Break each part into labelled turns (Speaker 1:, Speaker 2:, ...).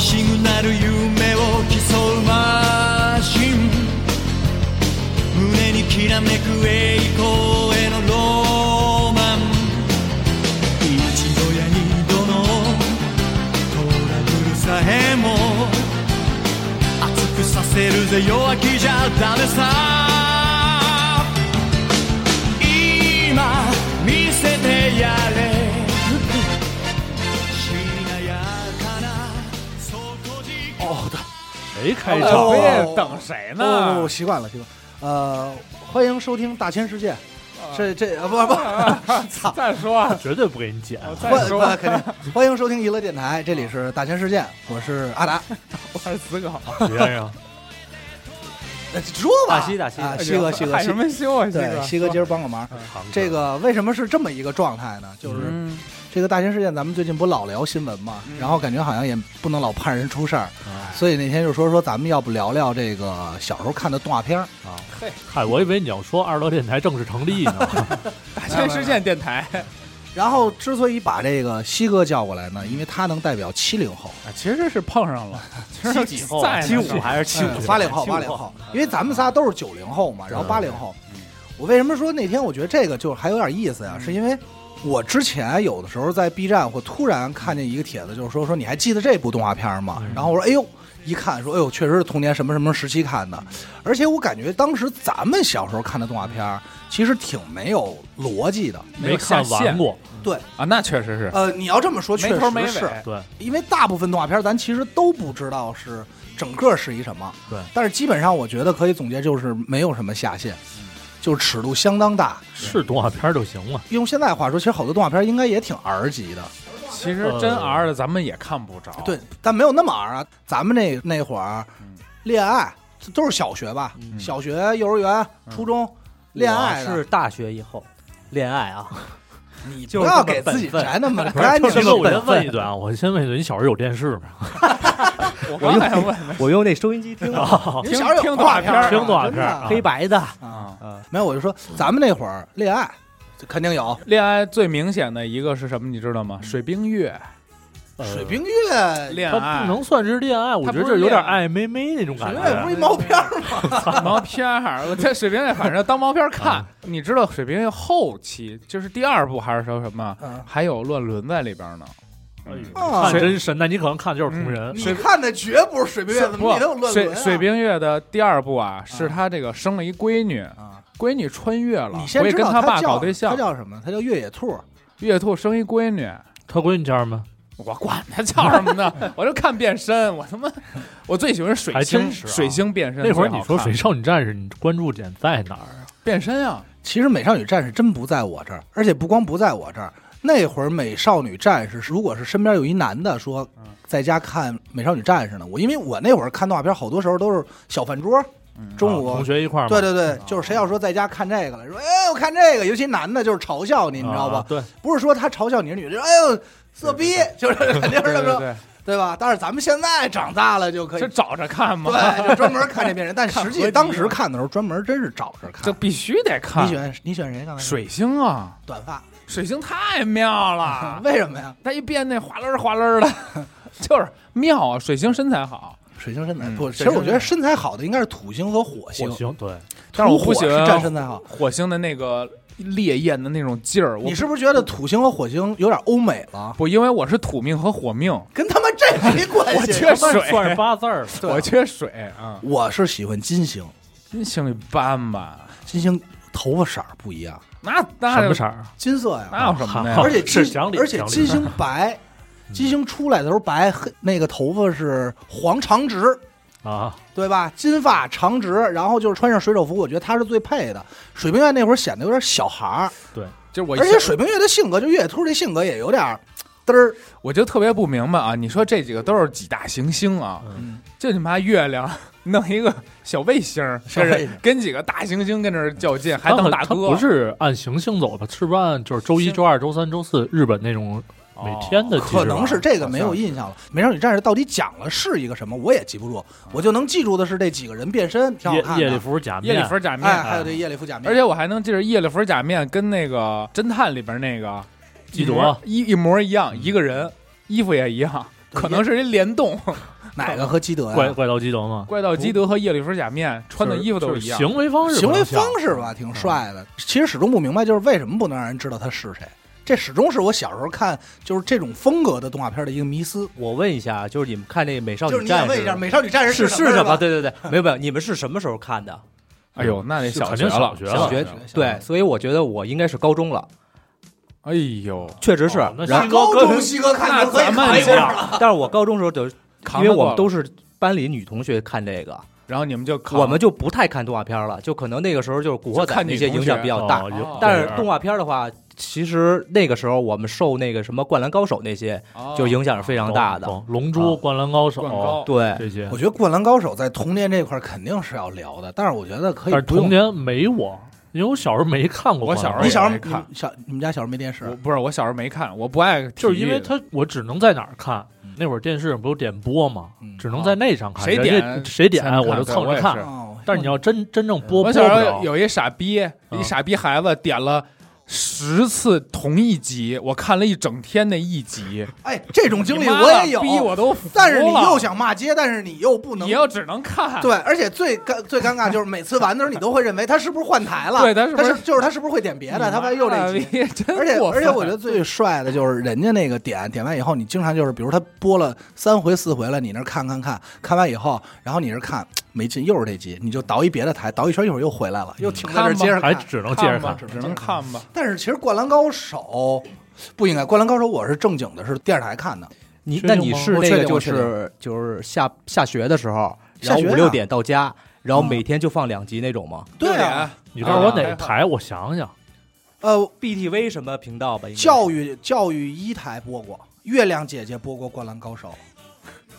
Speaker 1: シグナル夢を競うマシン胸にきらめく栄光へのロマン一度や二度のトラブルさえも熱くさせるぜ弱気じゃダメさ今見せてやれしなやかな底力
Speaker 2: 哦的，
Speaker 3: 谁开
Speaker 2: 哎
Speaker 3: 场
Speaker 2: 我
Speaker 3: 啊？
Speaker 2: 也哦等谁
Speaker 3: 呢
Speaker 2: 呢？我习惯了，习惯。呃，欢迎收听《大千世界》这这啊不 不，操！
Speaker 4: 再说，
Speaker 3: 绝对不给你剪。
Speaker 4: 再说，
Speaker 2: 欢肯定欢迎收听娱乐电台，这里是《大千世界》，我是阿达。
Speaker 4: 我是死狗，
Speaker 3: 许先生，
Speaker 2: 呃说吧，
Speaker 3: 大西大西
Speaker 2: 啊西哥西哥
Speaker 4: 喊
Speaker 2: 西
Speaker 4: 哎什么修啊？
Speaker 2: 对西哥今儿帮个忙。
Speaker 3: 行
Speaker 2: 这个为什么是这么一个状态呢？就是
Speaker 4: 嗯，
Speaker 2: 这个大千世界，咱们最近不老聊新闻嘛，
Speaker 4: 嗯啊
Speaker 2: 然后感觉好像也不能老盼人出事儿，
Speaker 3: 哎
Speaker 2: 所以那天就说说咱们要不聊聊这个小时候看的动画片儿
Speaker 3: 啊，
Speaker 4: 嘿，
Speaker 3: 嗨，我以为你要说二楼电台正式成立呢。
Speaker 4: 大千世界电台
Speaker 2: 然后之所以把这个西哥叫过来呢，因为他能代表七零后、
Speaker 4: 啊其实是碰上了， 其实
Speaker 3: 七几后
Speaker 4: 在
Speaker 3: 啊？
Speaker 4: 呢
Speaker 3: 七五还是七五？
Speaker 2: 嗯八零后、
Speaker 3: 七
Speaker 2: 八
Speaker 3: 五
Speaker 2: 零后，因为咱们仨都是九零后嘛，然后八零后。我为什么说那天我觉得这个就还有点意思呀？
Speaker 4: 嗯
Speaker 2: 是因为我之前有的时候在 B 站，我突然看见一个帖子，就是说说你还记得这部动画片吗？
Speaker 3: 嗯
Speaker 2: 然后我说哎呦，一看说哎呦，确实是童年什么什么时期看的，而且我感觉当时咱们小时候看的动画片儿其实挺没有逻辑的。
Speaker 3: 没看完过。
Speaker 2: 对，
Speaker 4: 啊，那确实是
Speaker 2: 呃，你要这么说，确
Speaker 4: 没头没
Speaker 2: 实
Speaker 4: 尾，
Speaker 2: 是。
Speaker 3: 对，
Speaker 2: 因为大部分动画片儿咱其实都不知道是整个是一什么，
Speaker 3: 对
Speaker 2: 但是基本上我觉得可以总结就是没有什么下限，就是尺度相当大。
Speaker 3: 是动画片就行了。
Speaker 2: 用现在话说，其实好多动画片儿应该也挺 R 级的，
Speaker 4: 其实真 R 的咱们也看不着，
Speaker 2: 对，但没有那么 R 啊。咱们那那会儿
Speaker 4: 嗯，
Speaker 2: 恋爱这都是小学吧，
Speaker 5: 嗯
Speaker 2: 小学、幼儿园、初中，恋爱
Speaker 5: 我
Speaker 2: 的
Speaker 5: 是大学以后恋爱啊，
Speaker 2: 你
Speaker 5: 就
Speaker 2: 不
Speaker 5: 是
Speaker 2: 要
Speaker 5: 这么
Speaker 2: 给自己
Speaker 5: 本分
Speaker 2: 宅那么
Speaker 3: 不是
Speaker 2: 干净
Speaker 3: 这个我
Speaker 2: 的
Speaker 3: 先问一嘴啊，我先问一嘴，你小时候有电视吗？
Speaker 4: 我刚才问
Speaker 5: 我用那收音机听的
Speaker 2: 你
Speaker 4: 听
Speaker 2: 小时候有
Speaker 4: 听
Speaker 2: 动画
Speaker 4: 动画片
Speaker 2: 儿
Speaker 4: 儿
Speaker 2: 啊
Speaker 3: 听动画片
Speaker 2: 真的
Speaker 3: 儿
Speaker 2: 啊
Speaker 3: 啊
Speaker 5: 黑白的，
Speaker 4: 啊，
Speaker 5: 啊，
Speaker 2: 没有，我就说咱们那会儿恋爱肯定有，
Speaker 4: 恋爱最明显的一个是什么？你知道吗？水冰月
Speaker 3: 呃
Speaker 2: 水冰月
Speaker 4: 嗯恋
Speaker 3: 它不
Speaker 4: 爱
Speaker 3: 能算是恋爱，我
Speaker 4: 它
Speaker 3: 觉
Speaker 4: 不
Speaker 3: 得
Speaker 4: 是
Speaker 3: 这有点
Speaker 4: 恋爱
Speaker 3: 爱妹妹那种感
Speaker 2: 水冰月不
Speaker 3: 觉。啊
Speaker 2: 是一毛片儿吗？
Speaker 4: 毛片儿， 我这水冰月反正当毛片儿 看。嗯你知道水冰月后期就是第二部还是说什么？
Speaker 2: 嗯
Speaker 4: 还有乱伦在里边呢。
Speaker 2: 啊
Speaker 3: 看真神，那你可能看的就是同人。
Speaker 2: 你看的绝不是水冰月，怎么
Speaker 4: 啊不
Speaker 2: 你能有乱伦
Speaker 4: 水
Speaker 2: 啊？
Speaker 4: 水冰月的第二部啊，是他这个生了一闺女，
Speaker 2: 啊，
Speaker 4: 闺女穿越了，
Speaker 2: 你
Speaker 4: 我
Speaker 2: 先
Speaker 4: 也
Speaker 2: 知
Speaker 4: 跟
Speaker 2: 道
Speaker 4: 爸
Speaker 2: 叫
Speaker 4: 搞对象
Speaker 2: 他，叫什么？他叫越野兔。
Speaker 4: 月兔生一闺女，
Speaker 3: 他闺女叫什么？
Speaker 4: 我管他叫什么呢？ 我就看变身，我他妈，我最喜欢水
Speaker 3: 还
Speaker 4: 星，
Speaker 3: 真是啊
Speaker 4: 水星变身最
Speaker 3: 那
Speaker 4: 好
Speaker 3: 会儿
Speaker 4: 看。
Speaker 3: 你说《水少女战士》，你关注点在哪儿啊？
Speaker 4: 变身啊，
Speaker 2: 其实《美少女战士》真不在我这儿，而且不光不在我这儿。那会儿《美少女战士》，如果是身边有一男的说
Speaker 4: 嗯
Speaker 2: 在家看《美少女战士》呢，我因为我那会儿看动画片，好多时候都是小饭桌，
Speaker 4: 嗯
Speaker 2: 中午、
Speaker 3: 啊同学一块儿吗
Speaker 2: 对对对，就是谁要说在家看这个了，说哎我看这个，尤其男的就是嘲笑你，你知道吧？
Speaker 3: 啊对，
Speaker 2: 不是说他嘲笑你是女的，就是哎呦色逼，就是肯定
Speaker 4: 对
Speaker 2: 是这么
Speaker 4: 对
Speaker 2: 说，
Speaker 4: 对，
Speaker 2: 对吧？但是咱们现在长大了就可以
Speaker 4: 这找着看嘛，
Speaker 2: 对，就专门看这变人，但
Speaker 4: 看
Speaker 2: 实
Speaker 4: 合
Speaker 2: 际
Speaker 4: 集
Speaker 2: 当时看的时候，专门真是找着
Speaker 4: 这
Speaker 2: 看。
Speaker 4: 必须得看
Speaker 2: 你喜。欢你喜欢谁？刚才
Speaker 4: 水星啊，
Speaker 2: 短发，，
Speaker 4: 水星太妙了
Speaker 2: 为什么呀？
Speaker 4: 他一变那哗啦儿哗啦儿的， 就是妙啊！水星身材好，
Speaker 2: 水星身材
Speaker 4: 嗯
Speaker 2: 不，其
Speaker 4: 水
Speaker 2: 实
Speaker 4: 星
Speaker 2: 我觉得身材好的应该是土星和火星
Speaker 3: 我，行， 对，
Speaker 4: 但是我不
Speaker 2: 土火
Speaker 4: 喜
Speaker 2: 是占
Speaker 4: 欢
Speaker 2: 身材好。
Speaker 4: 火星的那个烈焰的那种劲儿。我
Speaker 2: 你是不是觉得土星和火星有点欧美了？
Speaker 4: 不因为我是土命和火命，
Speaker 2: 跟他妈这没关
Speaker 4: 我
Speaker 2: 系。
Speaker 4: 缺水，
Speaker 3: 算是八字 儿了。
Speaker 2: 对
Speaker 4: 我缺水啊！
Speaker 2: 我是喜欢金星，
Speaker 4: 金星一般吧，
Speaker 2: 金星头发色儿不一样，
Speaker 4: 那那
Speaker 3: 什么色儿？啊
Speaker 2: 金色呀，
Speaker 4: 那有什么的呀
Speaker 3: 好？
Speaker 2: 而且
Speaker 3: 是
Speaker 2: 金
Speaker 3: 讲理
Speaker 2: 而且
Speaker 3: 讲理
Speaker 2: 金星 白，
Speaker 4: 嗯
Speaker 2: 金星出来的时候白，黑那个头发是黄长直，
Speaker 3: 啊，
Speaker 2: 对吧？金发长直，然后就是穿上水手服，我觉得他是最配的。水冰月那会儿显得有点小孩儿，
Speaker 4: 就是我一
Speaker 2: 而
Speaker 4: 下，
Speaker 2: 且水冰月的性格，就越野兔这性格也有点儿嘚儿。
Speaker 4: 我就特别不明白啊！你说这几个都是几大行星啊？
Speaker 2: 嗯
Speaker 4: 就你妈月亮弄一个小卫星儿，
Speaker 2: 小
Speaker 4: 跟
Speaker 2: 卫星
Speaker 4: 人跟几个大行星跟这儿较劲，还
Speaker 3: 他
Speaker 4: 当
Speaker 3: 很
Speaker 4: 大
Speaker 3: 他
Speaker 4: 哥？
Speaker 3: 不是按行星走吧？是不是按就是周一、
Speaker 4: 行
Speaker 3: 周二、周三、周四日本那种
Speaker 4: 哦
Speaker 3: 每天的计时吧？
Speaker 2: 可能是这个
Speaker 4: 好像
Speaker 2: 没有印象了。美少女战士到底讲了是一个什么，我也记不住，我就能记住的是这几个人变身，挺好看
Speaker 3: 夜夜里
Speaker 2: 的。
Speaker 3: 服假面，
Speaker 4: 夜里服假面，啊
Speaker 2: 哎，还有这夜里服假面，
Speaker 4: 而且我还能记着夜里服假面跟那个侦探里边那个
Speaker 3: 基
Speaker 4: 一
Speaker 3: 德嗯
Speaker 4: 模一一模一样，一个人，衣服也一样，
Speaker 2: 对
Speaker 4: 可能是人联动。
Speaker 2: 哪个和基德
Speaker 3: 怪
Speaker 2: 呀？
Speaker 3: 怪盗基德嘛，
Speaker 4: 怪盗基德和夜里服假面穿的衣服都
Speaker 3: 就是
Speaker 4: 一样，
Speaker 3: 行为方式不
Speaker 2: 行
Speaker 3: 太
Speaker 2: 为
Speaker 3: 像
Speaker 2: 方式吧，挺帅的。其实始终不明白，就是为什么不能让人知道他是谁。这始终是我小时候看就是这种风格的动画片的一个迷思。
Speaker 5: 我问一下，就是你们看这《美少
Speaker 2: 就是
Speaker 5: 女
Speaker 2: 你想
Speaker 5: 战士》
Speaker 2: 问一下，《美少女战士》
Speaker 5: 是
Speaker 2: 是
Speaker 5: 什
Speaker 2: 吧
Speaker 5: 么？？对对对，没有没有，你们是什么时候看的？
Speaker 4: 哎呦，那得
Speaker 3: 是
Speaker 4: 啊小
Speaker 3: 肯
Speaker 4: 学
Speaker 3: 定
Speaker 4: 了
Speaker 3: 小，学
Speaker 5: 小
Speaker 3: 了，
Speaker 2: 小
Speaker 5: 学
Speaker 2: 学
Speaker 5: 对，所以我觉得我应该是高中了，
Speaker 4: 哎呦，
Speaker 5: 确实是。
Speaker 3: 哦那
Speaker 5: 然后，
Speaker 3: 是
Speaker 2: 高中西哥看
Speaker 4: 那
Speaker 2: 就可以
Speaker 4: 咱
Speaker 2: 看
Speaker 4: 们
Speaker 2: 一
Speaker 4: 这
Speaker 2: 会儿
Speaker 4: 样
Speaker 2: 了。
Speaker 5: 但是我高中时候就，因
Speaker 4: 扛
Speaker 5: 为
Speaker 4: 得过
Speaker 5: 我们都是班里女同学看这个，
Speaker 4: 然后你们就扛
Speaker 5: 我们就不太看动画片了，就可能那个时候就是《古惑
Speaker 4: 就
Speaker 5: 仔》
Speaker 4: 看
Speaker 5: 那
Speaker 4: 女
Speaker 5: 些
Speaker 4: 同
Speaker 5: 影响
Speaker 4: 学
Speaker 5: 比较大。
Speaker 3: 哦有
Speaker 5: 但是动画片的话，其实那个时候我们受那个什么《灌篮高手》那些
Speaker 4: 哦
Speaker 5: 就影响是非常大的。
Speaker 3: 懂懂龙珠
Speaker 5: 啊、
Speaker 3: 灌篮高手
Speaker 4: 灌高，
Speaker 5: 对，
Speaker 3: 这些
Speaker 2: 我，觉得《灌篮高手》在童年这块儿肯定是要聊的，但是我觉得可
Speaker 3: 但是
Speaker 2: 以不用
Speaker 3: 童。年没我，因为我小时候没看过
Speaker 4: 我
Speaker 3: 灌篮
Speaker 4: 小
Speaker 3: 高
Speaker 4: 时
Speaker 3: 手。
Speaker 4: 候我
Speaker 2: 你小时候
Speaker 4: 也没看
Speaker 2: 你小你们家小时候没电视
Speaker 4: 我？不是我小时候没看，我不爱，
Speaker 3: 就是因为。他，我只能在哪儿看
Speaker 2: 嗯？
Speaker 3: 那会儿电视上不有点播吗
Speaker 2: 嗯？
Speaker 3: 只能在那上看。
Speaker 4: 谁
Speaker 3: 人家
Speaker 4: 点
Speaker 3: 谁点
Speaker 4: 才能看
Speaker 3: 我就蹭
Speaker 4: 对
Speaker 3: 着
Speaker 4: 我也
Speaker 3: 看。
Speaker 4: 是
Speaker 2: 哦
Speaker 3: 但是你要真真正播，
Speaker 4: 我
Speaker 3: 播不
Speaker 4: 小时候
Speaker 3: 了。
Speaker 4: 有一傻逼，一傻逼孩子点了十次同一集，我看了一整天那一集。
Speaker 2: 哎，这种经历
Speaker 4: 你妈
Speaker 2: 我也有
Speaker 4: 了，逼我都服了。
Speaker 2: 但是你又想骂街，但是你又不能
Speaker 4: 你。又只能看，
Speaker 2: 对，而且最尴最尴尬就是每次玩的时候，你都会认为他是不是换台了？
Speaker 4: 对
Speaker 2: 他
Speaker 4: 他
Speaker 2: 是
Speaker 4: 是不是
Speaker 2: 就是他是不是会点别的？他万一又这集。
Speaker 4: 这 真
Speaker 2: 而且
Speaker 4: 过分
Speaker 2: 而且，我觉得最帅的就是人家那个点点完以后，你经常就是，比如他播了三回四回了，你那儿看看看看完以后，然后你这儿看没劲，又是这集，你就倒一别的台，倒一圈一会儿又回来了，又停在这
Speaker 4: 看
Speaker 2: 儿
Speaker 4: 吧
Speaker 2: 接着看
Speaker 3: 还。只能接着
Speaker 4: 吧
Speaker 2: 看
Speaker 3: 看。
Speaker 4: 只能看吧。
Speaker 2: 但是其实《灌篮高手》不应该，《灌篮高手》我是正经的，是电视台看的。
Speaker 5: 你
Speaker 3: 确
Speaker 5: 那
Speaker 3: 定
Speaker 5: 你
Speaker 3: 吗
Speaker 5: 是
Speaker 2: 我
Speaker 5: 那
Speaker 2: 确
Speaker 5: 个
Speaker 2: 定
Speaker 5: 就
Speaker 2: 我确
Speaker 5: 是就是下下学的时候，
Speaker 2: 下
Speaker 5: 然后
Speaker 2: 学
Speaker 5: 五六
Speaker 2: 啊
Speaker 5: 点到家，然后
Speaker 2: 嗯
Speaker 5: 每天就放两集那种吗
Speaker 2: 对啊，
Speaker 4: 啊，
Speaker 3: 你告诉我哪
Speaker 4: 啊
Speaker 3: 个台，我想想。
Speaker 2: 呃，
Speaker 5: ？BTV 什么频道吧？应该是
Speaker 2: 教育教育一台播过，月亮姐姐播过《灌篮高手》。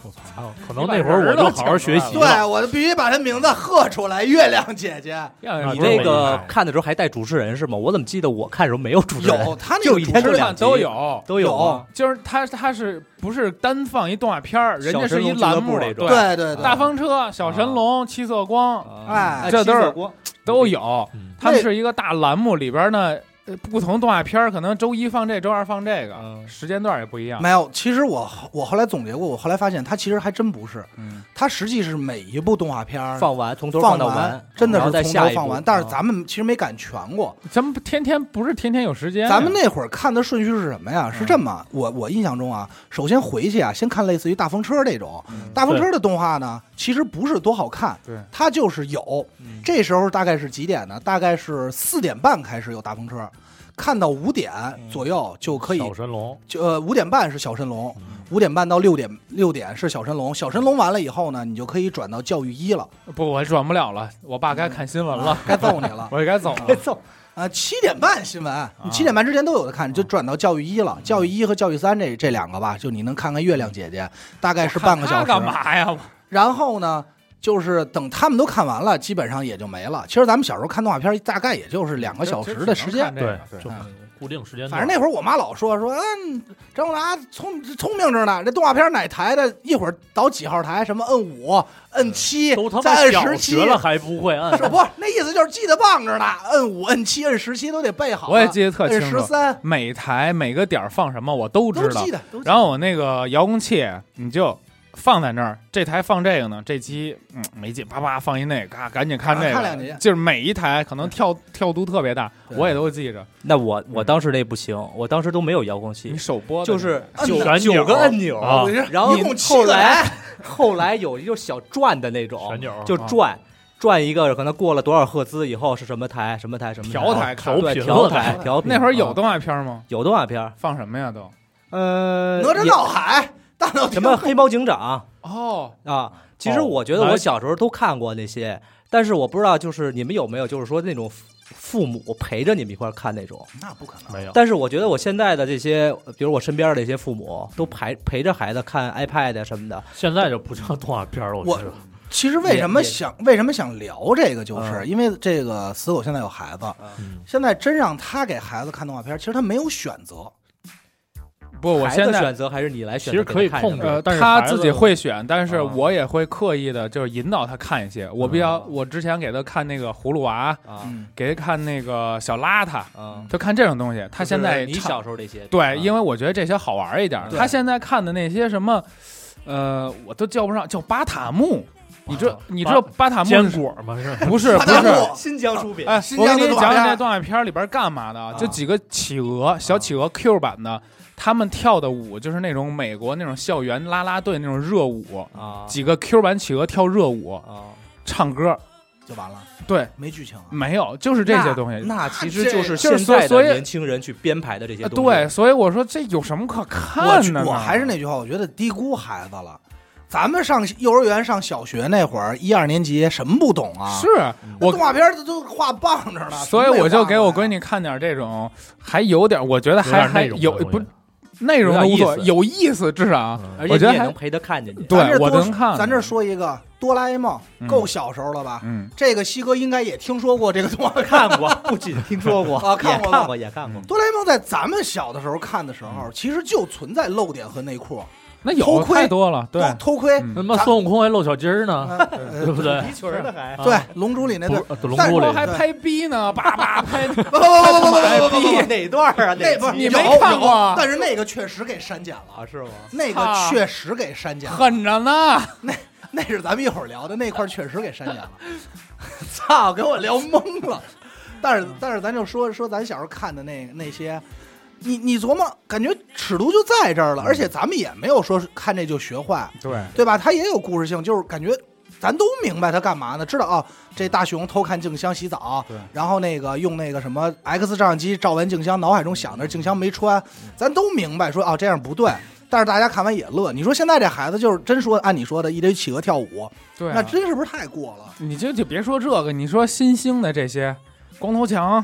Speaker 3: 我
Speaker 4: 哦
Speaker 3: 操，可能那会儿我就好好学习
Speaker 4: 你
Speaker 2: 对，
Speaker 3: 了。
Speaker 2: 我必须把她名字喝出来，月亮姐姐。
Speaker 4: 要
Speaker 5: 你
Speaker 3: 不是
Speaker 5: 那
Speaker 3: 每
Speaker 5: 个
Speaker 3: 天看
Speaker 5: 看的时候还带主持人是吗？我怎么记得我看的时候没有主持人？
Speaker 2: 有她那个
Speaker 5: 就一
Speaker 2: 主
Speaker 5: 天就
Speaker 2: 持
Speaker 5: 两
Speaker 2: 人
Speaker 5: 集
Speaker 4: 都有。
Speaker 5: 都有吗，
Speaker 4: 就是他，他是不是单放一动画片儿？人家是一栏目
Speaker 5: 小神龙俱乐部那种
Speaker 4: 对，
Speaker 2: 对对
Speaker 4: 大方车、小神龙、七色光
Speaker 2: 哎
Speaker 4: 这都是
Speaker 5: 七色锅
Speaker 4: 都有。
Speaker 3: 嗯，
Speaker 4: 他们是一个大栏目里边呢，呃不同动画片儿，可能周一放这，周二放这个，
Speaker 5: 嗯
Speaker 4: 时间段也不一样。
Speaker 2: 没有，其实我后我后来总结过，我后来发现她其实还真不是，
Speaker 4: 嗯，
Speaker 2: 她实际是每一部动画片儿
Speaker 5: 放完从头
Speaker 2: 放
Speaker 5: 到
Speaker 2: 完
Speaker 5: 完，，
Speaker 2: 真的
Speaker 5: 然后
Speaker 2: 是
Speaker 5: 再
Speaker 2: 从
Speaker 5: 下
Speaker 2: 头
Speaker 5: 一
Speaker 2: 放
Speaker 5: 部
Speaker 2: 完。但是
Speaker 5: 啊
Speaker 2: 咱们其实没敢全过，
Speaker 4: 咱们天天不是天天有时间呀，
Speaker 2: 咱们那会儿看的顺序是什么呀？是
Speaker 4: 嗯
Speaker 2: 这么，我我印象中啊，首先回去啊，先看类似于大风车这种
Speaker 4: 嗯
Speaker 2: 大风车的动画呢，其实不是多好看，
Speaker 4: 对
Speaker 2: 它就是有。
Speaker 5: 嗯
Speaker 2: 这时候大概是几点呢？大概是四点半开始有大风车，看到五点
Speaker 5: 嗯
Speaker 2: 左右就可以，
Speaker 3: 小神龙，
Speaker 2: 就呃五点半是小神龙
Speaker 3: 嗯，
Speaker 2: 五点半到六点六点是小神龙，小神龙完了以后呢，你就可以转到教育一了，
Speaker 4: 不，我转不了了，我爸该看新闻了，
Speaker 2: 该揍你了。
Speaker 4: 我 也该走 了。
Speaker 5: 揍
Speaker 2: 啊，七点半新闻，啊你七点半之前都有的看，
Speaker 4: 啊
Speaker 2: 就转到教育一
Speaker 4: 嗯
Speaker 2: 了。教育一和教育三这这两个吧，就你能看看月亮姐姐，大概是半个小
Speaker 4: 看他干
Speaker 2: 时。
Speaker 4: 嘛呀？
Speaker 2: 然后呢，就是等他们都看完了，基本上也就没了。其实咱们小时候看动画片，大概也就是两个小时的时间。
Speaker 3: 对，就
Speaker 2: 哎
Speaker 4: 嗯
Speaker 3: 固定时间
Speaker 2: 反
Speaker 3: 段。
Speaker 2: 正那会儿我妈老说说，嗯，张达聪聪明着呢，这动画片哪台的，一会儿倒几号台，什么摁五、摁七
Speaker 3: 嗯都他，
Speaker 2: 再
Speaker 3: 妈
Speaker 2: 摁
Speaker 3: 小
Speaker 2: 十七
Speaker 3: 学。了还不会按，
Speaker 2: 是不是那意思就是记得棒着呢，摁五、摁七、摁十七都得背好了。
Speaker 4: 我也记得特
Speaker 2: 摁
Speaker 4: 清
Speaker 2: 十
Speaker 4: 楚，
Speaker 2: 三，
Speaker 4: 每台每个点儿放什么我都
Speaker 2: 都
Speaker 4: 知道
Speaker 2: 记。得。都记得
Speaker 4: 然后我那个遥控器，你就放在那儿，这台放这个呢，这期嗯没劲，啪啪放一那个，嘎赶紧看这
Speaker 2: 啊
Speaker 4: 个，
Speaker 2: 看两集
Speaker 4: 就是每一台可能跳跳度特别大，
Speaker 2: 对
Speaker 4: 我也都记着。
Speaker 5: 那我我当时那不行，我当时都没有遥控器
Speaker 4: 你，手播的
Speaker 5: 就是
Speaker 2: 按
Speaker 5: 九
Speaker 3: 钮
Speaker 5: 九个按钮，
Speaker 3: 啊
Speaker 2: 我这
Speaker 5: 然后
Speaker 2: 一共
Speaker 5: 后
Speaker 2: 七个
Speaker 5: 来
Speaker 2: 人
Speaker 5: 后来有一个小转的那种
Speaker 3: 旋钮
Speaker 5: 就转转一个，可能过了多少赫兹以后是什么台，什么台，什么
Speaker 4: 调台看
Speaker 3: 啊调。
Speaker 5: 对
Speaker 3: 频
Speaker 5: 调
Speaker 3: 了
Speaker 5: 台
Speaker 3: 才
Speaker 5: 调频。
Speaker 4: 那会儿有
Speaker 5: 的
Speaker 4: 动画片吗？
Speaker 5: 有动画片儿，
Speaker 4: 放什么呀都？
Speaker 5: 呃，
Speaker 2: 哪吒
Speaker 5: 也
Speaker 2: 闹海、大闹
Speaker 5: 什
Speaker 2: 天
Speaker 5: 么
Speaker 2: 宫
Speaker 5: 黑猫警长
Speaker 4: 哦，
Speaker 5: 啊。其实
Speaker 3: 哦
Speaker 5: 我觉得
Speaker 3: 来
Speaker 5: 我小时候都看过那些，但是我不知道就是你们有没有就是说那种父父母陪着你们一块儿看那种。
Speaker 2: 那不可能。
Speaker 3: 没有。
Speaker 5: 但是我觉得我现在的这些，比如我身边的这些父母，都陪陪着孩子看 iPad 啊什么的，
Speaker 3: 现在就不叫动画片了，
Speaker 2: 我
Speaker 3: 觉得。
Speaker 2: 其实为什么想为什么想聊这个，就是
Speaker 5: 嗯
Speaker 2: 因为这个死狗现在有孩子，
Speaker 3: 嗯
Speaker 2: 现在真让他给孩子看动画片，其实他没有选择。
Speaker 4: 不，我
Speaker 5: 孩子
Speaker 4: 现在。
Speaker 5: 选择还是你来选择
Speaker 3: 其实
Speaker 5: 给
Speaker 3: 可以
Speaker 5: 他看
Speaker 3: 控
Speaker 5: 什
Speaker 3: 制
Speaker 5: 么
Speaker 4: 呃，
Speaker 3: 但是
Speaker 4: 他
Speaker 3: 孩子
Speaker 4: 自己会选，但是
Speaker 3: 啊
Speaker 4: 我也会刻意的，就是引导他看一些。
Speaker 5: 嗯
Speaker 4: 我比较，我之前给他看那个葫芦娃，
Speaker 5: 啊
Speaker 2: 嗯，
Speaker 4: 给他看那个小邋遢，
Speaker 5: 啊！
Speaker 4: 就看这种东西。他现在
Speaker 5: 就是你
Speaker 4: 唱
Speaker 5: 小时候这些
Speaker 4: 对，因
Speaker 5: 为
Speaker 4: 为我觉得这些好玩一点儿。
Speaker 5: 啊对
Speaker 4: 他现在看的那些什么呃，我都叫不上，叫巴塔木。你知你知道巴塔木
Speaker 3: 坚
Speaker 4: 是
Speaker 3: 果嘛是
Speaker 4: 不是不
Speaker 2: 巴塔
Speaker 4: 是？
Speaker 2: 木
Speaker 5: 新疆出品，
Speaker 4: 哎，
Speaker 2: 新
Speaker 4: 我
Speaker 2: 疆
Speaker 4: 给
Speaker 2: 的
Speaker 4: 你
Speaker 2: 动画
Speaker 4: 讲讲
Speaker 2: 片
Speaker 4: 这动画片里边干嘛的啊？就
Speaker 5: 啊
Speaker 4: 几个企鹅，小企鹅 Q 版的，他们跳的舞就是那种美国那种校园啦啦队那种热舞，
Speaker 5: 啊
Speaker 4: 几个 Q 版企鹅跳热舞、
Speaker 5: 啊，
Speaker 4: 唱歌，
Speaker 2: 就完了，
Speaker 4: 对，
Speaker 2: 没剧情啊。
Speaker 4: 没有，就是这些东西。
Speaker 5: 那其实就是
Speaker 4: 就是
Speaker 5: 现
Speaker 4: 所
Speaker 5: 在
Speaker 4: 所
Speaker 5: 的
Speaker 4: 以
Speaker 5: 年轻人去编排的这些
Speaker 4: 呃
Speaker 5: 东西。
Speaker 4: 对，所以我说这有什么可
Speaker 2: 我
Speaker 4: 看
Speaker 2: 去
Speaker 4: 的呢？
Speaker 2: 我还是那句话，我觉得低估孩子了。咱们上幼儿园、上小学那会儿，一二年级什么不懂啊？
Speaker 4: 是
Speaker 2: 那
Speaker 4: 我
Speaker 2: 动画片儿都画棒着呢，
Speaker 4: 所以我就给我
Speaker 2: 什么也画不来
Speaker 4: 闺女看点这种，还有点，我觉得
Speaker 3: 有
Speaker 4: 还
Speaker 3: 点
Speaker 4: 还
Speaker 3: 那种
Speaker 4: 有
Speaker 3: 的我
Speaker 4: 不
Speaker 3: 觉得
Speaker 4: 内容
Speaker 5: 有
Speaker 4: 都
Speaker 5: 点
Speaker 4: 无所谓，
Speaker 5: 意思
Speaker 4: 有意思，至少
Speaker 3: 嗯
Speaker 5: 而
Speaker 4: 我觉
Speaker 5: 且
Speaker 4: 得
Speaker 5: 你也
Speaker 4: 还
Speaker 5: 能陪他看进去。
Speaker 2: 咱这
Speaker 4: 对我
Speaker 2: 多
Speaker 4: 能看。
Speaker 2: 咱这说一个哆啦 A 梦
Speaker 4: 嗯，
Speaker 2: 够小时候了吧？
Speaker 4: 嗯，
Speaker 2: 这个西哥应该也听说过这个动画片。
Speaker 5: 看过， 不仅听说 过
Speaker 2: 啊看
Speaker 5: 也
Speaker 2: 过
Speaker 5: 看
Speaker 2: 吧
Speaker 5: 过，也看过。
Speaker 4: 嗯
Speaker 2: 哆啦 A 梦在咱们小的时候看的时候，其实就存在漏点和内裤，
Speaker 4: 那有
Speaker 2: 偷窥
Speaker 4: 太多了，对，
Speaker 2: 偷偷窥，
Speaker 4: 嗯
Speaker 3: 什么孙悟空还露小鸡儿呢，
Speaker 2: 呃
Speaker 3: 对不对？
Speaker 5: 皮裙儿呢还
Speaker 3: 啊
Speaker 2: 对，《龙珠》里那
Speaker 3: 不
Speaker 2: 对，
Speaker 3: 是呃龙
Speaker 2: 但是
Speaker 3: 珠
Speaker 4: 我
Speaker 3: 里
Speaker 4: 还拍逼呢，叭 叭拍。
Speaker 2: 不不不不不不不不不，
Speaker 5: 哎哪段儿啊？
Speaker 2: 那不是
Speaker 4: 你
Speaker 2: 有
Speaker 4: 没看过啊
Speaker 2: 有但是那个确实给删减了，
Speaker 5: 啊？是吗？
Speaker 2: 那个确实给删减了，
Speaker 4: 狠着呢，
Speaker 2: 那是咱们一会儿聊的那块儿确实给删减了。 操，给我聊懵了。但是但是，咱就说说咱小时候看的那那些。你你琢磨，感觉尺度就在这儿了，而且咱们也没有说看这就学坏，
Speaker 4: 对，
Speaker 2: 对吧？它也有故事性，就是感觉咱都明白它干嘛呢，知道啊、这大熊偷看静香洗澡
Speaker 4: 对，
Speaker 2: 然后那个用那个什么 X 照相机照完静香，脑海中想着静香没穿，
Speaker 4: 嗯
Speaker 2: 咱都明白说啊、这样不对。但是大家看完也乐，你说现在这孩子就是真说按你说的一堆企鹅跳舞，
Speaker 4: 对啊、
Speaker 2: 那真是不是太过了？
Speaker 4: 你就就别说这个，你说新兴的这些，光头强、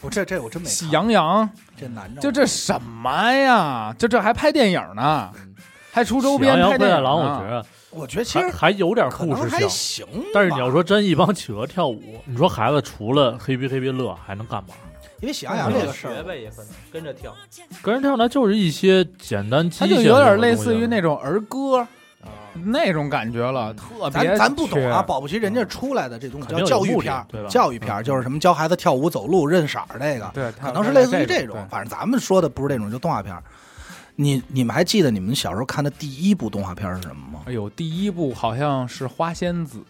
Speaker 2: 我这这我真没看
Speaker 4: 喜羊羊，
Speaker 2: 这难着，
Speaker 4: 就这什么呀？就这还拍电影呢，
Speaker 2: 嗯
Speaker 4: 还出周边
Speaker 3: 喜
Speaker 4: 拍
Speaker 3: 羊羊灰
Speaker 4: 电
Speaker 3: 太
Speaker 4: 影呢。
Speaker 3: 狼，我觉得
Speaker 2: 我觉得其
Speaker 3: 还
Speaker 2: 实
Speaker 3: 还有点
Speaker 2: 可
Speaker 3: 啊故
Speaker 2: 能
Speaker 3: 事
Speaker 2: 还
Speaker 3: 性。
Speaker 2: 行吧，
Speaker 3: 但是你要说真一帮企鹅跳舞，你说孩子除了嘿皮嘿皮乐还能干嘛？
Speaker 2: 因为喜羊羊
Speaker 3: 嗯
Speaker 2: 这个事
Speaker 5: 学
Speaker 2: 儿，
Speaker 5: 呗，也可能跟着跳
Speaker 3: 跟人跳呢就是一些简单机
Speaker 4: 它
Speaker 3: 械
Speaker 4: 就
Speaker 3: 的
Speaker 4: 有点
Speaker 3: 种
Speaker 4: 类
Speaker 3: 东
Speaker 4: 似
Speaker 3: 西啊
Speaker 4: 于那种儿歌
Speaker 5: 啊。
Speaker 4: 那种感觉了，特别
Speaker 2: 嗯咱咱不懂啊，
Speaker 4: 缺
Speaker 2: 保不齐人家出来的这种
Speaker 3: 肯
Speaker 2: 叫
Speaker 3: 定有
Speaker 2: 教育
Speaker 3: 目的
Speaker 2: 片儿
Speaker 3: 对吧，嗯
Speaker 2: 教育片儿就是什么教孩子跳舞、走路、认色儿这个，
Speaker 4: 对，
Speaker 2: 可
Speaker 4: 可
Speaker 2: 能是类似于这种，反正咱们说的不是这种，就动画片儿。你你们还记得你们小时候看的第一部动画片儿是什么吗？
Speaker 4: 哎呦，第一部好像是《花仙子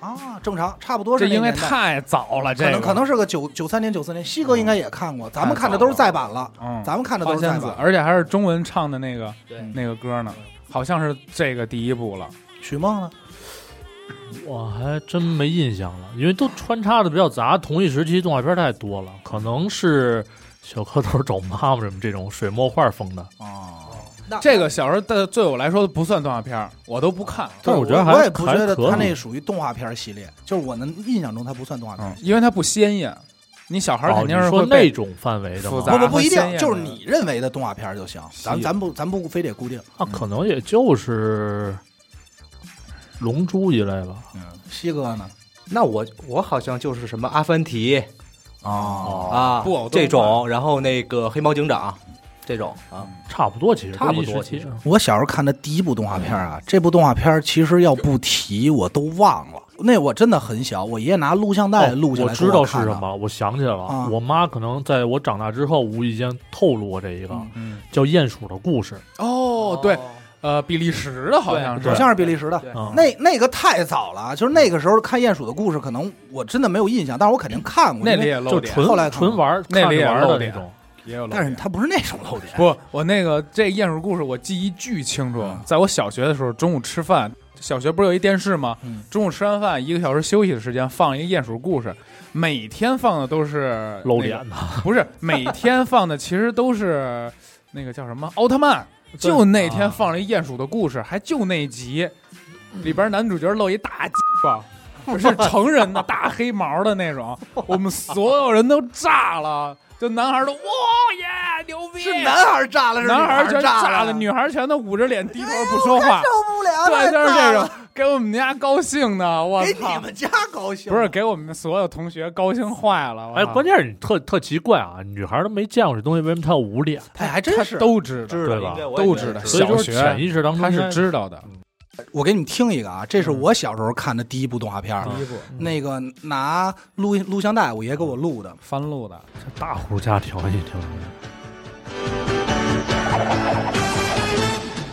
Speaker 2: 啊，正常，差不》，多是
Speaker 4: 这
Speaker 2: 那
Speaker 4: 因为
Speaker 2: 年代
Speaker 4: 太早了，这个
Speaker 2: 可能可能是个九九三年、九四年，西哥应该也看过，咱们看的都是再版了，
Speaker 4: 嗯，
Speaker 2: 咱们看的都
Speaker 4: 花
Speaker 2: 是嗯再
Speaker 4: 仙子，
Speaker 2: 版。
Speaker 4: 而且还是中文唱的那个
Speaker 5: 对
Speaker 4: 那个歌
Speaker 2: 嗯
Speaker 4: 呢，好像是这个第一部了。
Speaker 2: 许梦呢？
Speaker 3: 我还真没印象了，因为都穿插的比较杂，同一时期动画片太多了，可能是小蝌蚪找妈妈什么这种水墨画风的，
Speaker 2: 哦，
Speaker 4: 这个小时候的对我来说不算动画片儿，我都不看，
Speaker 3: 但是
Speaker 2: 我
Speaker 3: 我觉得还
Speaker 2: 我也不觉得
Speaker 3: 还可以
Speaker 2: 他那属于动画片儿系列，就是我能印象中他不算动画片
Speaker 4: 嗯
Speaker 2: 儿，。
Speaker 4: 因为它不鲜艳。你小孩儿
Speaker 3: 哦，
Speaker 4: 肯
Speaker 3: 你
Speaker 4: 定是
Speaker 3: 说
Speaker 4: 会
Speaker 3: 那
Speaker 4: 被
Speaker 3: 种范围的
Speaker 4: 复
Speaker 3: 吗
Speaker 4: 杂？
Speaker 2: 不不不一
Speaker 4: 咱们先
Speaker 2: 定，就是
Speaker 4: 验的
Speaker 2: 你认为的动画片儿就行，咱咱不咱不非得固定。
Speaker 3: 那
Speaker 4: 嗯
Speaker 3: 可能也就是龙珠一类吧。
Speaker 2: 嗯，西哥呢？
Speaker 5: 那我我好像就是什么阿凡提
Speaker 2: 哦，
Speaker 5: 啊
Speaker 4: 布偶动画
Speaker 5: 这种，然后那个黑猫警长这种啊，
Speaker 3: 差不多，其实
Speaker 5: 差不
Speaker 3: 都一
Speaker 5: 多
Speaker 3: 时期嗯
Speaker 5: 其实
Speaker 2: 我小时候看的第一部动画片啊，这部动画片其实要不提我都忘了。那我真的很小，我爷爷拿录像带
Speaker 3: 哦
Speaker 2: 录下来、
Speaker 3: 我知道是什。么，我想起来了，
Speaker 2: 啊
Speaker 3: 我妈可能在我长大之后无意间透露过这一个、
Speaker 4: 嗯
Speaker 3: 叫《鼹鼠的故事》
Speaker 4: 哦，对，呃，比利时的好像
Speaker 2: 好
Speaker 4: 是
Speaker 2: 像是比利时的。
Speaker 5: 对
Speaker 3: 啊、
Speaker 2: 那那个太早了，啊就是那个时候看《鼹鼠的故事》，可能我真的没有印象，但是我肯定看过。
Speaker 4: 那
Speaker 2: 因
Speaker 4: 里
Speaker 2: 为
Speaker 4: 也露
Speaker 3: 就
Speaker 4: 点，
Speaker 3: 纯
Speaker 2: 后来看
Speaker 3: 纯玩儿
Speaker 4: 那
Speaker 3: 看
Speaker 4: 里也
Speaker 3: 着玩
Speaker 4: 露
Speaker 3: 儿的
Speaker 4: 点
Speaker 3: 那种，
Speaker 4: 也有露点，
Speaker 2: 但是它不是那种漏点。
Speaker 4: 不，我那个这鼹鼠故事我记忆巨清楚，在我小学的时候，中午吃饭，小学不是有一电视吗？
Speaker 2: 嗯
Speaker 4: 中午吃完饭一个小时休息的时间放一个鼹鼠故事，每天放的都是
Speaker 3: 露
Speaker 4: 那个啊
Speaker 3: 脸的。
Speaker 4: 不是每天放的，其实都是那个叫什么 奥特曼，
Speaker 3: 对
Speaker 4: 就那天
Speaker 3: 啊
Speaker 4: 放了一鼹鼠的故事，还就那集，里边男主角露一大鸡 巴。是成人的大黑毛的那种，我们所有人都炸了，就男孩都哇耶牛逼，
Speaker 2: 是男孩炸了，是女
Speaker 4: 男孩
Speaker 2: 孩
Speaker 4: 全炸
Speaker 2: 了，
Speaker 4: 女孩全都捂着脸低头不说话，
Speaker 2: 受不了，
Speaker 4: 对，就是这
Speaker 2: 太哎炸
Speaker 4: 种
Speaker 2: 了，
Speaker 4: 给我们家高兴的，我
Speaker 2: 给你
Speaker 4: 操，
Speaker 2: 们家高兴。
Speaker 4: 不是给我们所有同学高兴坏了，我
Speaker 3: 哎，
Speaker 4: 操
Speaker 3: 关键是你特特奇怪啊，女孩儿都没见过这东西，为什么她要捂脸？
Speaker 2: 哎，还真是。
Speaker 4: 都知道，
Speaker 5: 知道
Speaker 3: 对吧
Speaker 5: 应该我也
Speaker 4: 都
Speaker 5: 觉
Speaker 4: 知
Speaker 5: 得
Speaker 4: 道，
Speaker 5: 是
Speaker 3: 所以
Speaker 4: 小
Speaker 3: 说
Speaker 4: 学
Speaker 3: 潜意识当中
Speaker 4: 他
Speaker 3: 应
Speaker 4: 是
Speaker 3: 该嗯
Speaker 4: 知道的，
Speaker 2: 我给你们听一个啊，
Speaker 4: 嗯
Speaker 2: 这是我小时候看的第一部动画片儿，
Speaker 4: 一部
Speaker 2: 那个拿录录像带，我爷给我录的。
Speaker 4: 翻录的，
Speaker 3: 这大户家庭，你听着。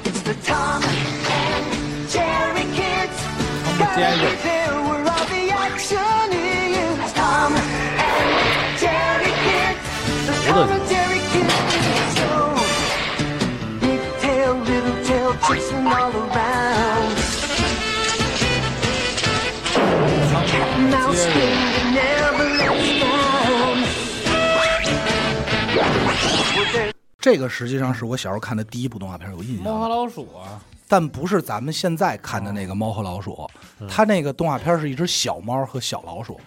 Speaker 6: It's the Tom and Jerry kids.
Speaker 4: Jerry.
Speaker 6: Gotta reveal where all the action is. Tom and Jerry kids. The Tom and Jerry kids show. Big tail, little tail, chasing all around. Cat and mouse game that never lets down.
Speaker 2: 这个实际上是我小时候看的第一部动画片，有印象的。
Speaker 4: 猫和老鼠啊，
Speaker 2: 但不是咱们现在看的那
Speaker 4: 哦
Speaker 2: 个猫和老鼠，
Speaker 4: 嗯
Speaker 2: 它那个动画片是一只小猫和小老鼠，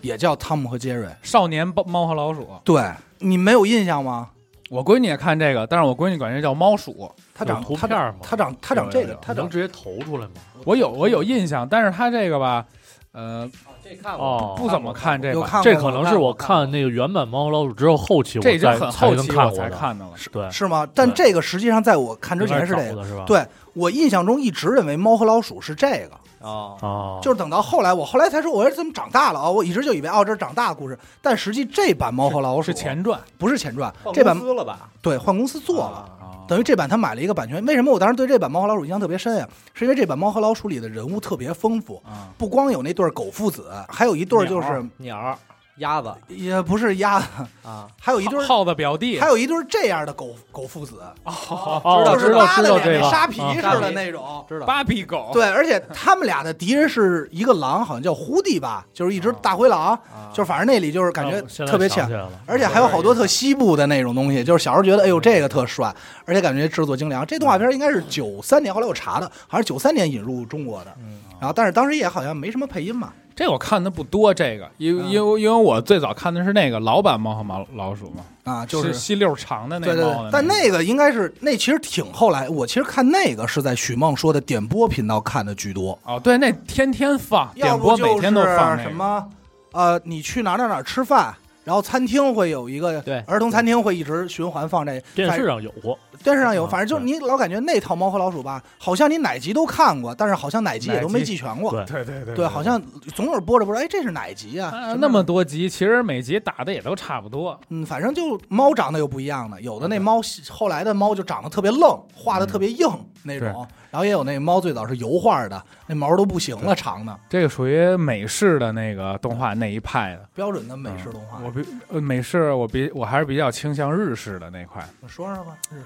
Speaker 2: 也叫汤姆和杰瑞。
Speaker 4: 少年猫猫和老鼠。
Speaker 2: 对你没有印象吗？
Speaker 4: 我闺女也看这个，但是我闺女管这叫猫鼠。
Speaker 2: 它
Speaker 3: 有
Speaker 2: 长
Speaker 3: 图
Speaker 2: 它
Speaker 3: 片
Speaker 2: 长
Speaker 3: 吗
Speaker 2: 它长它长这个，它
Speaker 3: 能
Speaker 2: 长
Speaker 3: 直接投出来吗？
Speaker 4: 我
Speaker 2: 哦
Speaker 4: 有我有印象，但是她这个吧，呃，
Speaker 5: 这看
Speaker 3: 哦，
Speaker 4: 不怎么看这
Speaker 2: 有
Speaker 4: 个，
Speaker 2: 看过
Speaker 3: 这
Speaker 2: 吗
Speaker 3: 可能是我
Speaker 2: 过
Speaker 3: 看那个原版《猫和老鼠》之后后期我
Speaker 4: 这已经
Speaker 3: 再
Speaker 4: 很
Speaker 3: 才
Speaker 4: 后
Speaker 3: 能
Speaker 4: 期
Speaker 3: 看
Speaker 4: 我
Speaker 3: 过
Speaker 4: 才
Speaker 3: 的，
Speaker 4: 看的了。
Speaker 3: 对，
Speaker 2: 是吗？但
Speaker 3: 对
Speaker 2: 这个实际上在我看之前是
Speaker 3: 有
Speaker 2: 这
Speaker 3: 点早
Speaker 2: 个，
Speaker 3: 的是吧
Speaker 2: 对我印象中一直认为猫和老鼠是这个，
Speaker 5: 哦，
Speaker 3: 啊，
Speaker 2: 就是等到后来我后来才说，我说怎么长大了啊？我一直就以为哦，这是长大的故事，但实际这版猫和老鼠
Speaker 4: 是前传，
Speaker 2: 不是前传，
Speaker 5: 换
Speaker 2: 这版
Speaker 5: 公司了吧？
Speaker 2: 对换公司做了。
Speaker 5: 啊
Speaker 2: 等于这版他买了一个版权，为什么我当时对这版《猫和老鼠》印象特别深呀、是因为这版《猫和老鼠》里的人物特别丰富，
Speaker 4: 啊
Speaker 2: 不光有那对儿狗父子，还有一对儿就是
Speaker 5: 鸟儿、鸭子
Speaker 2: 也不是鸭子，
Speaker 5: 啊，
Speaker 2: 还有一对儿，
Speaker 4: 耗子表弟
Speaker 2: 还，有一对儿这样的狗狗父子，
Speaker 3: 哦，
Speaker 2: 就
Speaker 3: 我
Speaker 2: 是
Speaker 3: 知道
Speaker 2: 拉
Speaker 3: 知
Speaker 2: 的
Speaker 3: 道
Speaker 2: 脸
Speaker 3: 这
Speaker 2: 跟
Speaker 3: 个
Speaker 2: 沙皮
Speaker 3: 啊
Speaker 2: 似
Speaker 5: 沙
Speaker 2: 的
Speaker 5: 皮
Speaker 2: 那种。
Speaker 5: 知道
Speaker 4: 芭比狗，
Speaker 2: 对，而且他们俩的敌人是一个狼，好像叫胡迪吧，就是一只大灰狼，就是反正那里就是感觉
Speaker 3: 啊现在
Speaker 2: 特别
Speaker 3: 想
Speaker 2: 欠
Speaker 3: 起，来了，
Speaker 2: 而且还有好多特西部的那种东西，就是小时候觉得哎呦这个特帅，而且感觉制作精良。这动画片应该是九三年，后来我查的，好像是九三年引入中国的。
Speaker 3: 嗯
Speaker 2: 然后但是当时也好像没什么配音嘛。
Speaker 4: 这我看的不多，这个因
Speaker 2: 嗯
Speaker 4: 为因为因为我最早看的是那个老版猫和猫老鼠嘛，
Speaker 2: 啊，就是
Speaker 4: 吸溜长的那
Speaker 2: 对对
Speaker 4: 猫
Speaker 2: 对
Speaker 4: 的，
Speaker 2: 但
Speaker 4: 那
Speaker 2: 那个应该是那其实挺后来，我其实看那个是在许梦说的点播频道看的居多，
Speaker 4: 哦对，那天天放
Speaker 2: 要
Speaker 4: 点
Speaker 2: 不
Speaker 4: 播，
Speaker 2: 就是
Speaker 4: 每天都放那个
Speaker 2: 什么呃，你去哪儿哪儿哪儿吃饭。然后餐厅会有一个，
Speaker 5: 对
Speaker 2: 儿童餐厅会一直循环放这
Speaker 3: 电
Speaker 2: 反
Speaker 3: 视上有过，
Speaker 2: 电视上有，
Speaker 3: 嗯
Speaker 2: 反正就是你老感觉那套《猫和老鼠》吧，好像你哪集都看过，但是好像哪集也都没记全过。
Speaker 4: 对
Speaker 3: 对
Speaker 4: 对对
Speaker 2: 对，好像总有播着播着，哎，这是哪集啊？
Speaker 4: 啊
Speaker 2: 什
Speaker 4: 那么多集，其实每集打的也都差不多。
Speaker 2: 嗯，反正就猫长得有不一样的，有的那猫后来的猫就长得特别愣，画
Speaker 4: 嗯
Speaker 2: 的特别硬那种，然后也有那猫最早是油画的，那毛都不行了，长的
Speaker 4: 这个属于美式的那个动画那一派的
Speaker 2: 标准的美式动画。
Speaker 4: 我比呃美式我比我还是比较倾向日式的那块。
Speaker 2: 我说说吧，这是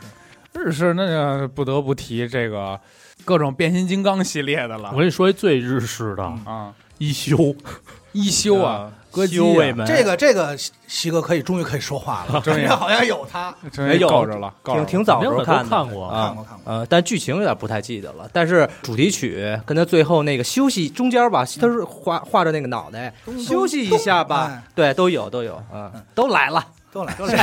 Speaker 4: 日式那个不得不提这个各种变形金刚系列的
Speaker 2: 啊
Speaker 4: 了
Speaker 3: 我跟你说一最日式的
Speaker 2: 嗯
Speaker 4: 啊，
Speaker 3: 一休，
Speaker 4: 一休啊，歌姬
Speaker 5: 修卫
Speaker 4: 啊，
Speaker 5: 门
Speaker 2: 这个这个西西哥可以终于可以说话 了，
Speaker 4: 终于
Speaker 2: 感觉好像有他
Speaker 4: 真
Speaker 5: 没
Speaker 4: 是
Speaker 5: 有
Speaker 4: 够着了，够着
Speaker 5: 挺
Speaker 4: 了
Speaker 5: 挺早时候
Speaker 3: 肯定我
Speaker 5: 的
Speaker 3: 都看过
Speaker 5: 啊
Speaker 2: 看过看过
Speaker 5: 呃，但剧情有点不太记得了。但是主题曲跟他最后那个休息中间吧，他是画画着那个脑袋
Speaker 2: 咚咚
Speaker 5: 休息一下
Speaker 2: 咚
Speaker 5: 吧
Speaker 2: 哎，
Speaker 5: 对，都有都有啊，都来了。
Speaker 2: 都来，都 来。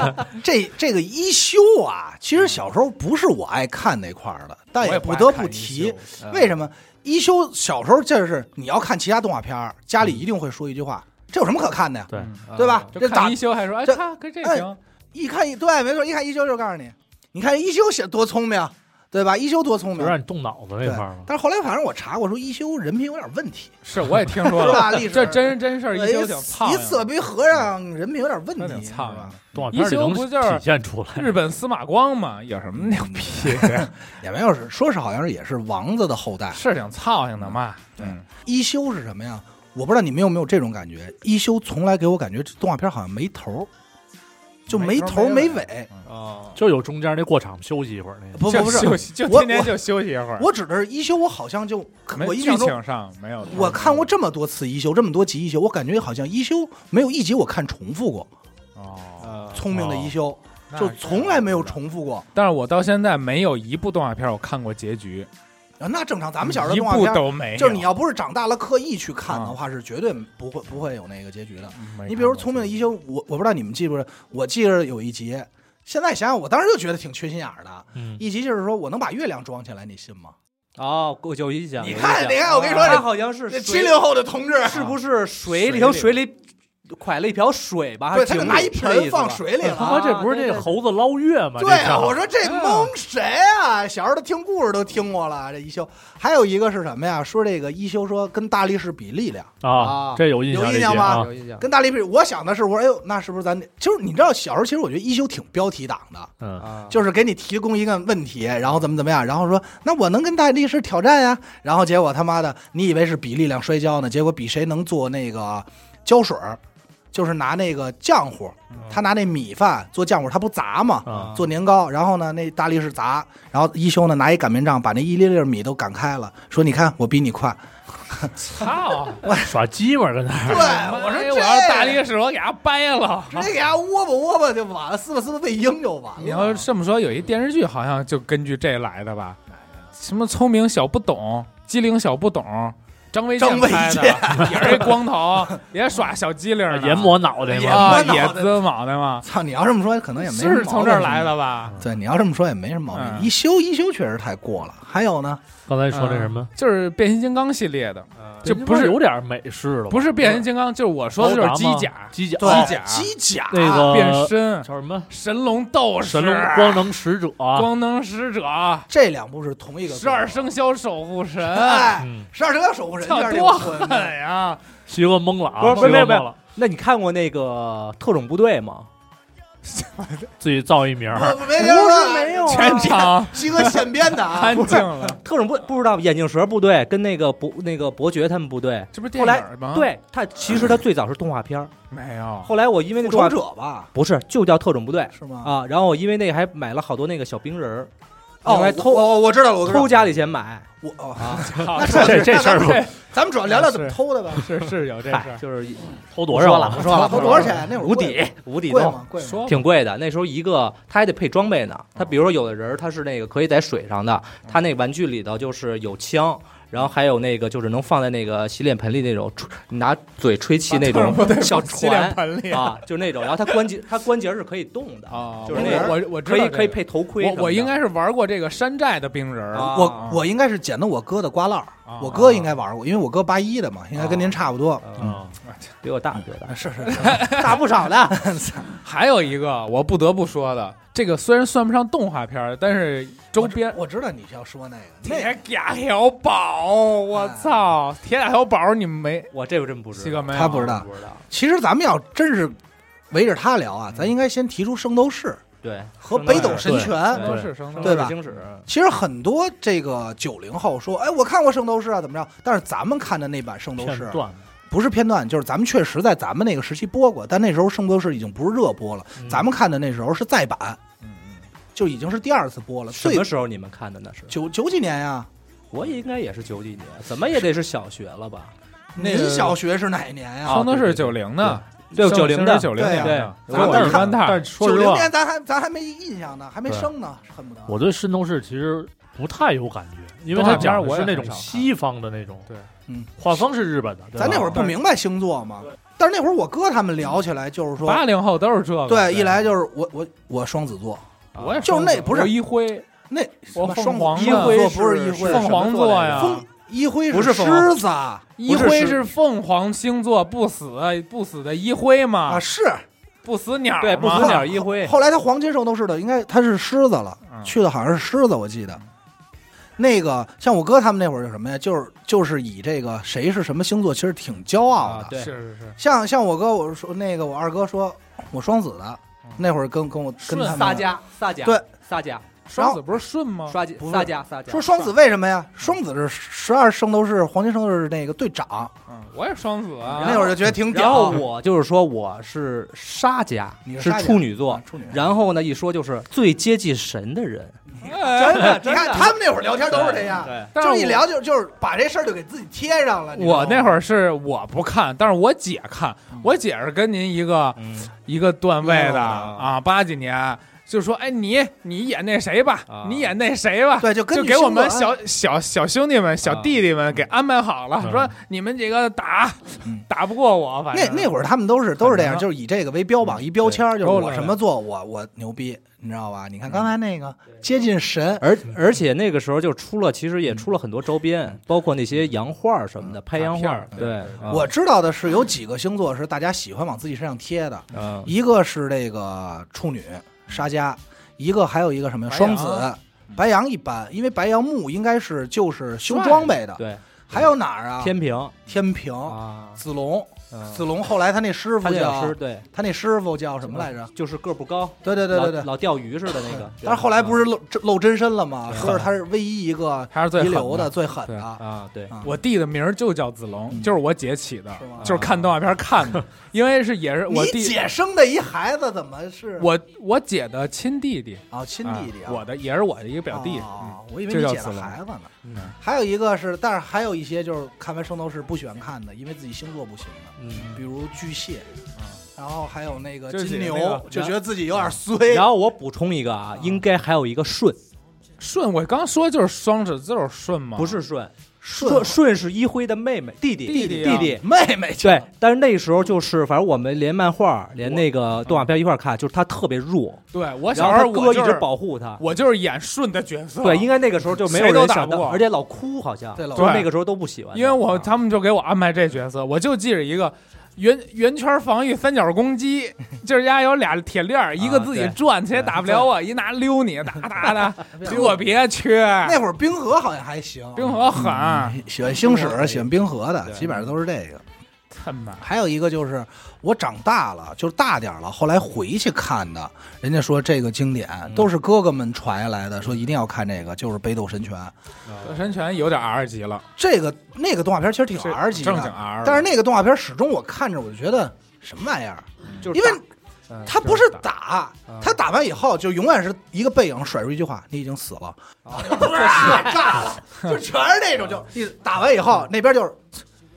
Speaker 4: 啊
Speaker 2: 这这个一休啊，其实小时候不是我爱看那块儿的，但
Speaker 4: 我也不
Speaker 2: 不
Speaker 4: 爱
Speaker 2: 得
Speaker 4: 看
Speaker 2: 不
Speaker 4: 一
Speaker 2: 提
Speaker 4: 休，嗯
Speaker 2: 为什么一休小时候就是你要看其他动画片儿，家里一定会说一句话：“这有什么可看的呀？”
Speaker 3: 对，
Speaker 2: 对吧？
Speaker 4: 嗯就
Speaker 2: 这打
Speaker 4: 看一休还说，哎，
Speaker 2: 这
Speaker 4: 看啊跟这
Speaker 2: 哎
Speaker 4: 行，
Speaker 2: 一看一对，没错，一看一休就告诉你，你看一休写多聪明，对吧？一休多聪
Speaker 3: 就
Speaker 2: 明，
Speaker 4: 啊
Speaker 3: 让你动脑子
Speaker 2: 对
Speaker 3: 那块儿。嘛。
Speaker 2: 但是后来反正我查过，说一休人品有点问题，
Speaker 4: 是我也听说
Speaker 2: 是吧
Speaker 4: 了，
Speaker 2: 历史
Speaker 4: 这真真事儿，一
Speaker 2: 一
Speaker 4: 休挺胖
Speaker 2: 一色
Speaker 4: 的，
Speaker 2: 逼和尚人品有点问
Speaker 4: 那
Speaker 2: 题，
Speaker 4: 挺
Speaker 2: 是
Speaker 4: 苍
Speaker 2: 吧
Speaker 4: 的？
Speaker 3: 动画片里能
Speaker 4: 一休不就是
Speaker 3: 体现出来。
Speaker 4: 日本司马光嘛，有什么牛 逼？
Speaker 2: 也没有是说是好像是也是王子的后代，
Speaker 4: 是挺操性的嘛。嗯，
Speaker 2: 一休是什么呀？我不知道你们有没有这种感觉，一休从来给我感觉这动画片好像没头儿，就
Speaker 4: 没头
Speaker 2: 头
Speaker 4: 儿
Speaker 2: 没
Speaker 4: 没
Speaker 2: 尾。
Speaker 5: 哦，
Speaker 3: 就有中间那过场休息一会儿那个，
Speaker 2: 不不不
Speaker 4: 就休
Speaker 2: 是，
Speaker 4: 息，就
Speaker 2: 我
Speaker 4: 天天就休息一会儿。
Speaker 2: 我指的是一休，我好像就
Speaker 4: 没
Speaker 2: 我印
Speaker 4: 剧
Speaker 2: 象中，
Speaker 4: 情上没有，
Speaker 2: 我看过这么多次一休，这么多集一休，我感觉好像一休没有一集我看重复过。
Speaker 4: 哦，
Speaker 5: 呃
Speaker 2: 聪明的一休
Speaker 4: 那
Speaker 2: 就从来没
Speaker 4: 是
Speaker 2: 有重复过。
Speaker 4: 但是我到现在没有一部动画片我看过结局，
Speaker 2: 啊那正常，咱们小时候的
Speaker 4: 一
Speaker 2: 动画
Speaker 4: 部
Speaker 2: 片。
Speaker 4: 都没有。嗯
Speaker 2: 就是你要不是长大了刻意去看的话，是绝对不会不会有那个结局的。
Speaker 4: 没
Speaker 2: 你比
Speaker 4: 看过
Speaker 2: 如说《聪明的
Speaker 4: 结
Speaker 2: 一
Speaker 4: 局
Speaker 2: 休》，我我不知道你们记不记得，我记着有一集，现在想想我当时就觉得挺缺心眼儿的。
Speaker 3: 嗯，
Speaker 2: 一集就是说我能把月亮装起来，你信吗？
Speaker 5: 哦，我有印象。哦
Speaker 2: 你
Speaker 5: 有印
Speaker 2: 看，
Speaker 5: 象
Speaker 2: 你看，我跟你说，
Speaker 5: 他
Speaker 2: 这
Speaker 5: 好像是
Speaker 2: 这
Speaker 5: 水
Speaker 2: 七零后的同志，
Speaker 5: 啊是不是水
Speaker 4: 水
Speaker 5: 里从
Speaker 4: 里
Speaker 5: 水里蒯了一瓢水吧？
Speaker 2: 啊对，
Speaker 5: 还
Speaker 2: 他
Speaker 5: 是
Speaker 2: 就
Speaker 5: 井
Speaker 2: 拿一
Speaker 5: 水
Speaker 2: 盆放。水里
Speaker 5: 啊
Speaker 4: 嗯
Speaker 3: 他
Speaker 2: 了。
Speaker 3: 妈这不是这
Speaker 5: 对对
Speaker 3: 猴子捞月吗？
Speaker 2: 对
Speaker 3: 这
Speaker 2: 啊，
Speaker 3: 叫
Speaker 2: 我说这蒙谁啊？小时候他听故事都听过了，这一休。还有一个是什么呀？说这个一休说跟大力士比力量，
Speaker 3: 啊
Speaker 5: 啊，
Speaker 3: 这有印
Speaker 2: 有
Speaker 3: 象，
Speaker 2: 印
Speaker 3: 这
Speaker 2: 象
Speaker 3: 些
Speaker 2: 吗
Speaker 3: 啊
Speaker 5: 有印象
Speaker 2: 跟大力士比。我想的是，我说哎呦，那是不是咱得？就是你知道，小时候其实我觉得一休挺标题党的，
Speaker 3: 嗯，
Speaker 5: 啊，
Speaker 2: 就是给你提供一个问题，然后怎么怎么样，然后说那我能跟大力士挑战呀，然后结果他妈的，你以为是比力量摔跤呢，结果比谁能做那个胶水儿，就是拿那个浆糊，
Speaker 4: 嗯
Speaker 2: 他拿那米饭做浆糊，他不砸吗？
Speaker 3: 啊
Speaker 2: 做年糕，然后呢，那大力士砸，然后一休呢拿一擀面杖把那一粒粒米都擀开了，说你看我比你快，
Speaker 4: 操！
Speaker 3: 耍鸡嘛，跟那
Speaker 2: 对，
Speaker 3: 儿
Speaker 2: 我说
Speaker 4: 哎
Speaker 2: 这
Speaker 4: 我要是大力士，我给他掰了。
Speaker 2: 直接给他窝吧窝吧就完了，撕吧撕吧喂鹰就完了。
Speaker 4: 你要这么说，有一电视剧好像就根据这来的吧？什么聪明小不懂，机灵小不懂，张卫
Speaker 2: 张
Speaker 4: 健
Speaker 2: 卫
Speaker 4: 拍的，也是一光头，也耍小机灵的，
Speaker 3: 研磨脑袋
Speaker 2: 研
Speaker 3: 嘛，
Speaker 4: 啊，
Speaker 2: 磨脑
Speaker 4: 也
Speaker 2: 袋
Speaker 4: 滋脑袋嘛，
Speaker 2: 操，你要这么说可能也没什么
Speaker 4: 是从这儿
Speaker 2: 毛病
Speaker 4: 来的吧？
Speaker 2: 对，你要这么说也没什么毛病。
Speaker 4: 嗯
Speaker 2: 一休一休确实太过了。还有呢，
Speaker 3: 刚才
Speaker 2: 嗯
Speaker 3: 说那什么，
Speaker 4: 就是变形金刚系列的，就
Speaker 3: 这
Speaker 4: 不是
Speaker 3: 有点美式了，
Speaker 4: 不是变形金刚，就是我说的就是机甲、
Speaker 3: 机甲，
Speaker 4: 对
Speaker 3: 哦
Speaker 4: 机甲啊
Speaker 2: 机甲
Speaker 3: 那个
Speaker 4: 变身、
Speaker 3: 叫什么
Speaker 4: 神龙斗士、
Speaker 3: 神龙光、能使者，
Speaker 4: 啊
Speaker 3: 啊
Speaker 4: 光能使者、
Speaker 2: 这两部是同一个
Speaker 4: 十二生肖守护神，
Speaker 2: 哎，
Speaker 3: 嗯，
Speaker 2: 十二生肖守护人
Speaker 4: 操
Speaker 2: 就是这
Speaker 4: 多
Speaker 2: 个
Speaker 4: 狠
Speaker 2: 混的
Speaker 4: 呀！
Speaker 3: 邪恶懵了啊，
Speaker 5: 不是不是
Speaker 3: 邪恶
Speaker 5: 不是
Speaker 3: 懵了，
Speaker 5: 那你看过那个特种部队吗？
Speaker 3: 自己造一名儿，
Speaker 2: 我没听说
Speaker 5: 没有啊
Speaker 4: 全场
Speaker 2: 鸡哥现编的 啊
Speaker 4: 安静了，
Speaker 5: 特种部不知道眼镜蛇部队跟那个伯那个伯爵他们部队，
Speaker 4: 这不是电
Speaker 5: 后来
Speaker 4: 影吗？，
Speaker 5: 对他其实他最早是动画片 儿，
Speaker 4: 没有。
Speaker 5: 后来我因为那
Speaker 2: 复
Speaker 5: 动画
Speaker 2: 仇者吧？
Speaker 5: 不是就叫特种部队
Speaker 2: 是吗？
Speaker 5: 啊，然后我因为那个还买了好多那个小冰人儿，
Speaker 2: 哦，
Speaker 5: 用来
Speaker 2: 我
Speaker 5: 偷
Speaker 2: 哦，我知道了，我知道
Speaker 5: 偷
Speaker 2: 了
Speaker 5: 家里钱买，
Speaker 2: 我哦，
Speaker 5: 啊，
Speaker 4: 好
Speaker 2: 那主要
Speaker 3: 这
Speaker 2: 是
Speaker 3: 这事儿
Speaker 2: 那
Speaker 3: 不
Speaker 2: 咱们主要聊聊怎么偷的吧。
Speaker 4: 是是有这事
Speaker 5: 嗨
Speaker 4: 儿，
Speaker 5: 就是
Speaker 3: 偷多少
Speaker 5: 不
Speaker 3: 啊？
Speaker 5: 说了，
Speaker 2: 投多少钱？那会儿
Speaker 5: 五
Speaker 2: 贵
Speaker 5: 底五底
Speaker 2: 贵
Speaker 5: 洞，
Speaker 2: 吗？贵吗？
Speaker 4: 说
Speaker 5: 挺贵的。那时候一个他还得配装备呢。他比如说有的人儿他是那个可以在水上的，他那玩具里头就是有枪，然后还有那个就是能放在那个洗脸盆里那种吹，你拿嘴吹气那种小
Speaker 4: 洗脸
Speaker 5: 船
Speaker 4: 盆里
Speaker 5: 啊，就是那种。然后它关节它关节是可以动的，
Speaker 4: 啊，
Speaker 5: 就是
Speaker 2: 那
Speaker 4: 我
Speaker 5: 个
Speaker 4: 我我知
Speaker 5: 可
Speaker 4: 道
Speaker 5: 以
Speaker 4: 这个
Speaker 5: 可以配头盔什
Speaker 4: 我
Speaker 5: 么的。
Speaker 4: 我应该是玩过这个山寨的冰人儿
Speaker 5: 啊
Speaker 2: 我我应该是捡的我哥的瓜烂儿
Speaker 4: 啊，
Speaker 2: 我哥应该玩过，因为我哥八一的嘛，应该跟您差不多。
Speaker 3: 嗯，
Speaker 5: 比我大比我
Speaker 2: 啊
Speaker 5: 大，
Speaker 2: 是是 是，大不少 的。
Speaker 4: 还有一个我不得不说的，这个虽然算不上动画片儿，但是周边
Speaker 2: 我知道你要说那个，那
Speaker 4: 铁甲小宝，我操！铁甲小宝你们没
Speaker 5: 我这个真不知
Speaker 4: 西
Speaker 5: 道
Speaker 4: 哥，没有？
Speaker 2: 他不知道
Speaker 5: 不知道。
Speaker 2: 其实咱们要真是围着他聊啊，咱应该先提出圣斗士
Speaker 5: 对，
Speaker 2: 和北斗神
Speaker 4: 圣
Speaker 2: 拳。
Speaker 4: 斗士圣斗士
Speaker 2: 对吧
Speaker 5: 星矢
Speaker 2: 其实很多这个九零后说，哎，我看过圣斗士啊，怎么着？但是咱们看的那版圣斗
Speaker 3: 片
Speaker 2: 士
Speaker 3: 段啊
Speaker 2: 不是片段，就是咱们确实在咱们那个时期播过，但那时候圣斗士已经不是热播了，
Speaker 5: 嗯
Speaker 2: 咱们看的那时候是再版，就已经是第二次播了。
Speaker 5: 什
Speaker 2: 最
Speaker 5: 么时候你们看的那是？
Speaker 2: 九九几年呀？
Speaker 5: 我应该也是九几年，怎么也得是小学了吧？
Speaker 4: 那个
Speaker 2: 您小学是哪一年呀？
Speaker 4: 圣斗
Speaker 5: 啊对对
Speaker 4: 士
Speaker 5: 对
Speaker 4: 九零的，
Speaker 5: 对，
Speaker 4: 圣
Speaker 5: 九零的，
Speaker 4: 九零年
Speaker 5: 对
Speaker 4: 的，啊
Speaker 5: 对
Speaker 4: 跟我
Speaker 2: 咱
Speaker 4: 是
Speaker 2: 们
Speaker 4: 班大
Speaker 3: 但。是说
Speaker 2: 九
Speaker 3: 实
Speaker 2: 零
Speaker 3: 话，
Speaker 2: 年咱还咱还没印象呢，还没
Speaker 3: 对
Speaker 2: 生呢，恨不得。
Speaker 3: 我对圣斗士其实不太有感觉，因
Speaker 4: 动
Speaker 3: 为它
Speaker 4: 画片儿
Speaker 3: 讲
Speaker 4: 我
Speaker 3: 的
Speaker 4: 也
Speaker 3: 是那
Speaker 4: 很
Speaker 3: 种
Speaker 4: 少看
Speaker 3: 西方的那种，
Speaker 4: 对，
Speaker 2: 嗯，
Speaker 3: 画风是日本的，对
Speaker 2: 咱
Speaker 3: 吧
Speaker 2: 那会儿不明白星座嘛，但是那会儿我哥他们聊起来就是说，
Speaker 4: 八零后都是这个，啊
Speaker 2: 对，一来就是我我我双子座，
Speaker 4: 我也
Speaker 2: 就是那不是
Speaker 4: 刘一辉，
Speaker 2: 那
Speaker 4: 我
Speaker 2: 什么
Speaker 4: 凤
Speaker 2: 双
Speaker 4: 凰
Speaker 2: 一
Speaker 4: 呢
Speaker 2: 辉不是一辉，
Speaker 4: 凤凰座呀，
Speaker 2: 风一辉
Speaker 5: 啊不是凤凰
Speaker 2: 狮子啊
Speaker 4: 一辉是凤凰星座不死啊不死的一辉嘛
Speaker 2: 啊，是。
Speaker 4: 不死鸟
Speaker 5: 对，不死
Speaker 4: 嘛
Speaker 5: 鸟一辉，
Speaker 2: 后来他黄金圣斗士的应该他是狮子了，
Speaker 4: 嗯
Speaker 2: 去的好像是狮子，我记得。那个像我哥他们那会儿是什么呀？就是就是以这个谁是什么星座，其实挺骄傲
Speaker 5: 啊
Speaker 2: 的。
Speaker 5: 对
Speaker 4: 是是
Speaker 2: 像像我哥，我说那个我二哥说我双子的，那会儿跟跟我跟他们
Speaker 5: 嗯撒家撒家
Speaker 2: 对哦
Speaker 5: 撒家
Speaker 4: 是，双子不是顺吗？
Speaker 5: 刷家撒家撒家，
Speaker 2: 说双子为什么呀？双子是十二圣斗士黄金圣斗士那个队长，
Speaker 4: 嗯，我也双子啊，
Speaker 2: 那会儿就觉得挺
Speaker 5: 啊然后
Speaker 2: 屌。
Speaker 5: 我就是说我是沙家
Speaker 2: 啊你，是
Speaker 5: 是
Speaker 2: 沙家
Speaker 5: 处女座
Speaker 2: 啊，处女座
Speaker 5: 然后呢一说就是最接近神的人，
Speaker 4: 哎
Speaker 5: 的
Speaker 2: 你看他们那会儿聊天都是这样，
Speaker 5: 对，
Speaker 4: 但
Speaker 2: 就是是一
Speaker 4: 我
Speaker 2: 聊就就是把这事儿就给自己贴上了。
Speaker 4: 我那会
Speaker 2: 儿
Speaker 4: 儿是我不看，但是我姐看，我姐是跟您一个
Speaker 5: 嗯
Speaker 4: 一个段位
Speaker 2: 嗯
Speaker 4: 的啊，八几年。就说哎你你演那谁吧，
Speaker 5: 啊
Speaker 4: 你演那谁吧，
Speaker 2: 对就跟你
Speaker 4: 给我们
Speaker 2: 说啊
Speaker 4: 小小小兄弟们、小弟弟们给安排好了，
Speaker 3: 嗯
Speaker 4: 说你们几个打
Speaker 2: 嗯
Speaker 4: 打不过我，反
Speaker 2: 那
Speaker 4: 正
Speaker 2: 那会儿他们都是都是这样，
Speaker 4: 反正
Speaker 2: 就是以这个为标
Speaker 4: 嗯
Speaker 2: 榜，一标签儿，就是
Speaker 4: 够
Speaker 2: 我
Speaker 4: 了
Speaker 2: 什么做我我牛逼，你知道吧？
Speaker 4: 嗯
Speaker 2: 你看刚才那个接近神，
Speaker 5: 而而且那个时候就出了，其实
Speaker 2: 嗯
Speaker 5: 也出了很多周边，包括那些洋画儿什么的，拍洋画儿。
Speaker 4: 卡片儿
Speaker 5: 对，啊
Speaker 2: 我知道的是有几个星座是大家喜欢往自己身上贴的，
Speaker 5: 嗯
Speaker 2: 一个是这个处女沙加，一个还有一个什么呀
Speaker 4: 白
Speaker 2: 双
Speaker 4: 羊
Speaker 2: 子。白羊一般，因为白羊木应该是就是修装备的，
Speaker 5: 对
Speaker 2: 还有哪儿啊？
Speaker 5: 天平
Speaker 2: 天平、
Speaker 5: 啊，
Speaker 2: 子龙，
Speaker 5: 嗯
Speaker 2: 子龙后来他那师
Speaker 5: 他
Speaker 2: 傅
Speaker 5: 那
Speaker 2: 叫
Speaker 5: 老师对，
Speaker 2: 他那师傅叫什么来着？
Speaker 5: 就是个儿不高，
Speaker 2: 对对对对对
Speaker 5: 老，老钓鱼似的那个。
Speaker 2: 但是后来不
Speaker 5: 是
Speaker 2: 是露露真身了吗？
Speaker 5: 对
Speaker 2: 说是他是唯一一个
Speaker 4: 还是最
Speaker 2: 遗
Speaker 4: 狠
Speaker 2: 留的最狠的，
Speaker 5: 啊，对，
Speaker 2: 啊
Speaker 4: 我弟的名儿就叫子龙
Speaker 2: 嗯，
Speaker 4: 就是我姐起的
Speaker 2: 是吗，啊
Speaker 4: 就是看动画片看的， 因为是也是我
Speaker 2: 你
Speaker 4: 弟，
Speaker 2: 姐生的一孩子怎么是
Speaker 4: 我我姐的亲弟弟，
Speaker 2: 啊亲弟弟
Speaker 4: 啊
Speaker 2: 啊？
Speaker 4: 我的也是我的一个表弟，嗯
Speaker 2: 哦，我以为
Speaker 4: 这
Speaker 2: 你
Speaker 4: 叫
Speaker 2: 姐
Speaker 4: 子
Speaker 2: 的
Speaker 4: 龙
Speaker 2: 孩子呢。
Speaker 5: 嗯
Speaker 2: 还有一个是，但是还有一些就是看完《圣斗士》不喜欢看的，因为自己星座不行的，
Speaker 5: 嗯。
Speaker 2: 比如巨蟹，然后还有那个
Speaker 4: 嗯就是
Speaker 2: 金
Speaker 4: 那
Speaker 2: 牛
Speaker 4: 个，嗯
Speaker 2: 就觉得自己有点衰
Speaker 5: 然。后我补充一个啊，应该还有一个顺，
Speaker 4: 顺，我刚说就是双子座就是顺
Speaker 2: 啊
Speaker 4: 嘛，
Speaker 5: 不是顺，
Speaker 2: 顺
Speaker 5: 顺顺是一辉的妹妹弟弟
Speaker 4: 弟弟
Speaker 5: 弟
Speaker 4: 啊
Speaker 5: 弟。
Speaker 2: 妹妹去
Speaker 5: 对，但是那时候就是，反正我们连漫画、连那个动画片一块儿看，就是他特别弱，
Speaker 4: 对我嗯
Speaker 5: 然
Speaker 4: 小时候
Speaker 5: 后他哥
Speaker 4: 我
Speaker 5: 一
Speaker 4: 就
Speaker 5: 直
Speaker 4: 是
Speaker 5: 保护他。
Speaker 4: 我就是演顺的角色，
Speaker 5: 对，应该那个时候就没有
Speaker 4: 谁都
Speaker 5: 人
Speaker 4: 打
Speaker 5: 想
Speaker 4: 不
Speaker 5: 到，
Speaker 4: 过
Speaker 5: 而且老哭好像，
Speaker 2: 对老
Speaker 5: 就是
Speaker 4: 哭
Speaker 5: 那个时候都不喜欢他。
Speaker 4: 因为我
Speaker 5: 啊
Speaker 4: 他们就给我安排这角色，我就记着一个圆圆圈防御三角攻击，就是丫有俩铁链儿，
Speaker 2: 啊
Speaker 4: 一个自己
Speaker 5: 对
Speaker 4: 转，谁也打不了我，一拿溜你，哒哒哒， 特别缺。
Speaker 2: 那会儿嗯冰河好像还行，
Speaker 4: 冰河狠，
Speaker 2: 喜欢星
Speaker 5: 冰河
Speaker 2: 矢，喜欢冰河的，
Speaker 5: 对
Speaker 2: 基本上都是这个。
Speaker 4: 他妈
Speaker 2: 还有一个就是我长大了，就是大点儿了，后来回去看的，人家说这个经典
Speaker 5: 嗯
Speaker 2: 都是哥哥们传下来的，说一定要看这个，就是《北斗神拳》。
Speaker 4: 德神拳有点 R 级了，
Speaker 2: 这个那个动画片其实挺
Speaker 4: 是
Speaker 2: R 级的，
Speaker 4: 正经 R 了
Speaker 2: 但是那个动画片始终我看着我就觉得什么玩意儿，
Speaker 5: 就是
Speaker 2: 因为
Speaker 4: 嗯
Speaker 2: 他不是打，他打完以后就永远是一个背影甩出一句话：“你已经死了。”啊，炸了，就全是那种，就你打完以后那边就是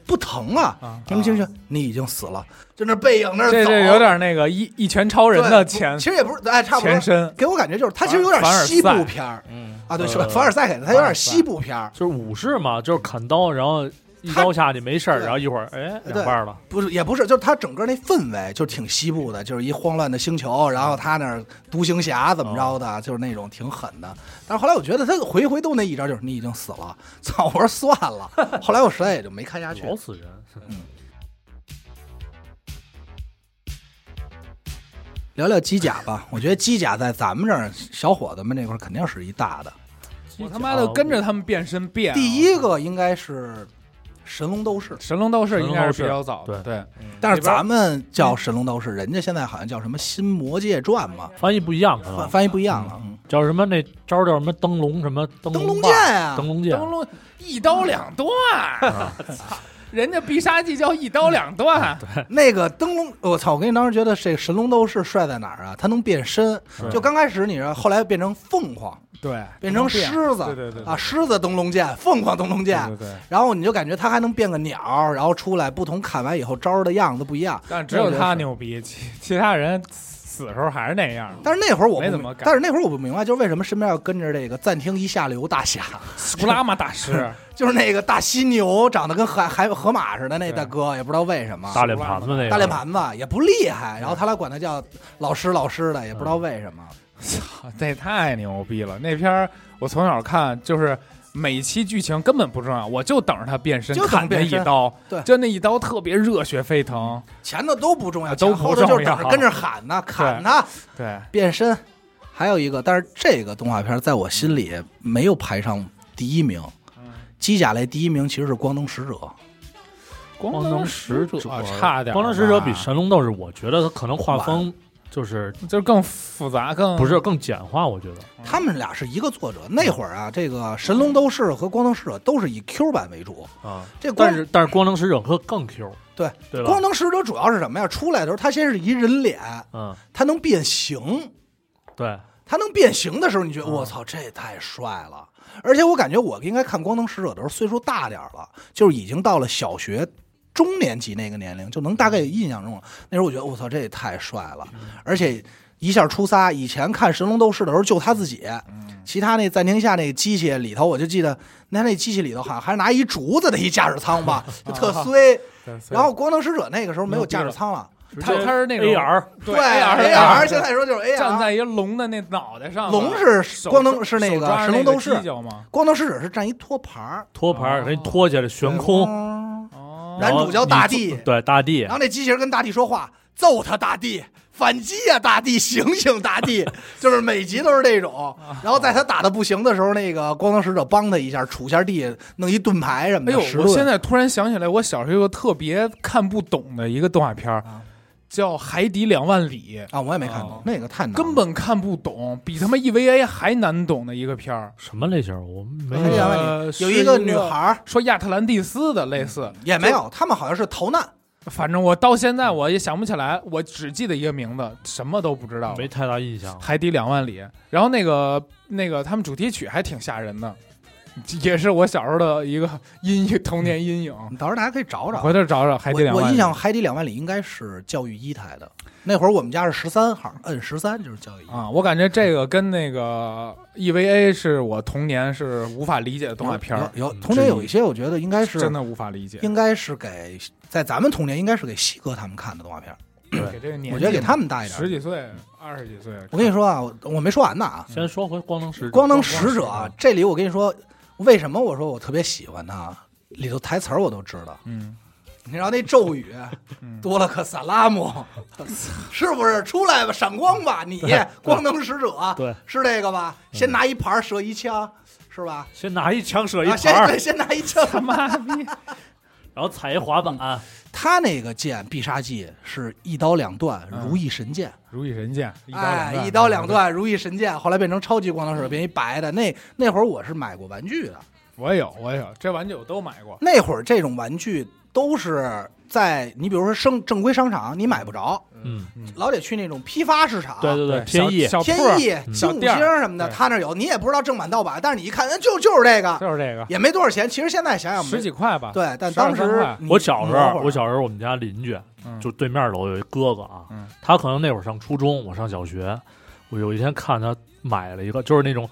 Speaker 2: 不疼啊
Speaker 4: 啊，
Speaker 2: 听不清楚，你已经死了，就那背影那儿
Speaker 4: 这
Speaker 2: 走
Speaker 4: 这有点那个一一拳超人的前
Speaker 2: 对不其实也不是，哎，差不多
Speaker 4: 前身
Speaker 2: 给我感觉就是他其实有点
Speaker 4: 凡尔
Speaker 2: 西部
Speaker 4: 赛
Speaker 2: 片儿
Speaker 5: 嗯，
Speaker 2: 啊，对，
Speaker 3: 呃
Speaker 2: 是吧凡尔赛给的，他有点西部片儿，
Speaker 3: 就是武士嘛，就是砍刀，然后一刀下去没事儿，
Speaker 2: 对
Speaker 3: 然后一会儿哎
Speaker 2: 对
Speaker 3: 两半了，
Speaker 2: 不是也不是，就是他整个那氛围就挺西部的，就是一荒乱的星球，然后他那儿独行侠怎么着的，就是那种挺狠的。但是后来我觉得他回回都那一招，就是你已经死了， 操！我说算了，后来我实在也就没看下去。
Speaker 3: 老死人。
Speaker 2: 聊聊机甲吧，我觉得机甲在咱们这儿小伙子们这块儿肯定是一大的。
Speaker 4: 我他妈的跟着他们变身变啊。
Speaker 2: 第一个应该是神龙斗士，
Speaker 4: 神龙斗士应该是
Speaker 3: 神
Speaker 4: 比
Speaker 3: 龙斗
Speaker 4: 较
Speaker 3: 士
Speaker 4: 早的，对，
Speaker 2: 但是咱们叫神龙斗士，人家现在好像叫什么《新魔界传》嘛，
Speaker 3: 翻译不一样，可
Speaker 2: 翻
Speaker 3: 能
Speaker 2: 翻译不一样了。嗯
Speaker 3: 叫什么那招叫什么灯笼什么灯
Speaker 2: 灯笼
Speaker 3: 棒
Speaker 2: 剑啊
Speaker 3: 灯笼剑
Speaker 4: 灯笼一刀两断，操， 人家必杀技叫一刀两断，
Speaker 2: 那个灯笼，我操！我跟你当时觉得这神龙斗士帅在哪儿啊？他能变身，就刚开始你知道，后来变成凤凰，
Speaker 4: 对，
Speaker 2: 变成狮子，
Speaker 4: 对对对对
Speaker 2: 啊，狮子灯笼剑，凤凰灯笼剑，
Speaker 4: 对对对
Speaker 2: 然后你就感觉他还能变个鸟，然后出来不同砍完以后招儿的样子不一样。
Speaker 4: 但只有他
Speaker 2: 那我觉得是。
Speaker 4: 牛逼，其其他人死时候还是那样。
Speaker 2: 但是那会儿我不
Speaker 4: 没怎么改
Speaker 2: 但是那会儿我不明白，就是为什么身边要跟着这个暂听一下流 大侠，
Speaker 4: 斯库拉玛大师，
Speaker 2: 就是那个大犀牛，长得跟海海河马似的那
Speaker 4: 对
Speaker 2: 大哥，也不知道为什么。
Speaker 3: 大脸盘子那个
Speaker 2: 啊大脸盘子也不厉害，然后他俩管他叫老师老师的，也不知道为什么。
Speaker 4: 操，这太牛逼了！那片儿我从小看，就是每一期剧情根本不重要，我就等着他变身
Speaker 2: 就等
Speaker 4: 砍那
Speaker 2: 变身
Speaker 4: 一刀，
Speaker 2: 对嗯
Speaker 4: 就那一刀特别热血沸腾，
Speaker 2: 前头都不重要，
Speaker 4: 都
Speaker 2: 前
Speaker 4: 不
Speaker 2: 后头就是等
Speaker 4: 重
Speaker 2: 着
Speaker 4: 要
Speaker 2: 跟着喊呐，砍呐，
Speaker 4: 对，
Speaker 2: 变身。还有一个，但是这个动画片在我心里没有排上第一名。机甲类第一名其实是《光能使者》，
Speaker 4: 光
Speaker 3: 能
Speaker 4: 使啊
Speaker 3: 者
Speaker 4: 差点儿吧，
Speaker 3: 光能使者比神龙斗士，我觉得他可能画风就是
Speaker 4: 就是更复杂，更
Speaker 3: 不是更简化，我觉得
Speaker 2: 他们俩是一个作者。那会儿啊，这个《神龙斗士》和《光能使者》都是以 Q 版为主。
Speaker 3: 啊。
Speaker 2: 这光
Speaker 3: 但是但是光能使者更更 Q，
Speaker 2: 对
Speaker 3: 对
Speaker 2: 嗯
Speaker 3: 吧
Speaker 2: 光能使者主要是什么呀？出来的时候，他先是一人脸，
Speaker 3: 嗯，
Speaker 2: 他能变形。
Speaker 3: 对，
Speaker 2: 他能变形的时候，你觉得我操，这也太帅了！而且我感觉我应该看《光能使者》的时候岁数大点儿了，就是已经到了小学嗯中年级那个年龄，就能大概有印象中了。那时候我觉得我操，这也太帅了！而且一下出仨。以前看《神龙斗士》的时候，就他自己，其他那暂停下那机器里头，我就记得那那机器里头好像还是拿一竹子的一驾驶舱 吧，就特衰。然后《光能使者》那个时候没有驾驶舱了，
Speaker 4: 他他是那种
Speaker 3: AR，
Speaker 4: 对
Speaker 2: A R 现在说就是哎 A
Speaker 4: 站
Speaker 2: R。
Speaker 4: 在一龙的那脑袋上，
Speaker 2: 龙是
Speaker 4: 手
Speaker 2: 光能是那
Speaker 4: 手抓
Speaker 2: 个
Speaker 4: 着
Speaker 2: 神龙
Speaker 4: 那
Speaker 2: 斗士
Speaker 4: 犄，角嘛，
Speaker 2: 光能使者是站一托盘儿，
Speaker 3: 托盘儿给你托起来悬空，
Speaker 2: 嗯
Speaker 4: 哦，
Speaker 2: 哦男主叫大地
Speaker 3: 然后你坐对大地
Speaker 2: 然，后那机器人跟大地说话，揍他大地，反击呀、大地，醒醒大地， 就是每集都是这种。
Speaker 4: 啊
Speaker 2: 然后在他打的不行的时候，那个光能使者帮他一下，杵下地，弄一盾牌什么
Speaker 4: 哎
Speaker 2: 的。
Speaker 4: 呦，
Speaker 2: 石
Speaker 4: 我
Speaker 2: 盾
Speaker 4: 现在突然想起来，我小时候有个特别看不懂的一个动画片儿
Speaker 2: 啊，
Speaker 4: 叫《海底两万里》。
Speaker 2: 啊，我也没看懂，那个太难了，
Speaker 4: 哦根本看不懂，比他妈 EVA 还难懂的一个片儿。
Speaker 3: 什么类型？我没
Speaker 2: 哎呀
Speaker 4: 呃
Speaker 2: 有
Speaker 4: 是
Speaker 2: 一
Speaker 4: 一
Speaker 2: 个女孩儿嗯
Speaker 4: 说亚特兰蒂斯的类似，
Speaker 2: 也没有，他们好像是逃难。
Speaker 4: 反正我到现在我也想不起来，我只记得一个名字，什么都不知道。
Speaker 3: 没太大印象。
Speaker 4: 海底两万里，然后那个那个他们主题曲还挺吓人的，也是我小时候的一个阴影，童年阴影。
Speaker 2: 嗯你到时候大家可以找找。
Speaker 4: 回头找找海底
Speaker 2: 我
Speaker 4: 两万
Speaker 2: 我
Speaker 4: 里。
Speaker 2: 印象《海底两万里》应该是教育一台的，那会儿我们家是十三号，摁十三就是教育一。
Speaker 4: 啊，我感觉这个跟那个 EVA 是我童年是无法理解的动画片儿，嗯
Speaker 2: 有有童年有一些，我觉得应该是
Speaker 4: 真的无法理解。
Speaker 2: 应该是给在咱们童年应该是给西哥他们看的动画片儿，
Speaker 4: 给这个年纪，
Speaker 2: 我觉得给他们大一点儿
Speaker 4: 十几岁、二十几岁，
Speaker 2: 我跟你说啊，我我没说完呢啊，
Speaker 3: 先说回光能使者，
Speaker 2: 光能使者啊这里我跟你说，为什么我说我特别喜欢他，里头台词儿我都知道。
Speaker 4: 嗯，
Speaker 2: 你知道那咒语
Speaker 4: 嗯
Speaker 2: 多了克萨拉姆，是不是？出来吧，闪光吧，你光能使者，
Speaker 3: 对，
Speaker 2: 是这个吧？先拿一盘儿射一枪，是吧？
Speaker 3: 先拿一枪射一
Speaker 2: 啊，
Speaker 3: 盘
Speaker 2: 先
Speaker 3: 儿，
Speaker 2: 对，先拿一枪。
Speaker 4: 他妈逼，
Speaker 3: 然后踩一滑板，
Speaker 2: 他那个剑必杀技是一刀两断，
Speaker 4: 嗯
Speaker 2: 如意神剑。
Speaker 4: 如意神剑，一刀两
Speaker 2: 哎，
Speaker 4: 断，嗯
Speaker 2: 一刀两。断，如意神剑，后来变成超级光能使者，变一白的。那那会儿我是买过玩具的，
Speaker 4: 我有，我有，这玩具我都买过。
Speaker 2: 那会儿这种玩具都是在你比如说生正规商场你买不着，
Speaker 3: 嗯，
Speaker 2: 老得去那种批发市场。
Speaker 3: 对对对，天意，
Speaker 4: 小小
Speaker 2: 天
Speaker 4: 铺儿
Speaker 2: 意、
Speaker 4: 小
Speaker 2: 金五
Speaker 4: 店
Speaker 2: 星
Speaker 4: 儿
Speaker 2: 什么的，
Speaker 4: 对
Speaker 2: 他那儿有，你也不知道正版盗版，但是你一看，哎就就是这个，
Speaker 4: 就是这个，
Speaker 2: 也没多少钱。其实现在想想，
Speaker 4: 十几块吧。，
Speaker 2: 对，但
Speaker 4: 十二
Speaker 2: 当
Speaker 4: 三
Speaker 2: 时
Speaker 4: 块
Speaker 2: 你
Speaker 3: 我小时
Speaker 2: 那
Speaker 3: 候
Speaker 2: 会，儿
Speaker 3: 我小时候我们家邻居
Speaker 4: 嗯
Speaker 3: 就对面楼有一哥哥啊
Speaker 4: 嗯，
Speaker 3: 他可能那会儿上初中，我上小学，我有一天看他买了一个，就是那种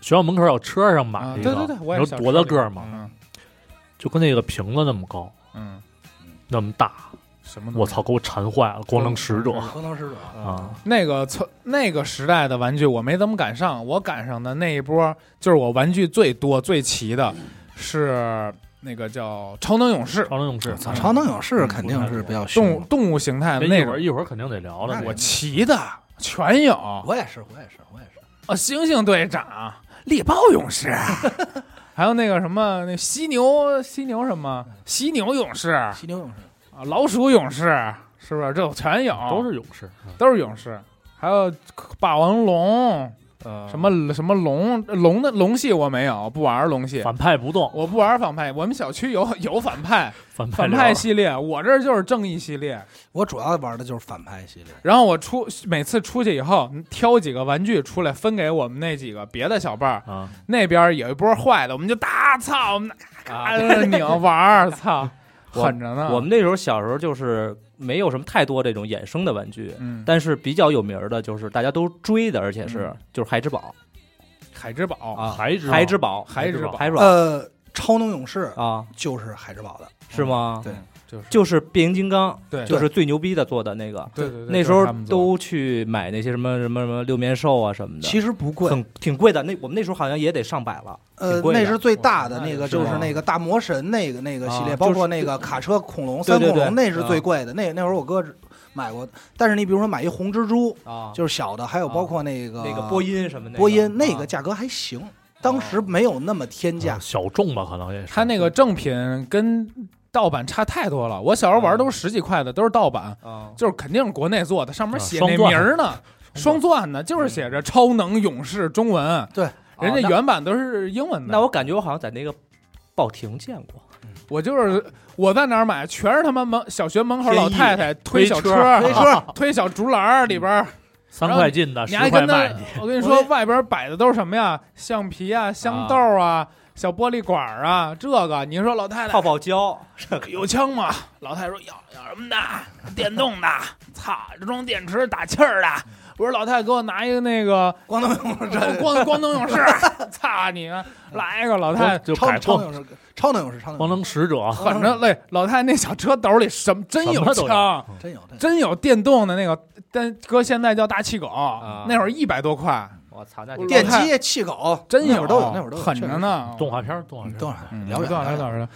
Speaker 3: 学校门口小车上买
Speaker 4: 啊，
Speaker 3: 了一
Speaker 4: 对
Speaker 3: 个，
Speaker 4: 对对，我也
Speaker 3: 你
Speaker 4: 是小
Speaker 3: 知道
Speaker 4: 时
Speaker 3: 多
Speaker 4: 候
Speaker 3: 大
Speaker 4: 那
Speaker 3: 个儿
Speaker 4: 个
Speaker 3: 吗？
Speaker 4: 嗯
Speaker 3: 就跟那个瓶子那么高，
Speaker 4: 嗯，
Speaker 3: 那么大，
Speaker 4: 什么？
Speaker 3: 我操，！给我馋坏了，光能使者
Speaker 2: 嗯光能使者，
Speaker 3: 啊，
Speaker 4: 那个从那个时代的玩具我没怎么赶上，我赶上的那一波就是我玩具最多最齐的，是那个叫超能勇士，
Speaker 3: 超能勇士，
Speaker 4: 嗯
Speaker 2: 超能勇士肯定是比较
Speaker 4: 动
Speaker 2: 凶
Speaker 4: 物
Speaker 2: 的。
Speaker 4: 动物形态的那
Speaker 3: 那一会
Speaker 4: 种
Speaker 3: 儿，一会儿肯定得聊了，
Speaker 4: 我
Speaker 3: 这
Speaker 4: 齐的全有。
Speaker 2: 我也是，我也是，我也是。
Speaker 4: 哦，猩猩队长、猎豹勇士， 还有那个什么，那犀牛、犀牛什么、犀牛勇士啊，
Speaker 2: 犀牛勇士，
Speaker 4: 老鼠勇士，是不是？这全有，
Speaker 3: 都是勇士，嗯
Speaker 4: 都是勇士。还有霸王龙，什么什么龙龙的龙系我没有，不玩龙系，
Speaker 3: 反派不动，
Speaker 4: 我不玩反派。我们小区有有反派，
Speaker 3: 反派
Speaker 4: 反
Speaker 3: 流
Speaker 4: 派系列，我这儿就是正义系列。
Speaker 2: 我主要玩的就是反派系列。
Speaker 4: 然后我出每次出去以后，挑几个玩具出来分给我们那几个别的小伴儿，
Speaker 3: 啊，
Speaker 4: 那边有一波坏的，我们就打操，我们咔咔拧玩儿，操，
Speaker 5: 我
Speaker 4: 狠着呢。
Speaker 5: 我们那时候小时候就是没有什么太多这种衍生的玩具，
Speaker 4: 嗯，
Speaker 5: 但是比较有名儿的就是大家都追的，而且是
Speaker 4: 嗯
Speaker 5: 就是孩之宝
Speaker 4: 海之宝，
Speaker 5: 啊，
Speaker 3: 孩之
Speaker 5: 孩之宝，
Speaker 4: 海之
Speaker 5: 海之宝
Speaker 2: 呃，超能勇士
Speaker 5: 啊，
Speaker 2: 就是海之宝的，
Speaker 5: 是吗？
Speaker 2: 对
Speaker 4: 就是
Speaker 5: 就是变形金刚，
Speaker 4: 对
Speaker 5: 就是最牛逼的做的那个。
Speaker 4: 对对对，
Speaker 5: 那时
Speaker 4: 就
Speaker 5: 候
Speaker 4: 是他们做
Speaker 5: 都去买那些什么什么什么六面兽啊什么的，
Speaker 2: 其实不贵。
Speaker 5: 很挺贵的。那我们那时候好像也得上百了，
Speaker 2: 呃
Speaker 5: 挺，贵的
Speaker 2: 那是最大的
Speaker 4: 哇
Speaker 2: 那
Speaker 4: 那
Speaker 2: 个，
Speaker 4: 是
Speaker 2: 就是
Speaker 5: 吗
Speaker 2: 那个大魔神那个那个系列，
Speaker 5: 啊
Speaker 2: 包括
Speaker 5: 就是
Speaker 2: 那个卡车恐龙、
Speaker 5: 对
Speaker 2: 三
Speaker 5: 对啊
Speaker 2: 恐龙，
Speaker 5: 对
Speaker 2: 那是最贵的。那那会儿我哥只买过，但是你比如说买一红蜘蛛，
Speaker 5: 啊，
Speaker 2: 就是小的，还有包括那个
Speaker 5: 那个波音什么的，
Speaker 2: 波啊音，那个
Speaker 5: 啊
Speaker 2: 价格还行，当时没有那么天价
Speaker 3: 啊。小众吧，可能也是
Speaker 4: 他那个正品跟盗版差太多了。我小时候玩都是十几块的，都是盗版，
Speaker 5: 啊，
Speaker 4: 就是肯定是国内做的，上面
Speaker 3: 啊
Speaker 4: 写
Speaker 3: 双
Speaker 4: 那
Speaker 3: 钻
Speaker 4: 名儿呢，双钻呢，就是写着“超能勇士”中文，
Speaker 2: 对，
Speaker 4: 人家
Speaker 5: 啊那
Speaker 4: 原版都是英文的。
Speaker 5: 那我感觉我好像在那个报亭见过，
Speaker 4: 我就是我在哪儿买，全是他妈门小学门口老太太推小
Speaker 3: 推车
Speaker 2: 推车
Speaker 4: 推小竹篮儿里边儿，
Speaker 3: 三块进的，
Speaker 4: 你
Speaker 3: 啊十
Speaker 4: 还
Speaker 3: 块
Speaker 4: 跟他
Speaker 3: 卖你，
Speaker 4: 我跟你
Speaker 2: 我
Speaker 4: 说，
Speaker 2: 也
Speaker 4: 外边摆的都是什么呀？橡皮啊，香豆啊，小玻璃管儿啊，这个你说老太太
Speaker 5: 泡泡胶，
Speaker 4: 有枪吗？老太太说要要什么的，电动的，操，装电池打气儿的。我说老太太给我拿一个那 个
Speaker 2: 光头勇士
Speaker 4: 光光光灯勇士， 操你妈，来一个老太太。
Speaker 3: 就
Speaker 2: 超
Speaker 3: 改
Speaker 2: 超
Speaker 3: 光
Speaker 2: 能勇士，超能勇士，超能
Speaker 3: 光
Speaker 2: 勇
Speaker 3: 能使者，
Speaker 4: 反正累，老太太那小车兜里什么真
Speaker 3: 什
Speaker 4: 有
Speaker 3: 么都有
Speaker 4: 枪，
Speaker 2: 士真有嗯真有啊
Speaker 4: 真有电动的那个，但搁现在叫大气狗，
Speaker 5: 啊
Speaker 4: 那会儿一百多块，
Speaker 5: 我操，那
Speaker 4: 我
Speaker 2: 电
Speaker 4: 老
Speaker 2: 击气狗，
Speaker 4: 真有
Speaker 5: 啊
Speaker 2: 那会儿都有，那会儿都有
Speaker 4: 狠着。呢。
Speaker 3: 动画片儿，动画
Speaker 2: 确实
Speaker 3: 片
Speaker 2: 啊
Speaker 4: 嗯，
Speaker 2: 嗯等会儿
Speaker 3: 儿，
Speaker 2: 聊远
Speaker 4: 多少
Speaker 2: 了
Speaker 4: 聊多少？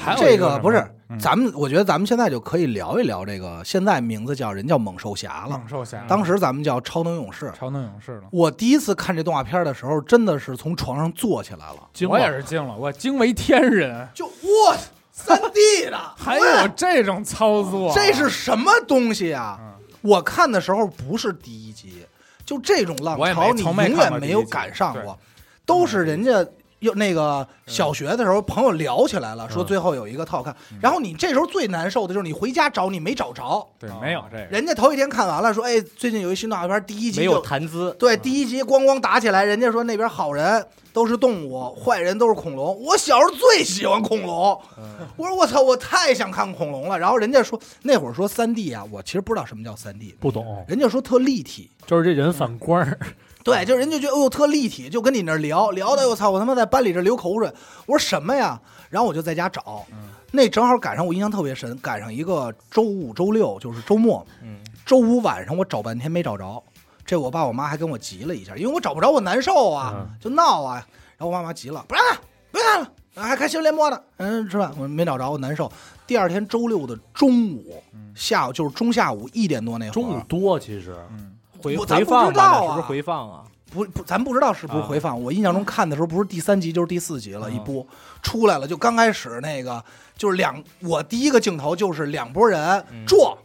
Speaker 4: 还有一
Speaker 2: 这
Speaker 4: 个
Speaker 2: 个嗯
Speaker 4: 什
Speaker 2: 不
Speaker 4: 么
Speaker 2: 是，咱们我觉得咱们现在就可以聊一聊这个，现在名字叫人叫猛兽侠嗯了，
Speaker 4: 猛兽侠，
Speaker 2: 当时咱们叫超能勇士。
Speaker 4: 超能勇士了。
Speaker 2: 我第一次看这动画片的时候，真的是从床上坐起来了，
Speaker 3: 惊
Speaker 4: 我
Speaker 3: 了
Speaker 4: 也是惊了，我惊为天人，
Speaker 2: 就哇，三 D 的，
Speaker 4: 还有这种啊操作，啊
Speaker 2: 这是什么东西
Speaker 4: 嗯
Speaker 2: 啊？我看的时候不是第一集，就这种浪
Speaker 4: 我也
Speaker 2: 潮，
Speaker 4: 没
Speaker 2: 你
Speaker 4: 从
Speaker 2: 永
Speaker 4: 没看过
Speaker 2: 远
Speaker 4: 第一
Speaker 2: 没
Speaker 4: 集
Speaker 2: 有赶上过，都是人家。又那个小学的时候，朋友聊起来
Speaker 4: 嗯
Speaker 2: 了，说最后有一个套看，然后你这时候最难受的就是你回家找你没找着，
Speaker 4: 对，没有这个。
Speaker 2: 人家头一天看完了，说哎，最近有一新动画片，第一集
Speaker 5: 哎没
Speaker 2: 就
Speaker 5: 有谈资，
Speaker 2: 对，第一集咣咣打起来，人家说那边好人都是动物，坏人都是恐龙。我小时候最喜欢恐龙，
Speaker 5: 嗯
Speaker 2: 我说我操，我太想看恐龙了。然后人家说那会儿说三 D 啊，我其实不知道什么叫三 D，
Speaker 3: 不懂，
Speaker 2: 人家说特立体，
Speaker 3: 就是这人反光儿，啊
Speaker 2: 对，就人家觉得哦呦特立体，就跟你那儿聊聊
Speaker 3: 嗯
Speaker 2: 的，我操，我他妈在班里这流口水。我说什么呀？然后我就在家找，
Speaker 3: 嗯
Speaker 2: 那正好赶上我印象特别深，赶上一个周五、周六，就是周末。
Speaker 5: 嗯，
Speaker 2: 周五晚上我找半天没找着，这我爸我妈还跟我急了一下，因为我找不着我难受啊，
Speaker 3: 嗯
Speaker 2: 就闹啊。然后我爸妈急了，不让看，不让看了，啊还看新闻联播呢。嗯，吃饭我没找着，我难受。第二天周六的中午，下午就是中下午一点多那会儿，
Speaker 3: 嗯中午多其实
Speaker 4: 嗯
Speaker 5: 回
Speaker 2: 我咱
Speaker 5: 回
Speaker 2: 不
Speaker 5: 放
Speaker 2: 知道
Speaker 5: 吧，
Speaker 2: 啊
Speaker 5: 那是不是回放啊？
Speaker 2: 不不，咱不知道是不是回放。我印象中看的时候不是第三集就是第四集了，
Speaker 5: 啊
Speaker 2: 一播出来了就刚开始那个就是两，我第一个镜头就是两拨人
Speaker 5: 嗯
Speaker 2: 撞。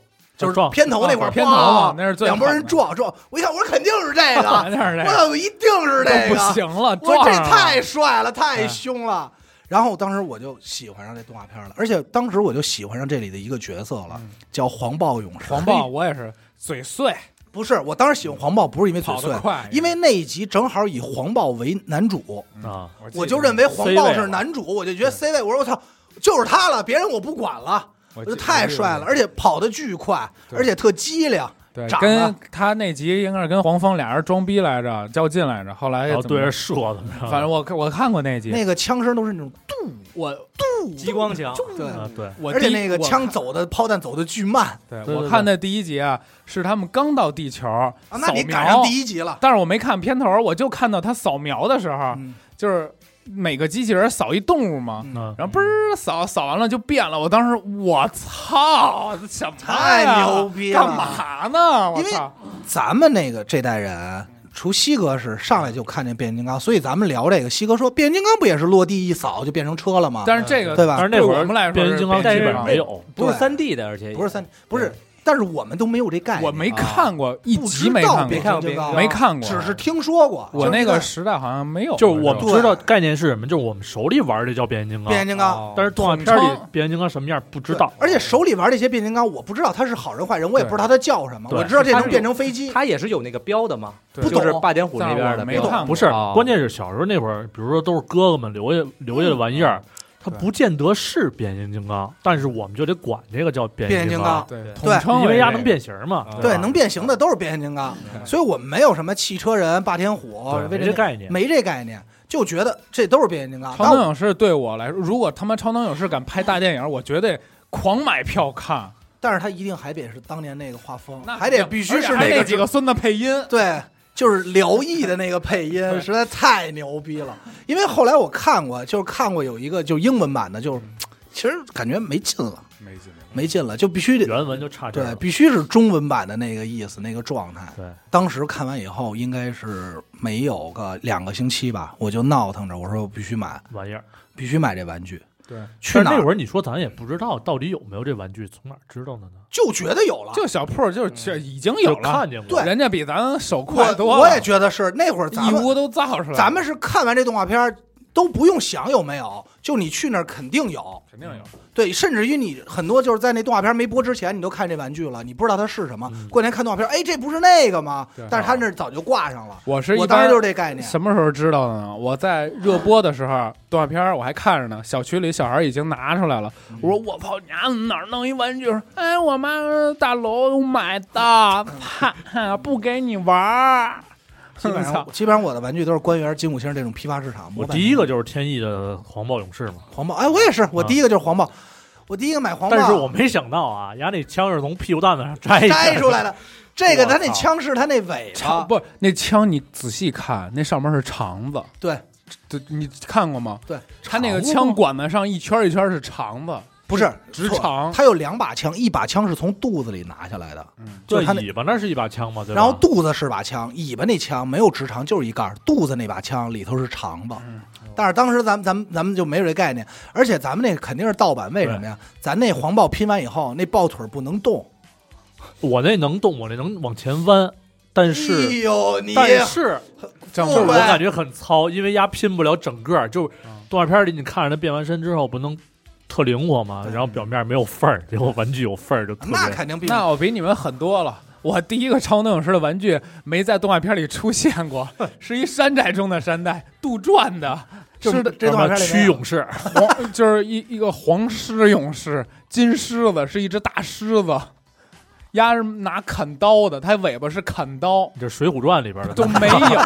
Speaker 2: 就
Speaker 3: 就
Speaker 2: 是
Speaker 3: 撞
Speaker 2: 片头那会儿，
Speaker 4: 啊片头
Speaker 2: 哇
Speaker 4: 那是最
Speaker 2: 两拨人
Speaker 4: 狠的
Speaker 2: 撞撞，我一看，我说肯定是 这个，
Speaker 4: 那是这
Speaker 2: 我
Speaker 4: 个
Speaker 2: 操，一定是这
Speaker 4: 都
Speaker 2: 个，
Speaker 4: 不行了，
Speaker 2: 我
Speaker 4: 撞
Speaker 2: 这
Speaker 4: 上了
Speaker 2: 太帅了，
Speaker 5: 嗯
Speaker 2: 太凶了。然后当时我就喜欢上这动画片了，而且当时我就喜欢上这里的一个角色
Speaker 5: 嗯
Speaker 2: 了，叫黄暴勇士。
Speaker 4: 黄暴，我也是嘴碎，
Speaker 2: 不是，我当时喜欢黄暴不是因为嘴
Speaker 4: 跑
Speaker 2: 碎
Speaker 4: 得快，
Speaker 2: 因为那一集正好以黄暴为男主，
Speaker 4: 嗯
Speaker 3: 啊，
Speaker 4: 记得
Speaker 2: 我就认为黄暴
Speaker 3: C
Speaker 2: 是
Speaker 3: 位
Speaker 2: 男主，我就觉得 C 位，我说我操，就是他了，别人我不管了，
Speaker 4: 我
Speaker 2: 我
Speaker 4: 记得
Speaker 2: 就太帅了，而且跑得巨快，
Speaker 4: 对
Speaker 2: 而且特机灵，
Speaker 4: 对，
Speaker 2: 长
Speaker 4: 跟
Speaker 2: 得
Speaker 4: 他那集应该是跟黄蜂俩人装逼来着，较劲来着，后来
Speaker 3: 然后
Speaker 4: 哎怎么
Speaker 3: 哦对着射的，
Speaker 4: 反正我看我看过那集，
Speaker 2: 那个枪声都是那种
Speaker 4: 我
Speaker 2: 嘟
Speaker 5: 激光枪，
Speaker 2: 对，
Speaker 3: 啊对，
Speaker 4: 我
Speaker 2: 而且
Speaker 4: 第一
Speaker 2: 那个
Speaker 4: 我
Speaker 2: 枪走的炮弹走的巨慢
Speaker 4: 对，
Speaker 3: 对对
Speaker 4: 我看的第一集啊，是他们刚到地球啊
Speaker 2: 啊，那你赶上第一集了。
Speaker 4: 但是我没看片头，我就看到他扫描的时候，
Speaker 2: 嗯
Speaker 4: 就是每个机器人扫一动物嘛，
Speaker 2: 嗯
Speaker 3: 嗯，
Speaker 4: 然后嘣儿扫扫完了就变了。我当时我操，什么呀
Speaker 2: 太牛逼了
Speaker 4: 干嘛呢？我
Speaker 2: 因为
Speaker 4: 操，
Speaker 2: 咱们那个这代人，除西哥是上来就看见变形金刚，所以咱们聊这个，西哥说变形金刚不也是落地一扫就变成车了吗？
Speaker 4: 但是这个
Speaker 2: 对吧
Speaker 3: 但是那会
Speaker 4: 啊对
Speaker 3: 儿
Speaker 4: 我们来说
Speaker 3: 变形金刚
Speaker 4: 是
Speaker 3: 基
Speaker 4: 变形
Speaker 3: 本
Speaker 4: 金刚
Speaker 3: 上没有，
Speaker 5: 不是
Speaker 2: 对
Speaker 5: 三 D 的，而且
Speaker 2: 不是三，不是，但是我们都没有这概念，
Speaker 4: 我没看过一
Speaker 2: 啊不
Speaker 4: 集
Speaker 2: 知
Speaker 4: 没
Speaker 2: 道
Speaker 4: 看
Speaker 2: 变
Speaker 4: 过，
Speaker 2: 形金刚，
Speaker 4: 没看过
Speaker 2: 只是听说过。
Speaker 4: 我那个
Speaker 2: 就是
Speaker 4: 时代好像没有，
Speaker 3: 就是我们
Speaker 4: 这
Speaker 2: 对
Speaker 3: 知道概念是什么，就是我们手里玩的叫变形金
Speaker 2: 在
Speaker 3: 刚
Speaker 2: 变，形金
Speaker 4: 啊
Speaker 2: 刚，
Speaker 5: 哦
Speaker 3: 但是动画片
Speaker 4: 统
Speaker 3: 里
Speaker 4: 称
Speaker 3: 变形金刚什么样不知道，
Speaker 2: 而且手里玩这些变形金刚，我不知道他是好人坏人，我也
Speaker 4: 对
Speaker 2: 不知道他叫什么，
Speaker 3: 对
Speaker 2: 我知道这
Speaker 5: 它
Speaker 2: 能
Speaker 5: 是
Speaker 2: 变成飞机。
Speaker 5: 它也是有那个标的嘛，
Speaker 4: 对不
Speaker 5: 就是
Speaker 2: 懂
Speaker 5: 霸天虎那边
Speaker 4: 但是我
Speaker 5: 的
Speaker 4: 没
Speaker 5: 标
Speaker 4: 看过
Speaker 3: 不是
Speaker 5: 哦，
Speaker 3: 关键是小时候那会儿，比如说都是哥哥们留下留下的玩意儿，它不见得是变形金刚，但是我们就得管这个叫变
Speaker 2: 变
Speaker 3: 形
Speaker 2: 形金
Speaker 3: 刚
Speaker 2: 刚，
Speaker 4: 对统
Speaker 2: 对
Speaker 4: 称
Speaker 3: 因为
Speaker 4: 鸭
Speaker 3: 它能变形嘛，
Speaker 5: 对
Speaker 2: 对，
Speaker 3: 吧
Speaker 2: 能变形的都是变形金刚，所以我们没有什么汽车人、霸天虎
Speaker 3: 对、
Speaker 2: 威
Speaker 3: 没
Speaker 2: 震
Speaker 3: 这
Speaker 2: 天
Speaker 3: 概念
Speaker 2: 没这概念，就觉得这都是变形金刚。
Speaker 4: 超能
Speaker 2: 当
Speaker 4: 勇士对我来说，如果他妈超能勇士敢拍大电影，我绝对狂买票看。
Speaker 2: 但是他一定还得是当年那个画风，
Speaker 4: 那
Speaker 2: 还得必须是
Speaker 4: 而且还
Speaker 2: 那
Speaker 4: 那几个孙子配音，
Speaker 2: 对，就是辽艺的那个配音实在太牛逼了。因为后来我看过，就是看过有一个就英文版的，就是其实感觉没劲了，
Speaker 4: 没劲。
Speaker 2: 没劲了，就必须得
Speaker 3: 原文就差这
Speaker 2: 对，
Speaker 3: 了。
Speaker 2: 必须是中文版的那个意思，那个状态。
Speaker 3: 对，
Speaker 2: 当时看完以后，应该是没有个两个星期吧，我就闹腾着，我说我必须买，
Speaker 3: 玩意儿，
Speaker 2: 必须买这玩具。
Speaker 4: 对，
Speaker 2: 去哪
Speaker 3: 但是那
Speaker 2: 儿
Speaker 3: 会儿你说咱也不知道到底有没有这玩具，从哪儿知道的呢？
Speaker 2: 就觉得有了，
Speaker 4: 就小铺
Speaker 2: 嗯
Speaker 4: 就是这已经有
Speaker 3: 就
Speaker 4: 了
Speaker 3: 看，见过，
Speaker 2: 对
Speaker 4: 人家比咱手快
Speaker 2: 我
Speaker 4: 多了，
Speaker 2: 我也觉得是那会儿咱
Speaker 4: 义
Speaker 2: 们
Speaker 4: 乌都造出来了，
Speaker 2: 咱们是看完这动画片儿都不用想有没有，就你去那儿肯定有。
Speaker 4: 肯定有。
Speaker 2: 对，甚至于你很多就是在那动画片没播之前，你都看这玩具了，你不知道它是什么。
Speaker 3: 嗯
Speaker 2: 过年看动画片，哎，这不是那个吗
Speaker 4: 对？
Speaker 2: 但是
Speaker 3: 啊
Speaker 2: 他那儿早就挂上了。
Speaker 4: 我是一
Speaker 2: 我当时
Speaker 4: 般
Speaker 2: 就是这概念。
Speaker 4: 什么时候知道的呢？我在热播的时候，动画片儿我还看着呢，小区里小孩儿已经拿出来了。
Speaker 2: 嗯
Speaker 4: 我说我操，你丫哪儿弄一玩具？哎，我妈说大楼买的， 怕不给你玩
Speaker 2: 啊
Speaker 4: 儿。
Speaker 2: 基本上
Speaker 4: 操，
Speaker 2: 基本上我的玩具都是官员、金五星这种批发市场。
Speaker 3: 我
Speaker 2: 模板
Speaker 3: 第一
Speaker 2: 的
Speaker 3: 个就是天意的黄暴勇士嘛，
Speaker 2: 黄豹，哎，我也是，我
Speaker 3: 啊
Speaker 2: 第一个就是黄豹，我第一个买黄豹，
Speaker 3: 但是我没想到啊，丫那枪是从屁股蛋子上摘下
Speaker 2: 摘出来
Speaker 3: 的，
Speaker 2: 的。这个
Speaker 3: 我
Speaker 2: 他那
Speaker 3: 操
Speaker 2: 枪是他那尾
Speaker 4: 长
Speaker 2: 巴，
Speaker 4: 不，那枪你仔细看，那上面是肠子。
Speaker 2: 对
Speaker 4: 对，你看过吗？
Speaker 2: 对，
Speaker 4: 他那个
Speaker 3: 肠子
Speaker 4: 枪
Speaker 3: 吗
Speaker 4: 管子上一圈一圈是肠子，
Speaker 2: 不是
Speaker 4: 直
Speaker 2: 错
Speaker 4: 肠
Speaker 2: 他有两把枪，一把枪是从肚子里拿下来的，就
Speaker 3: 对
Speaker 2: 是他，那
Speaker 3: 尾巴那是一把枪嘛，对吧？
Speaker 2: 然后肚子是把枪，尾巴那枪没有直肠，就是一杆儿。肚子那把枪里头是肠子。但是当时咱们咱们咱们就没有这概念，而且咱们那肯定是盗版，为什么呀？咱那黄豹拼完以后，那豹腿儿不能动。
Speaker 3: 我那能动，我那能往前弯，但
Speaker 2: 哎
Speaker 3: 是
Speaker 2: 呦你
Speaker 3: 但是
Speaker 4: 正
Speaker 2: 对嗯
Speaker 3: 就是我
Speaker 4: 好。
Speaker 3: 感觉很糙，因为丫拼不了整个儿，就是动画片里你看着它变完身之后不能特灵活嘛，然后表面没有缝儿，结果玩具有缝儿就特
Speaker 2: 那
Speaker 3: 别。
Speaker 2: 肯定必须
Speaker 4: 那我比你们狠多了。我第一个超能勇士的玩具没在动画片里出现 过，是一山寨中的山寨，杜撰的，
Speaker 2: 就是这动画片里没
Speaker 3: 驱
Speaker 2: 有
Speaker 3: 勇士，
Speaker 4: 黄， 就是一一个黄狮勇士，金狮子是一只大狮子，鸭是拿砍刀的，它尾巴是砍刀，
Speaker 3: 这《水浒传》里边的
Speaker 4: 都没 有，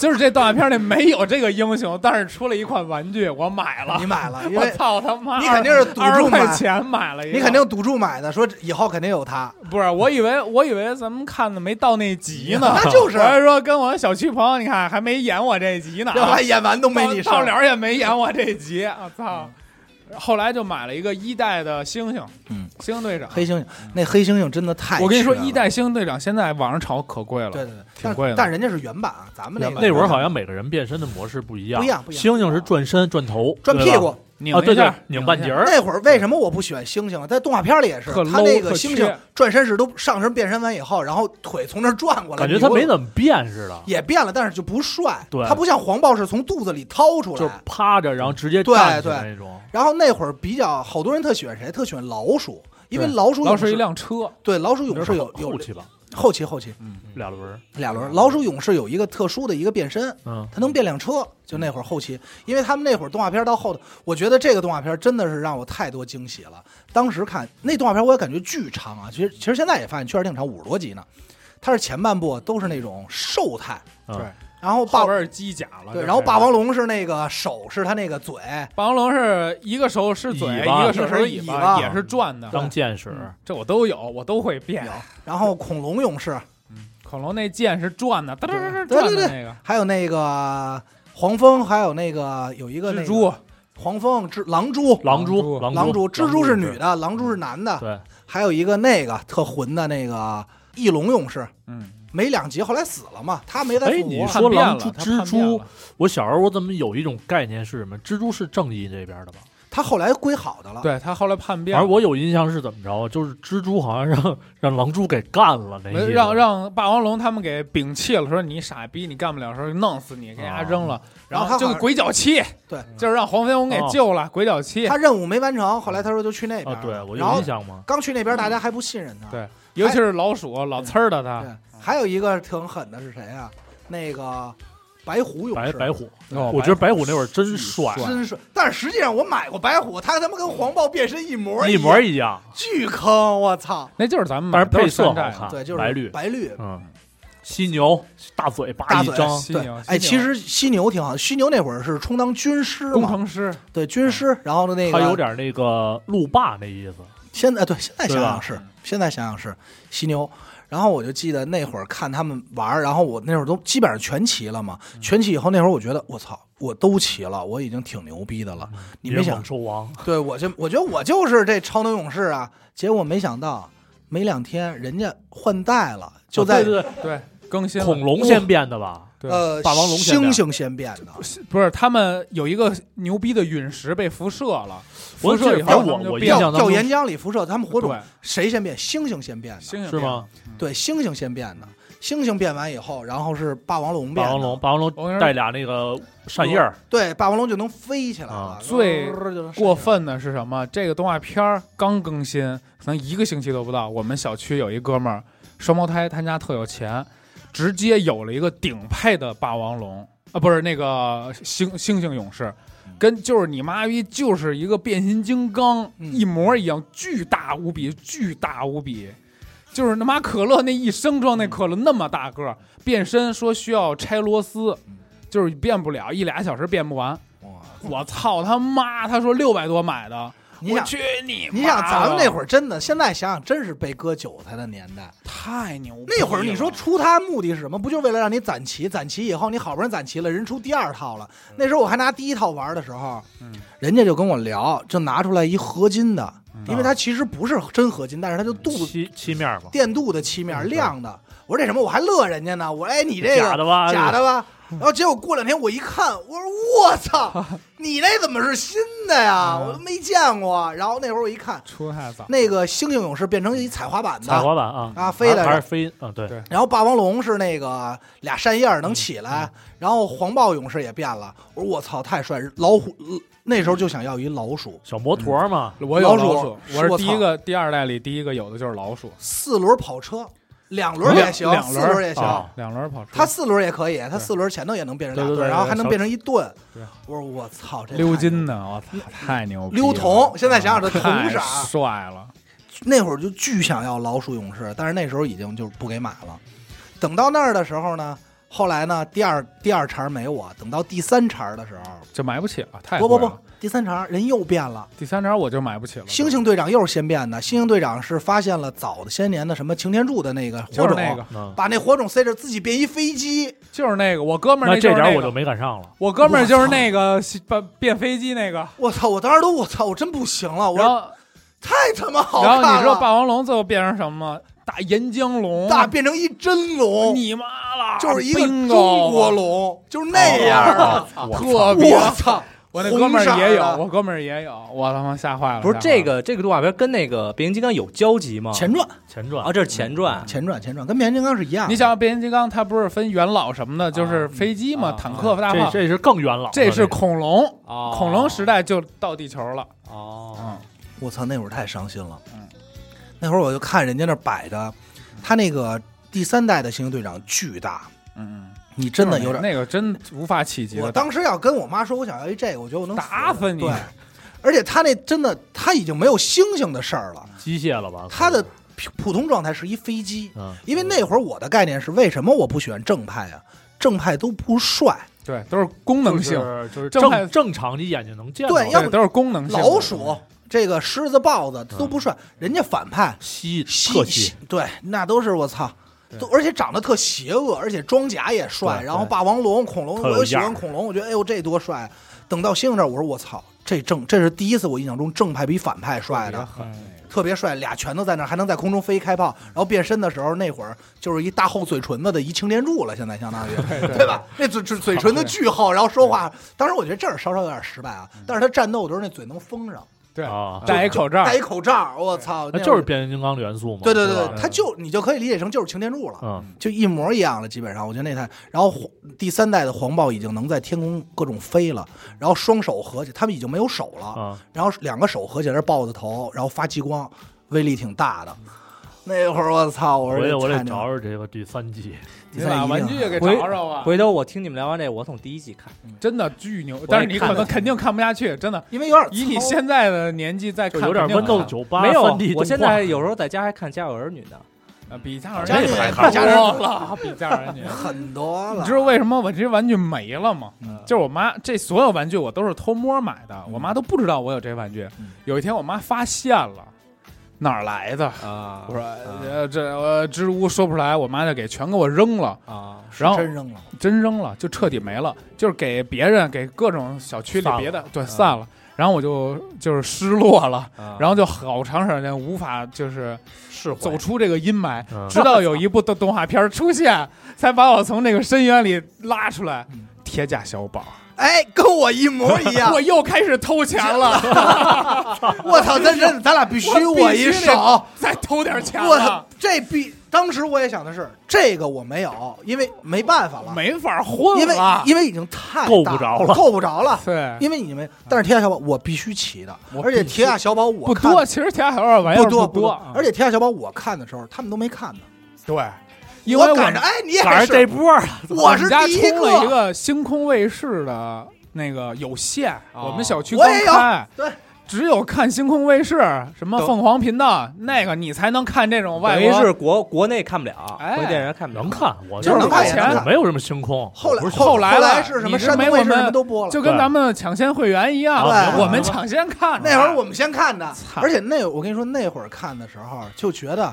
Speaker 4: 就是这动画片里没有这个英雄，但是出了一款玩具，我买了
Speaker 2: 你，买了，因
Speaker 4: 我
Speaker 2: 为
Speaker 4: 操他妈，
Speaker 2: 你肯定是赌注
Speaker 4: 二十块
Speaker 2: 买
Speaker 4: 钱买了一个，
Speaker 2: 你肯定赌注买的，说以后肯定有它。
Speaker 4: 不是，我以为我以为咱们看的没到那集 呢，
Speaker 2: 那就是
Speaker 4: 我还说跟我小区朋友，你看还没演我这集呢，啊
Speaker 2: 要不然演完都没
Speaker 4: 到
Speaker 2: 你事
Speaker 4: 到
Speaker 2: 儿。
Speaker 4: 了也没演我这集，我操！后来就买了一个一代的猩猩，
Speaker 2: 嗯，
Speaker 4: 猩猩队长。
Speaker 2: 黑猩猩，那黑猩猩真的太……
Speaker 4: 我跟你说，一，代猩猩队长现在网上炒可贵了，
Speaker 2: 啊对对对，
Speaker 4: 挺
Speaker 2: 但
Speaker 4: 贵的
Speaker 2: 但人家是原版啊，咱们那个
Speaker 3: 那会儿好像每个人变身的模式不一样，
Speaker 2: 不一样不一样哦
Speaker 3: 猩猩是转身、转头、
Speaker 2: 转屁
Speaker 3: 对吧
Speaker 2: 股。
Speaker 4: 拧
Speaker 3: 啊，
Speaker 4: 一
Speaker 3: 对对
Speaker 4: 下，
Speaker 3: 拧半截儿。
Speaker 2: 那会儿为什么我不喜欢猩猩？在动画片里也是，
Speaker 4: 特
Speaker 2: 他
Speaker 4: low，
Speaker 2: 那个
Speaker 4: 特
Speaker 2: 猩猩
Speaker 4: 缺
Speaker 2: 转身时都上身变身完以后，然后腿从那儿转过来，
Speaker 3: 感觉他没
Speaker 2: 么
Speaker 3: 怎么变似的，
Speaker 2: 也变了，但是就不帅。
Speaker 3: 对
Speaker 2: 他不像黄豹是从肚子里掏出
Speaker 3: 就是
Speaker 2: 来。
Speaker 3: 趴着然后直接
Speaker 2: 对
Speaker 3: 站起来
Speaker 2: 对
Speaker 3: 那种。
Speaker 2: 然后那会儿比较好多人特喜欢谁？特喜欢老鼠，因为
Speaker 4: 对
Speaker 2: 老鼠
Speaker 4: 老
Speaker 2: 勇
Speaker 4: 鼠
Speaker 2: 士
Speaker 4: 一辆车，
Speaker 2: 对老鼠
Speaker 3: 有
Speaker 2: 勇士有有
Speaker 3: 后期嗯吧，
Speaker 2: 后期后期
Speaker 3: 俩轮儿，
Speaker 2: 俩轮儿，老鼠勇士有一个特殊的一个变身，
Speaker 3: 嗯，
Speaker 2: 它能变辆车。就那会儿后期，因为他们那会儿动画片到后头，我觉得这个动画片真的是让我太多惊喜了。当时看那动画片，我也感觉巨长啊。其实其实现在也发现确实挺长，五十多集呢。它是前半部都是那种瘦态，
Speaker 3: 嗯
Speaker 4: 对
Speaker 2: 然后霸
Speaker 4: 后边是机甲了。
Speaker 2: 对，
Speaker 4: 就
Speaker 2: 然后
Speaker 4: 是
Speaker 2: 霸王龙是那个手是它那个嘴，
Speaker 4: 霸王龙是一个手是嘴，
Speaker 3: 尾
Speaker 4: 一
Speaker 3: 巴
Speaker 4: 个手是尾
Speaker 2: 一个是尾巴
Speaker 4: 也是转的。
Speaker 3: 当剑使，
Speaker 4: 嗯这我都有，我都会变。
Speaker 2: 然后恐龙勇士，
Speaker 4: 恐龙那剑是转的，哒哒哒哒
Speaker 2: 对对
Speaker 4: 转的
Speaker 2: 对
Speaker 4: 那个。
Speaker 2: 还有那个黄蜂，还有那个有一个那
Speaker 4: 蜘
Speaker 2: 个
Speaker 4: 蛛，
Speaker 2: 黄蜂、蜘狼蛛、
Speaker 3: 狼
Speaker 4: 狼蛛
Speaker 3: 狼
Speaker 2: 狼蛛，蜘蛛是女
Speaker 3: 的，
Speaker 2: 的，啊狼蛛是男的，
Speaker 3: 对，
Speaker 2: 还有一个那个特混的那个翼龙勇士，
Speaker 4: 嗯，
Speaker 2: 没两集后来死了嘛，他没再
Speaker 3: 哎
Speaker 2: 复
Speaker 3: 你
Speaker 2: 活。
Speaker 3: 说
Speaker 4: 叛变
Speaker 3: 狼
Speaker 4: 了
Speaker 3: 蛛
Speaker 4: 他叛
Speaker 3: 蜘
Speaker 4: 变
Speaker 3: 蛛
Speaker 4: 了
Speaker 3: 我小时候我怎么有一种概念是什么？蜘蛛是正义这边的吧？
Speaker 2: 他后来归好的了，
Speaker 4: 对他后来叛变
Speaker 3: 反
Speaker 4: 了，
Speaker 3: 正我有印象是怎么着，就是蜘蛛好像让让狼蛛给干了那意思，
Speaker 4: 让让霸王龙他们给摒弃了，说你傻逼，你干不了的时候弄死你，给人家
Speaker 3: 啊嗯
Speaker 4: 扔了，然
Speaker 2: 然后
Speaker 4: 后
Speaker 2: 他好
Speaker 4: 就
Speaker 2: 像
Speaker 4: 鬼脚七，
Speaker 2: 对
Speaker 4: 就是让黄飞鸿给
Speaker 3: 哦
Speaker 4: 救了，鬼脚七。
Speaker 2: 他任务没完成，后来他说就去那边了，
Speaker 3: 啊，对我
Speaker 2: 然
Speaker 3: 有
Speaker 2: 后
Speaker 3: 印象吗？
Speaker 2: 刚去那边，大家还不信任他。
Speaker 4: 对尤其是老鼠老呲儿的他，
Speaker 3: 啊
Speaker 2: 对还有一个挺狠的是谁啊？那个白虎勇
Speaker 3: 白
Speaker 2: 士，
Speaker 3: 白虎，
Speaker 4: 哦
Speaker 3: 我觉得白虎那会儿真帅，
Speaker 2: 真是。但是实际上我买过白虎，他他妈跟黄豹变身一模
Speaker 3: 一
Speaker 2: 一
Speaker 3: 模
Speaker 2: 样，
Speaker 3: 一样，
Speaker 2: 巨坑，我操！
Speaker 4: 那就是咱们
Speaker 3: 但
Speaker 4: 买
Speaker 3: 是
Speaker 4: 的都
Speaker 3: 配
Speaker 4: 是
Speaker 3: 色好
Speaker 4: 山寨的
Speaker 3: 看，
Speaker 2: 对，就是
Speaker 3: 啊白绿，
Speaker 2: 白绿，
Speaker 3: 嗯，犀牛大嘴
Speaker 2: 大
Speaker 3: 巴一
Speaker 2: 嘴
Speaker 3: 张，
Speaker 4: 犀
Speaker 2: 对
Speaker 4: 牛，
Speaker 2: 哎，
Speaker 4: 犀
Speaker 2: 其
Speaker 4: 牛
Speaker 2: 实犀牛挺好。犀牛那会儿是充当军师
Speaker 4: 工
Speaker 2: 嘛，
Speaker 4: 程师，
Speaker 2: 对军师，然后呢那个
Speaker 3: 嗯他有点那个路霸那意思，
Speaker 2: 现在啊对，现在想
Speaker 3: 对
Speaker 2: 想
Speaker 3: 吧
Speaker 2: 是，现在想想是犀牛。然后我就记得那会儿看他们玩儿，然后我那会儿都基本上全齐了嘛。
Speaker 3: 嗯
Speaker 2: 全齐以后，那会儿我觉得我操，我都齐了，我已经挺牛逼的了。你没
Speaker 3: 嗯别
Speaker 2: 想
Speaker 3: 猛，兽王，
Speaker 2: 对我就我觉得我就是这超能勇士啊。结果没想到，没两天人家换代了，就在、
Speaker 3: 啊对对
Speaker 4: 对更新
Speaker 3: 对
Speaker 4: 了
Speaker 3: 恐龙先变的吧？
Speaker 4: 对
Speaker 2: 呃
Speaker 3: 霸王龙先
Speaker 2: 猩
Speaker 3: 变
Speaker 2: 猩先变的，
Speaker 4: 不是他们有一个牛逼的陨石被辐射了，辐
Speaker 3: 我
Speaker 4: 射以
Speaker 3: 记得
Speaker 4: 后他
Speaker 3: 我
Speaker 4: 们就
Speaker 3: 我印
Speaker 4: 变
Speaker 3: 象
Speaker 2: 掉
Speaker 3: 当
Speaker 2: 掉
Speaker 3: 中
Speaker 2: 岩浆里辐射，他们火种
Speaker 4: 对
Speaker 2: 谁先变？猩猩先变的，
Speaker 4: 猩猩
Speaker 3: 是吗？
Speaker 2: 对，猩猩先变的。猩猩变完以后，然后是霸王龙变
Speaker 3: 霸
Speaker 2: 的，
Speaker 3: 王龙，霸王
Speaker 4: 我跟你
Speaker 3: 龙
Speaker 4: 说
Speaker 3: 带俩那个扇叶儿，
Speaker 2: 对，霸王龙就能飞起来了。
Speaker 3: 啊
Speaker 4: 最
Speaker 2: 就是
Speaker 4: 过分的是什么？这个动画片儿刚更新，可能一个星期都不到。我们小区有一哥们儿双胞胎，他家特有钱，直接有了一个顶配的霸王龙啊，不是那个猩猩猩勇士，跟就是你妈逼就是一个变形金刚、
Speaker 2: 嗯
Speaker 4: 一模一样，巨大无比，巨大无比。就是他妈可乐那一升装那可乐那么大个儿，变身说需要拆螺丝，就是变不了，一俩小时变不完。
Speaker 2: 哇
Speaker 4: 我操他妈！他说六百多买的，
Speaker 2: 你
Speaker 4: 我
Speaker 2: 想
Speaker 4: 去哦你妈！
Speaker 2: 你想咱们那
Speaker 4: 儿
Speaker 2: 会儿真的，现在想想真是被割韭菜的年代。
Speaker 4: 太牛逼了，
Speaker 2: 那会儿你说出它目的是什么？不就为了让你攒齐？攒齐以后，你好不容易攒齐了，人出第二套了。那时候我还拿第一套玩的时候，
Speaker 4: 嗯
Speaker 2: 人家就跟我聊，就拿出来一合金的，
Speaker 4: 嗯
Speaker 2: 因为它其实不是真合金，但是它就镀
Speaker 3: 七七面儿嘛，
Speaker 2: 电镀的漆面亮的。我说这什么？我还乐人家呢。我说哎，你这个
Speaker 3: 嗯假的吧？
Speaker 2: 假的吧？然后结果过两天我一看，我说我操，你那怎么是新的呀？
Speaker 4: 嗯
Speaker 2: 我都没见过。然后那会儿我一看，
Speaker 4: 出太早，
Speaker 2: 那个猩猩勇士变成一踩滑板
Speaker 3: 踩
Speaker 2: 的，
Speaker 3: 滑板啊
Speaker 2: 啊飞的
Speaker 3: 还还是飞啊？对
Speaker 4: 对
Speaker 2: 然后霸王龙是那个俩扇叶儿能起
Speaker 3: 嗯
Speaker 2: 来，然后黄豹勇士也变了。我说我操，太帅！老虎、呃那时候就想要一老鼠，
Speaker 3: 小摩托嘛，
Speaker 4: 我有
Speaker 2: 老
Speaker 4: 老
Speaker 2: 鼠
Speaker 4: 鼠，
Speaker 2: 是
Speaker 4: 我
Speaker 2: 我
Speaker 4: 是第
Speaker 2: 操
Speaker 4: 一个第二代里第一个有的就是老鼠，
Speaker 2: 四轮跑车，两轮也行，
Speaker 4: 两两
Speaker 2: 四
Speaker 4: 轮
Speaker 2: 轮也行。
Speaker 3: 啊
Speaker 4: 两轮跑车，
Speaker 2: 它四轮也可以，它
Speaker 4: 对
Speaker 2: 四轮前头也能变成
Speaker 3: 对
Speaker 2: 两
Speaker 3: 对
Speaker 2: 吨，
Speaker 3: 对
Speaker 2: 然后
Speaker 3: 对
Speaker 2: 还能
Speaker 3: 小
Speaker 2: 变成一吨
Speaker 4: 对。
Speaker 2: 我说我操，这
Speaker 4: 溜
Speaker 2: 太
Speaker 4: 金的，我操，太牛逼了！
Speaker 2: 溜铜现在想想这铜
Speaker 4: 太
Speaker 2: 色儿
Speaker 4: 帅了，
Speaker 2: 那会儿就巨想要老鼠勇士，但是那时候已经就是不给买了。等到那儿的时候呢，后来呢，第二第二茬没我，等到第三茬的时候，
Speaker 4: 就买不起了，太
Speaker 2: 不不
Speaker 4: 贵
Speaker 2: 不
Speaker 4: 了，，
Speaker 2: 第三茬人又变了。
Speaker 4: 第三张我就买不起了，
Speaker 2: 猩猩队长又是先变的，猩猩队长是发现了早的些年的什么擎天柱的那个
Speaker 4: 就
Speaker 2: 火
Speaker 4: 是
Speaker 2: 种，
Speaker 4: 那个，
Speaker 3: 嗯，
Speaker 2: 把那火种塞着自己变一飞机，
Speaker 4: 就是那个，我哥们儿
Speaker 3: 那
Speaker 4: 就是
Speaker 3: 这点
Speaker 4: 那
Speaker 3: 我就
Speaker 4: 个，
Speaker 3: 没赶上了。
Speaker 4: 我哥们儿就是那个 变变飞机那个，
Speaker 2: 我操！我当时都我操，我真不行了，我
Speaker 4: 然
Speaker 2: 说
Speaker 4: 后
Speaker 2: 太他妈好
Speaker 4: 然
Speaker 2: 看了。
Speaker 4: 后你知道霸王龙最后变成什么吗？大岩浆龙，
Speaker 2: 大变成一真龙，
Speaker 4: 哦你妈了，
Speaker 2: 就是一个中
Speaker 4: bingo
Speaker 2: 国，龙，就是那样的。
Speaker 4: 特别
Speaker 2: 我操！
Speaker 4: 哦我那哥们儿
Speaker 2: 红
Speaker 4: 也
Speaker 2: 色
Speaker 4: 有，
Speaker 2: 的
Speaker 4: 我哥们儿也有，我他妈吓坏了。
Speaker 5: 不是
Speaker 4: 吓坏了
Speaker 5: 这，个这个动画片跟那个变形金刚有交集吗？
Speaker 2: 前传，
Speaker 3: 前
Speaker 5: 啊，
Speaker 3: 传，
Speaker 5: 这是前传，
Speaker 2: 前传，前传，跟变形金刚是一样的。
Speaker 4: 你想想变形金刚，它不是分元老什么的，就是
Speaker 5: 啊
Speaker 4: 飞机嘛，
Speaker 5: 啊
Speaker 4: 坦克、大
Speaker 3: 这
Speaker 4: 炮，
Speaker 3: 这是更元老了，
Speaker 4: 这是
Speaker 3: 个
Speaker 4: 恐龙，
Speaker 5: 哦
Speaker 4: 嗯恐龙时代就到地球了。
Speaker 5: 哦
Speaker 4: 嗯，
Speaker 2: 我操，那会儿太伤心了。
Speaker 4: 嗯，
Speaker 2: 那会儿我就看人家那摆着，他那个第三代的猩猩队长巨大，
Speaker 4: 嗯，嗯
Speaker 2: 你真的有点。
Speaker 4: 那个真无法企及
Speaker 2: 我
Speaker 4: 的，
Speaker 2: 当时要跟我妈说，我想要哎一这个，我觉得我能
Speaker 4: 打
Speaker 2: 死
Speaker 4: 死你
Speaker 2: 对，而且他那真的，他已经没有猩猩的事儿了，
Speaker 3: 机械了吧？
Speaker 2: 他的普通状态是一飞机。
Speaker 3: 嗯，
Speaker 2: 因为那会儿我的概念是，为什么我不喜欢正派啊？正派都不帅，
Speaker 4: 对，都是功能性，
Speaker 3: 就是就是
Speaker 4: 正派
Speaker 3: 正正常你眼睛能见到
Speaker 2: 对
Speaker 3: 的
Speaker 2: 要
Speaker 4: 对，都是功能性。
Speaker 2: 老
Speaker 3: 嗯
Speaker 2: 鼠、这个狮子、豹子都
Speaker 3: 啊
Speaker 2: 不帅，人家反派
Speaker 3: 吸
Speaker 2: 西
Speaker 3: 特
Speaker 2: 西
Speaker 3: 吸，
Speaker 2: 对，那都是我操
Speaker 4: 对。
Speaker 2: 都而且长得特邪恶，而且装甲也帅，
Speaker 3: 对
Speaker 2: 然后
Speaker 3: 对
Speaker 2: 霸王龙、恐龙，
Speaker 3: 特
Speaker 2: 我
Speaker 3: 有
Speaker 2: 又喜
Speaker 3: 样
Speaker 2: 欢
Speaker 3: 儿
Speaker 2: 恐龙，我觉得哎呦这多帅啊！等到猩猩这儿，我说我操，这正这是第一次我印象中正派比反派帅的，
Speaker 4: 狠
Speaker 2: 特别帅，俩拳头在那儿还能在空中飞开炮，然后变身的时候那会儿就是一大厚嘴唇子的一擎天柱了，现在相当于对吧？那嘴嘴嘴唇子巨厚，然后说话，当时我觉得这儿稍稍有点失败啊，但是他战斗的时候那嘴能封上，
Speaker 4: 对
Speaker 5: 哦
Speaker 3: 啊
Speaker 4: 戴一口罩
Speaker 2: 戴，一口罩，我操，那
Speaker 3: 那哎就是啊
Speaker 2: 会儿
Speaker 3: 变形金刚的元素嘛？
Speaker 2: 对对对
Speaker 3: 吧
Speaker 2: 对，他就你就可以理解成就是擎天柱了。
Speaker 3: 嗯，
Speaker 2: 就一模一样了，基本上我觉得那台，然后黄第三代的黄豹已经能在天空各种飞了，然后双手合起，他们已经没有手了，
Speaker 3: 啊，
Speaker 2: 然后两个手合起来是豹子头，然后发激光，威力挺大的。那会儿我操，我
Speaker 3: 回
Speaker 2: 说
Speaker 3: 去
Speaker 2: 这
Speaker 3: 我得
Speaker 2: 菜鸟
Speaker 3: 找找这个第三季，
Speaker 2: 第
Speaker 4: 你
Speaker 2: 三
Speaker 4: 把
Speaker 2: 一
Speaker 4: 啊玩
Speaker 2: 定啊
Speaker 4: 具
Speaker 2: 要
Speaker 4: 给
Speaker 5: 回
Speaker 4: 找啊找吧，
Speaker 5: 回头我听你们聊完这，我从第一集看，
Speaker 4: 真的巨牛，
Speaker 5: 也
Speaker 4: 但是你
Speaker 5: 看
Speaker 4: 可
Speaker 5: 了
Speaker 4: 能肯定看不下去，真的。
Speaker 2: 因为有点
Speaker 4: 以你
Speaker 2: 糙
Speaker 4: 现在的年纪再
Speaker 3: 就
Speaker 4: 看，
Speaker 3: 有点
Speaker 4: 肯定
Speaker 3: Windows
Speaker 4: 看
Speaker 3: 九八
Speaker 5: 没有
Speaker 3: 三 D 动，画
Speaker 5: 我现在有时候在家还看《家有儿女》呢。
Speaker 4: 啊比家人
Speaker 2: 家里
Speaker 4: 太
Speaker 2: 家人
Speaker 4: 多了， 比家人女。
Speaker 2: 很多了，
Speaker 4: 你知道为什么我这些玩具没了吗？
Speaker 2: 嗯
Speaker 4: 就是我妈这所有玩具我都是偷摸买的，我妈都不知道我有这些玩具。
Speaker 2: 嗯
Speaker 4: 有一天我妈发现了，哪儿来的？
Speaker 5: 啊
Speaker 4: 我说、呃这我支支吾吾说不出来，我妈就给全给我扔了，
Speaker 5: 啊，
Speaker 2: 是
Speaker 4: 然后
Speaker 2: 真扔了，
Speaker 4: 真扔了，就彻底没了，就是给别人给各种小区里
Speaker 3: 散了
Speaker 4: 别的
Speaker 2: 嗯
Speaker 4: 对散了，然后我就就是失落了。然
Speaker 5: 后
Speaker 4: 后就好长时间无法就是
Speaker 5: 是会
Speaker 4: 走出这个阴霾，
Speaker 3: 嗯
Speaker 4: 直到有一部动动画片出现，才把我从这个深渊里拉出来
Speaker 2: 嗯。
Speaker 4: 铁甲小宝，
Speaker 2: 哎，跟我一模一 样
Speaker 4: 我，又开始偷钱了，
Speaker 2: 我操，咱真的咱俩必须
Speaker 4: 我
Speaker 2: 握
Speaker 4: 必须
Speaker 2: 一
Speaker 4: 得啊
Speaker 2: 手，
Speaker 4: 再偷点钱
Speaker 2: 我操
Speaker 4: 了。，
Speaker 2: 这必当时我也想的是，这个我没有，因为没办法了，
Speaker 4: 没法混了，
Speaker 2: 因为因为已经太
Speaker 3: 够不
Speaker 2: 大了
Speaker 3: 着了
Speaker 2: 够不着了。
Speaker 4: 对，
Speaker 2: 因为你们，但是铁甲小宝我必须骑的，而且铁甲小宝我
Speaker 4: 不
Speaker 2: 看
Speaker 4: 多，其实铁甲小宝玩意儿
Speaker 2: 不多
Speaker 4: 不啊
Speaker 2: 多，而
Speaker 4: 且
Speaker 2: 且铁甲小宝我看的时候，他们都没看呢。
Speaker 4: 对，因为
Speaker 2: 我
Speaker 4: 我
Speaker 2: 赶着，哎，你也
Speaker 3: 赶上这
Speaker 2: 是，
Speaker 3: 波了，
Speaker 2: 我是
Speaker 4: 们家
Speaker 2: 第一
Speaker 4: 充了一
Speaker 2: 个，
Speaker 4: 个星空卫视的那个有线，
Speaker 5: 哦
Speaker 4: 我们小区
Speaker 2: 我
Speaker 4: 刚
Speaker 2: 也有
Speaker 4: 开，
Speaker 2: 对，
Speaker 4: 只有看星空卫视，什么
Speaker 5: 等
Speaker 4: 凤凰频道那个，你才能看这种外
Speaker 5: 等于
Speaker 4: 国
Speaker 5: 是国国内看不了，
Speaker 4: 哎
Speaker 5: 国内电视台看不了，
Speaker 3: 能看，我
Speaker 2: 就是能看
Speaker 4: 也能
Speaker 3: 我
Speaker 2: 看
Speaker 3: 没有什么星空，
Speaker 2: 后来
Speaker 3: 我不是
Speaker 2: 后
Speaker 4: 后来了
Speaker 2: 来是什么
Speaker 4: 你是
Speaker 2: 山东
Speaker 4: 没我
Speaker 2: 卫视
Speaker 4: 们
Speaker 2: 什么都播了，
Speaker 4: 就跟咱们抢先会员一样，
Speaker 2: 对
Speaker 4: 我们抢先看的
Speaker 2: 那会儿我们先看的，
Speaker 4: 操
Speaker 2: 而且那我跟你说，那会儿看的时候就觉得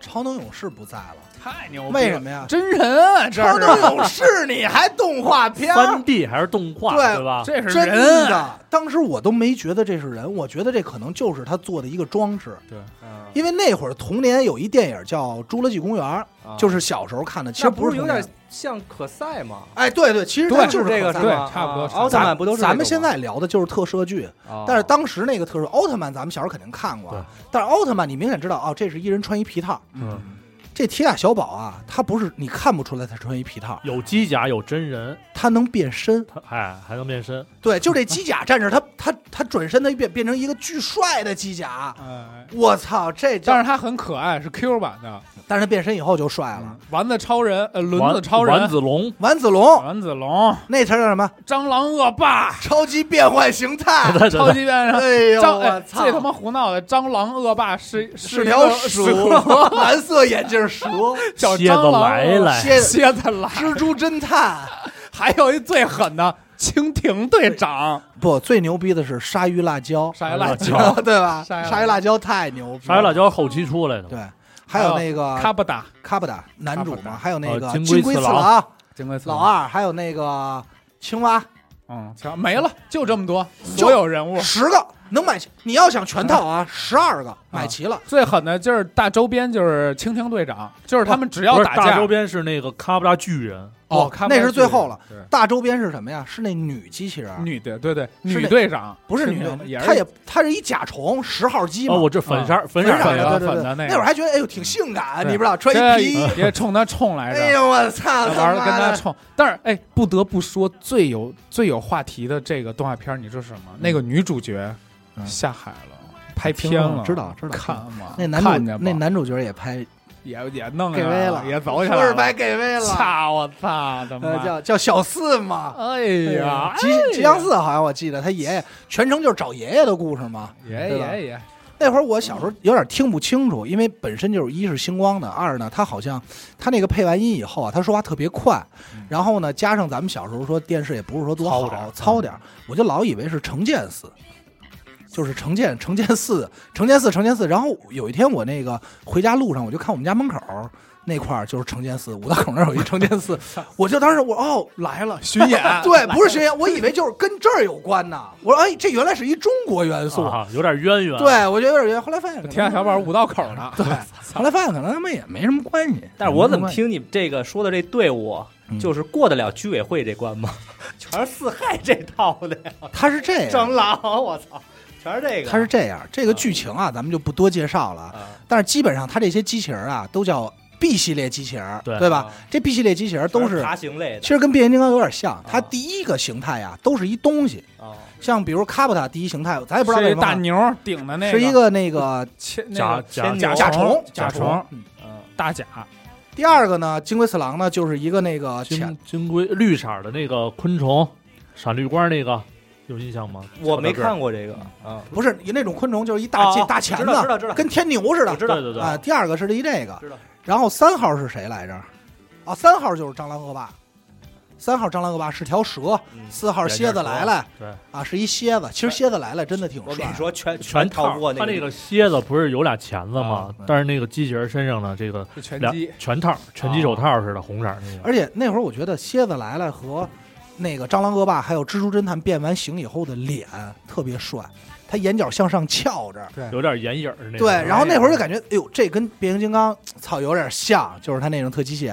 Speaker 2: 超能勇士不在了，
Speaker 4: 太牛逼了，
Speaker 2: 为什么呀？
Speaker 4: 真人啊，这
Speaker 2: 超能
Speaker 4: 是
Speaker 2: 勇士你还动画片儿
Speaker 3: 三 D 还是动画，
Speaker 2: 对
Speaker 3: 对吧？
Speaker 4: 这是
Speaker 2: 真
Speaker 4: 人啊，
Speaker 2: 的，当时我都没觉得这是人，我觉得这可能就是他做的一个装置。
Speaker 4: 对
Speaker 5: 嗯
Speaker 2: 因为那会儿童年有一电影叫《侏罗纪公园》，
Speaker 5: 啊
Speaker 2: 就是小时候看的，其
Speaker 5: 那
Speaker 2: 实
Speaker 5: 不
Speaker 2: 是
Speaker 5: 是有
Speaker 2: 童
Speaker 5: 点
Speaker 2: 年。
Speaker 5: 像可赛吗？
Speaker 2: 哎，对对，其实它
Speaker 4: 对
Speaker 2: 就是
Speaker 5: 这个
Speaker 2: 可
Speaker 5: 是
Speaker 2: 赛
Speaker 4: 对
Speaker 5: 吗？
Speaker 4: 差不多
Speaker 5: 啊
Speaker 4: 是
Speaker 5: 奥特曼不都是这种吗？
Speaker 2: 咱们现在聊的就是特摄剧，
Speaker 5: 哦，
Speaker 2: 但是当时那个特摄奥特曼，咱们小时候肯定看过啊。但是奥特曼，你明显知道哦，这是一人穿一皮套。
Speaker 3: 嗯，
Speaker 2: 这铁甲小宝啊，他不是你看不出来他穿一皮套，
Speaker 3: 有机甲，有真人，
Speaker 2: 他能变身。
Speaker 3: 他哎还能变身，
Speaker 2: 对，就这机甲战士，他他他转身，他变变成一个巨帅的机甲。
Speaker 4: 哎
Speaker 2: 我操，这
Speaker 4: 但是
Speaker 2: 是
Speaker 4: 它很可爱，是 Q 版的
Speaker 2: 但是他变身以后就帅了。
Speaker 4: 丸子超人，呃，轮
Speaker 3: 丸
Speaker 4: 子超人，
Speaker 3: 丸子龙，
Speaker 2: 丸子龙
Speaker 4: 丸子龙，
Speaker 2: 那词儿叫什么？
Speaker 4: 蟑螂恶霸，
Speaker 2: 超级变换形态。
Speaker 3: 对对
Speaker 4: 超
Speaker 3: 对，
Speaker 4: 级变身。
Speaker 2: 哎呦，
Speaker 4: 蟑
Speaker 2: 我
Speaker 4: 哎，
Speaker 2: 操！
Speaker 4: 最他妈胡闹的！蟑螂恶霸是
Speaker 2: 是
Speaker 4: 是
Speaker 2: 条
Speaker 4: 一个
Speaker 2: 鼠， 蓝色眼镜 蛇，
Speaker 4: 叫
Speaker 3: 蝎
Speaker 4: 蟑
Speaker 3: 子
Speaker 4: 螂
Speaker 3: 来
Speaker 4: 恶
Speaker 3: 了，
Speaker 2: 蝎子
Speaker 4: 蝎子来，
Speaker 2: 蜘蛛侦探。
Speaker 4: 还有一最狠的蜻蜓队长，
Speaker 2: 不，最牛逼的是鲨鱼辣椒，
Speaker 4: 啥来
Speaker 3: 鲨鱼辣椒
Speaker 2: 对吧？
Speaker 4: 鲨鱼辣椒
Speaker 2: 鲨鱼辣椒太牛逼了，
Speaker 3: 鲨鱼辣椒后期出来的，
Speaker 2: 对，还有那个
Speaker 4: 卡布达，
Speaker 2: 卡布达男主嘛，还有那个
Speaker 3: 呃金
Speaker 2: 金
Speaker 3: 龟
Speaker 2: 龟
Speaker 3: 次
Speaker 2: 次
Speaker 3: 郎
Speaker 2: 郎
Speaker 4: 金龟子
Speaker 2: 老，二，还有那个青蛙，
Speaker 4: 嗯，瞧没了，就这么多，所有人物
Speaker 2: 十个能买齐。你要想全套啊，十二个买齐了。
Speaker 4: 最狠的就是大周边，就是蜻蜓队长，就是他们只
Speaker 3: 不
Speaker 4: 要
Speaker 3: 是
Speaker 4: 打
Speaker 3: 大
Speaker 4: 架
Speaker 3: 周，边是那个卡布拉巨人，
Speaker 4: 哦
Speaker 2: 不
Speaker 4: 卡布达
Speaker 2: 那是最后了
Speaker 4: 巨人。
Speaker 2: 大周边是什么呀？是那女机器人，
Speaker 4: 女队，对对，
Speaker 2: 是
Speaker 4: 女
Speaker 2: 那
Speaker 4: 队长
Speaker 2: 不是女
Speaker 4: 那个
Speaker 2: 的，
Speaker 4: 是
Speaker 2: 她也她是一甲虫十号机嘛。
Speaker 3: 哦，我这粉色儿粉色啊
Speaker 2: 粉
Speaker 4: 色的
Speaker 2: 的，
Speaker 3: 儿
Speaker 2: 对对
Speaker 4: 粉的那
Speaker 2: 对。
Speaker 4: 个
Speaker 2: 会儿还觉得哎呦挺性感，
Speaker 4: 对
Speaker 2: 你不知道穿一
Speaker 4: 这
Speaker 2: 皮衣，
Speaker 4: 也冲他冲来着。
Speaker 2: 哎呦我 操，
Speaker 4: 玩儿
Speaker 2: 他
Speaker 4: 跟
Speaker 2: 妈
Speaker 4: 他
Speaker 2: 的！
Speaker 4: 冲，但是哎，不得不说最有最有话题的这个动画片儿，你知道是什么？那个女主角
Speaker 2: 嗯
Speaker 4: 下海了，拍
Speaker 2: 听
Speaker 4: 片
Speaker 2: 了
Speaker 4: 了，
Speaker 2: 知道知道
Speaker 4: 看嘛，
Speaker 2: 那男
Speaker 4: 看见
Speaker 2: 主
Speaker 4: 吧
Speaker 2: 那男主角也拍，
Speaker 4: 也也弄
Speaker 2: 给
Speaker 4: 下
Speaker 2: 威
Speaker 4: 来
Speaker 2: 了
Speaker 4: 也走起
Speaker 2: 说
Speaker 4: 来
Speaker 2: 是
Speaker 4: 了，
Speaker 2: 白给威了，
Speaker 4: 操我操的
Speaker 2: 呃
Speaker 4: 妈！
Speaker 2: 叫叫小四嘛。
Speaker 4: 哎呀，
Speaker 2: 吉吉祥寺好像我记得他爷爷全程就是找爷爷的故事嘛。
Speaker 4: 爷
Speaker 2: 对吧
Speaker 4: 爷爷，
Speaker 2: 那会儿我小时候有点听不清楚，因为本身就是一是星光的，二呢他好像他那个配完音以后啊，他说话特别快，然后呢加上咱们小时候说电视也不是说多好
Speaker 3: 嗯糙点儿
Speaker 2: 糙点儿，我就老以为是成建寺，就是成建成建寺成建寺成建寺。然后有一天我那个回家路上，我就看我们家门口儿那块儿就是成建寺，五道口那儿有一成建 寺，我就当时我哦来了巡演， 对，不是巡演，我以为就是跟这儿有关呢。我说哎，这原来是一中国元素。
Speaker 3: 啊，有点渊源，，
Speaker 2: 对，我觉得有点冤。后来发现可能
Speaker 4: 天下小宝五道口呢，对，
Speaker 2: 后来发现可能他们也没什么关系。
Speaker 5: 但是我怎么听你这个说的这队伍
Speaker 2: 嗯，
Speaker 5: 就是过得了居委会这关吗？ 全是四害这套的呀，
Speaker 2: 他是这
Speaker 5: 蟑
Speaker 2: 样？
Speaker 5: 螂，我操，全是这个。
Speaker 2: 他是这样，这个剧情啊，咱们就不多介绍了。
Speaker 5: 啊
Speaker 2: 但是基本上他这些机器人啊，都叫 B 系列机器人，
Speaker 3: 对
Speaker 2: 吧？这 B 系列机器人都是，
Speaker 5: 爬行类
Speaker 2: 其
Speaker 5: 啊的
Speaker 2: 实跟变形金刚有点像。它第一个形态啊，都是一东西，
Speaker 5: 啊，
Speaker 2: 像比如卡布塔第一形态，咱也不知道为
Speaker 4: 是
Speaker 2: 什
Speaker 4: 一大
Speaker 2: 么
Speaker 4: 牛顶的
Speaker 2: 啊，
Speaker 4: 那
Speaker 2: 是一个那个
Speaker 4: 切那
Speaker 3: 甲
Speaker 4: 个
Speaker 3: 甲
Speaker 5: 甲
Speaker 2: 甲
Speaker 4: 虫
Speaker 2: 虫，
Speaker 4: 甲
Speaker 3: 虫，
Speaker 2: 嗯
Speaker 5: 嗯
Speaker 4: 大甲，
Speaker 2: 第二个呢，金龟次郎呢，就是一个那个
Speaker 3: 金
Speaker 2: 潜，
Speaker 3: 金龟绿色儿的那个昆虫，闪绿光那个有印象吗？
Speaker 5: 我没
Speaker 3: 小大个儿
Speaker 5: 看过这个啊，
Speaker 2: 不是那种昆虫，就是一大
Speaker 5: 哦
Speaker 2: 钳
Speaker 5: 哦
Speaker 2: 大钳
Speaker 5: 知道知道知
Speaker 2: 子，
Speaker 5: 道
Speaker 2: 跟天牛似的
Speaker 5: 我，知道
Speaker 3: 对对对
Speaker 2: 啊，第二个是一这个
Speaker 5: 知道，
Speaker 2: 然后三号是谁来着？啊，三号就是蟑螂恶霸，三号蟑螂恶霸是条蛇，
Speaker 5: 嗯
Speaker 2: 四号蝎子来了
Speaker 3: 对，
Speaker 2: 啊，是一蝎子。其实蝎子来了真的挺
Speaker 5: 我跟
Speaker 2: 帅
Speaker 5: 你，说，全
Speaker 3: 全
Speaker 5: 逃不过
Speaker 3: 他那
Speaker 5: 个
Speaker 3: 个蝎子不是有俩钳子吗
Speaker 2: 啊对？
Speaker 3: 但是那个机器人身上呢，这个
Speaker 4: 是拳
Speaker 3: 两
Speaker 4: 击，
Speaker 3: 全套拳击手套似的，红色儿那个。
Speaker 2: 而且那会儿我觉得蝎子来了和那个蟑螂恶霸还有蜘蛛侦探变完形以后的脸特别帅，他眼角向上翘着。
Speaker 3: 有点眼影儿那种。
Speaker 2: 哎对，然后那会儿就感觉，哎呦，这跟变形金刚操有点像，就是他那种特机械。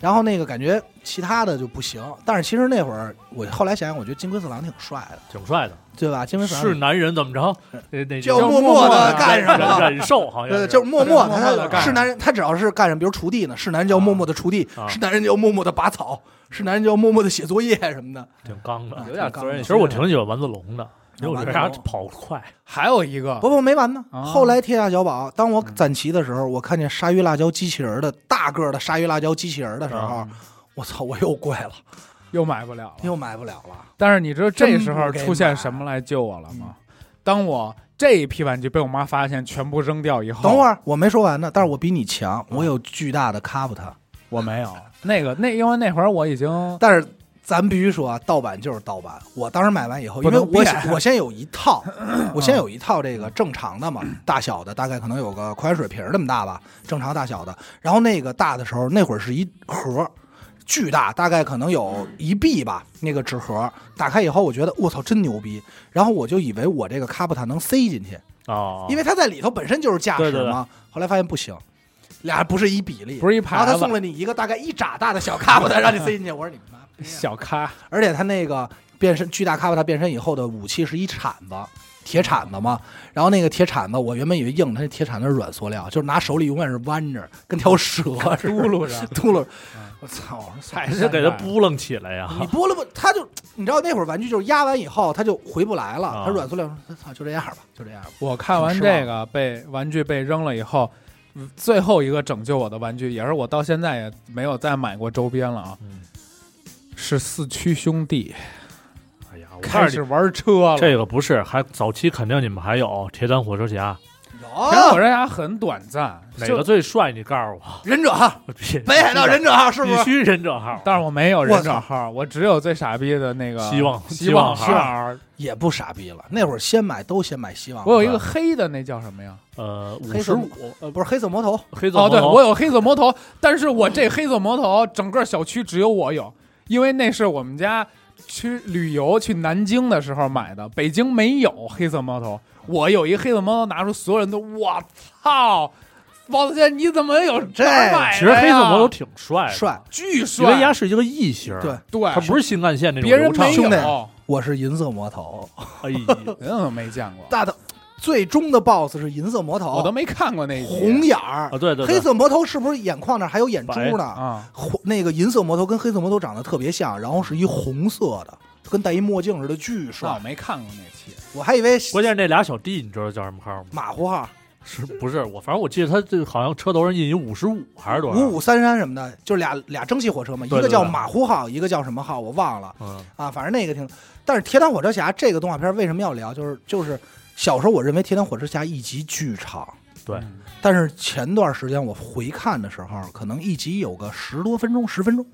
Speaker 2: 然后那个感觉其他的就不行，但是其实那会儿我后来想想，我觉得金龟次郎挺帅的，
Speaker 3: 哎挺帅的，
Speaker 2: 对吧？金龟四郎
Speaker 3: 是男人怎么着？那那
Speaker 2: 呃就
Speaker 4: 叫
Speaker 2: 默
Speaker 4: 默
Speaker 2: 的
Speaker 4: 地
Speaker 2: 干什么？
Speaker 3: 忍忍受好像
Speaker 2: 对，
Speaker 3: 是
Speaker 2: 就是默默，
Speaker 4: 默默地
Speaker 2: 他
Speaker 4: 干
Speaker 2: 是男人，他只要是干什么，比如锄地呢，是男人就要默默的锄地，
Speaker 3: 啊
Speaker 2: 是男人就要默默的拔草，是男人就要默默的写作业什么的。
Speaker 3: 挺刚的。
Speaker 5: 有点责任
Speaker 3: 其
Speaker 5: 心。啊
Speaker 3: 实我挺喜欢丸子龙的，因为我觉得他
Speaker 2: 啊丸子龙
Speaker 3: 跑快，
Speaker 4: 还有一个
Speaker 2: 不不，没完呢。
Speaker 4: 啊
Speaker 2: 后来天下小宝，当我攒齐的时候，我看见鲨鱼辣椒机器人儿的大个儿的鲨鱼辣椒机器人儿的时候
Speaker 3: 啊，
Speaker 2: 我操，我又跪了，
Speaker 4: 又买不了了。
Speaker 2: 又买不了了。
Speaker 4: 但是你知道这时
Speaker 2: 真
Speaker 4: 候
Speaker 2: 不给买
Speaker 4: 出现什么来救我了吗？当我这一批玩具被我妈发现全部扔掉以后，
Speaker 2: 等会儿我没说完呢，但是我比你强，
Speaker 4: 啊
Speaker 2: 我有巨大的卡布他。
Speaker 4: 我没有那个那因为那会儿我已经
Speaker 2: 但是咱必须说啊，盗版就是盗版。我当时买完以后，因
Speaker 4: 不
Speaker 2: 为
Speaker 4: 能
Speaker 2: 我
Speaker 4: 变啊
Speaker 2: 先我先有一套， 我先有一套这个正常的嘛，大小的大概可能有个矿泉水瓶儿那么大吧，正常大小的。然后那个大的时候，那会儿是一盒儿。巨大，大概可能有一臂吧，那个纸盒打开以后，我觉得我操真牛逼，然后我就以为我这个卡布塔能塞进去，
Speaker 3: 啊，
Speaker 2: 因为它在里头本身就是驾驶嘛。
Speaker 3: 对对对
Speaker 2: 后来发现不行，俩不是一比例，
Speaker 4: 不是一
Speaker 2: 然后
Speaker 4: 牌
Speaker 2: 他
Speaker 4: 子
Speaker 2: 送了你一个大概一拃大的小卡布塔，让你塞 进去，我说你妈逼啊
Speaker 4: 小咖，
Speaker 2: 而且他那个变身巨大卡布他变身以后的武器是一铲子，铁铲子嘛。然后那个铁铲子，我原本以为硬，它那铁铲子是软塑料，就是拿手里永远是弯着，跟条蛇 似
Speaker 4: 嘟噜嗯着
Speaker 2: 的，嘟噜。我操！我说
Speaker 4: 才
Speaker 3: 是给他扑棱起来呀，
Speaker 2: 你拨了不，他就你知道那会儿玩具就是压完以后他就回不来了
Speaker 3: 啊，
Speaker 2: 他软塑料，说操就这样吧，就这样吧。
Speaker 4: 我看完
Speaker 2: 挺失望
Speaker 4: 这个被玩具被扔了以后，嗯最后一个拯救我的玩具，也是我到现在也没有再买过周边了啊，
Speaker 3: 嗯
Speaker 4: 是四驱兄弟
Speaker 3: 哎呀，我
Speaker 4: 开
Speaker 3: 看
Speaker 4: 始玩车了。
Speaker 3: 这个不是，还早期肯定你们还有铁胆火车侠，
Speaker 4: 天
Speaker 2: 有啊
Speaker 4: 我这家很短暂，
Speaker 3: 哪
Speaker 4: 就
Speaker 3: 个最帅？你告 诉我，
Speaker 2: 忍者号，
Speaker 3: 必
Speaker 2: 北海道忍者号是不
Speaker 3: 必
Speaker 2: 是？
Speaker 3: 须忍者号，
Speaker 4: 但是我没有
Speaker 2: 我操
Speaker 4: 忍者号，我只有最傻逼的那个
Speaker 3: 希望
Speaker 4: 希啊
Speaker 3: 希望
Speaker 4: 号。
Speaker 2: 也不傻逼了，那会儿先买都先买希
Speaker 3: 啊
Speaker 2: 望。
Speaker 4: 我有一个黑的，那叫什么呀？
Speaker 3: 呃，五
Speaker 2: 黑
Speaker 3: 十
Speaker 2: 色
Speaker 3: 五，
Speaker 2: 呃不是黑色魔头，
Speaker 3: 黑色
Speaker 4: 哦，
Speaker 3: 魔
Speaker 4: 对，
Speaker 3: 头
Speaker 4: 我有黑色魔头，但是我这黑色魔头整个小区只有我有，因为那是我们家去旅游去南京的时候买的，北京没有黑色魔头。我有一黑色魔头，拿出所有人都我操，包子先你怎么有
Speaker 2: 这
Speaker 4: 儿买的呀
Speaker 3: 其实黑色魔头挺帅的，
Speaker 2: 帅，
Speaker 4: 巨
Speaker 3: 因为
Speaker 4: 帅
Speaker 3: 它，是一个异形，
Speaker 2: 对，
Speaker 4: 对
Speaker 3: 它，不是新干线那种
Speaker 4: 别人
Speaker 3: 流畅
Speaker 4: 没
Speaker 2: 兄弟
Speaker 4: 有，
Speaker 2: 我是银色魔头。
Speaker 3: 哎呀，
Speaker 4: 嗯，没见过，
Speaker 2: 大的最终的 BOSS 是银色魔头，
Speaker 4: 我都没看过那一集
Speaker 2: 红眼儿
Speaker 3: 啊，对对，对
Speaker 2: 黑色魔头是不是眼眶那儿还有眼珠呢？
Speaker 4: 啊，
Speaker 2: 红那个银色魔头跟黑色魔头长得特别像，然后是一红色的，跟戴一墨镜似的，巨
Speaker 4: 那我
Speaker 3: 啊
Speaker 2: 帅。
Speaker 4: 没看过那期，
Speaker 2: 我还以为
Speaker 3: 关键是那俩小弟，你知道叫什么号吗？
Speaker 2: 马虎号
Speaker 3: 是不是我？反正我记得他这好像车头上印一五十五还是多少？
Speaker 2: 五五三三什么的，就是俩俩蒸汽火车嘛，一
Speaker 3: 对对
Speaker 2: 个叫
Speaker 3: 对
Speaker 2: 马虎号，一个叫什么号我忘了
Speaker 3: 嗯，
Speaker 2: 啊，反正那个挺。但是《铁胆火车侠》这个动画片为什么要聊？就是就是小时候我认为《铁胆火车侠》一集巨长，
Speaker 3: 对
Speaker 4: 嗯
Speaker 2: 但是前段时间我回看的时候，可能一集有个十多分钟、十分钟，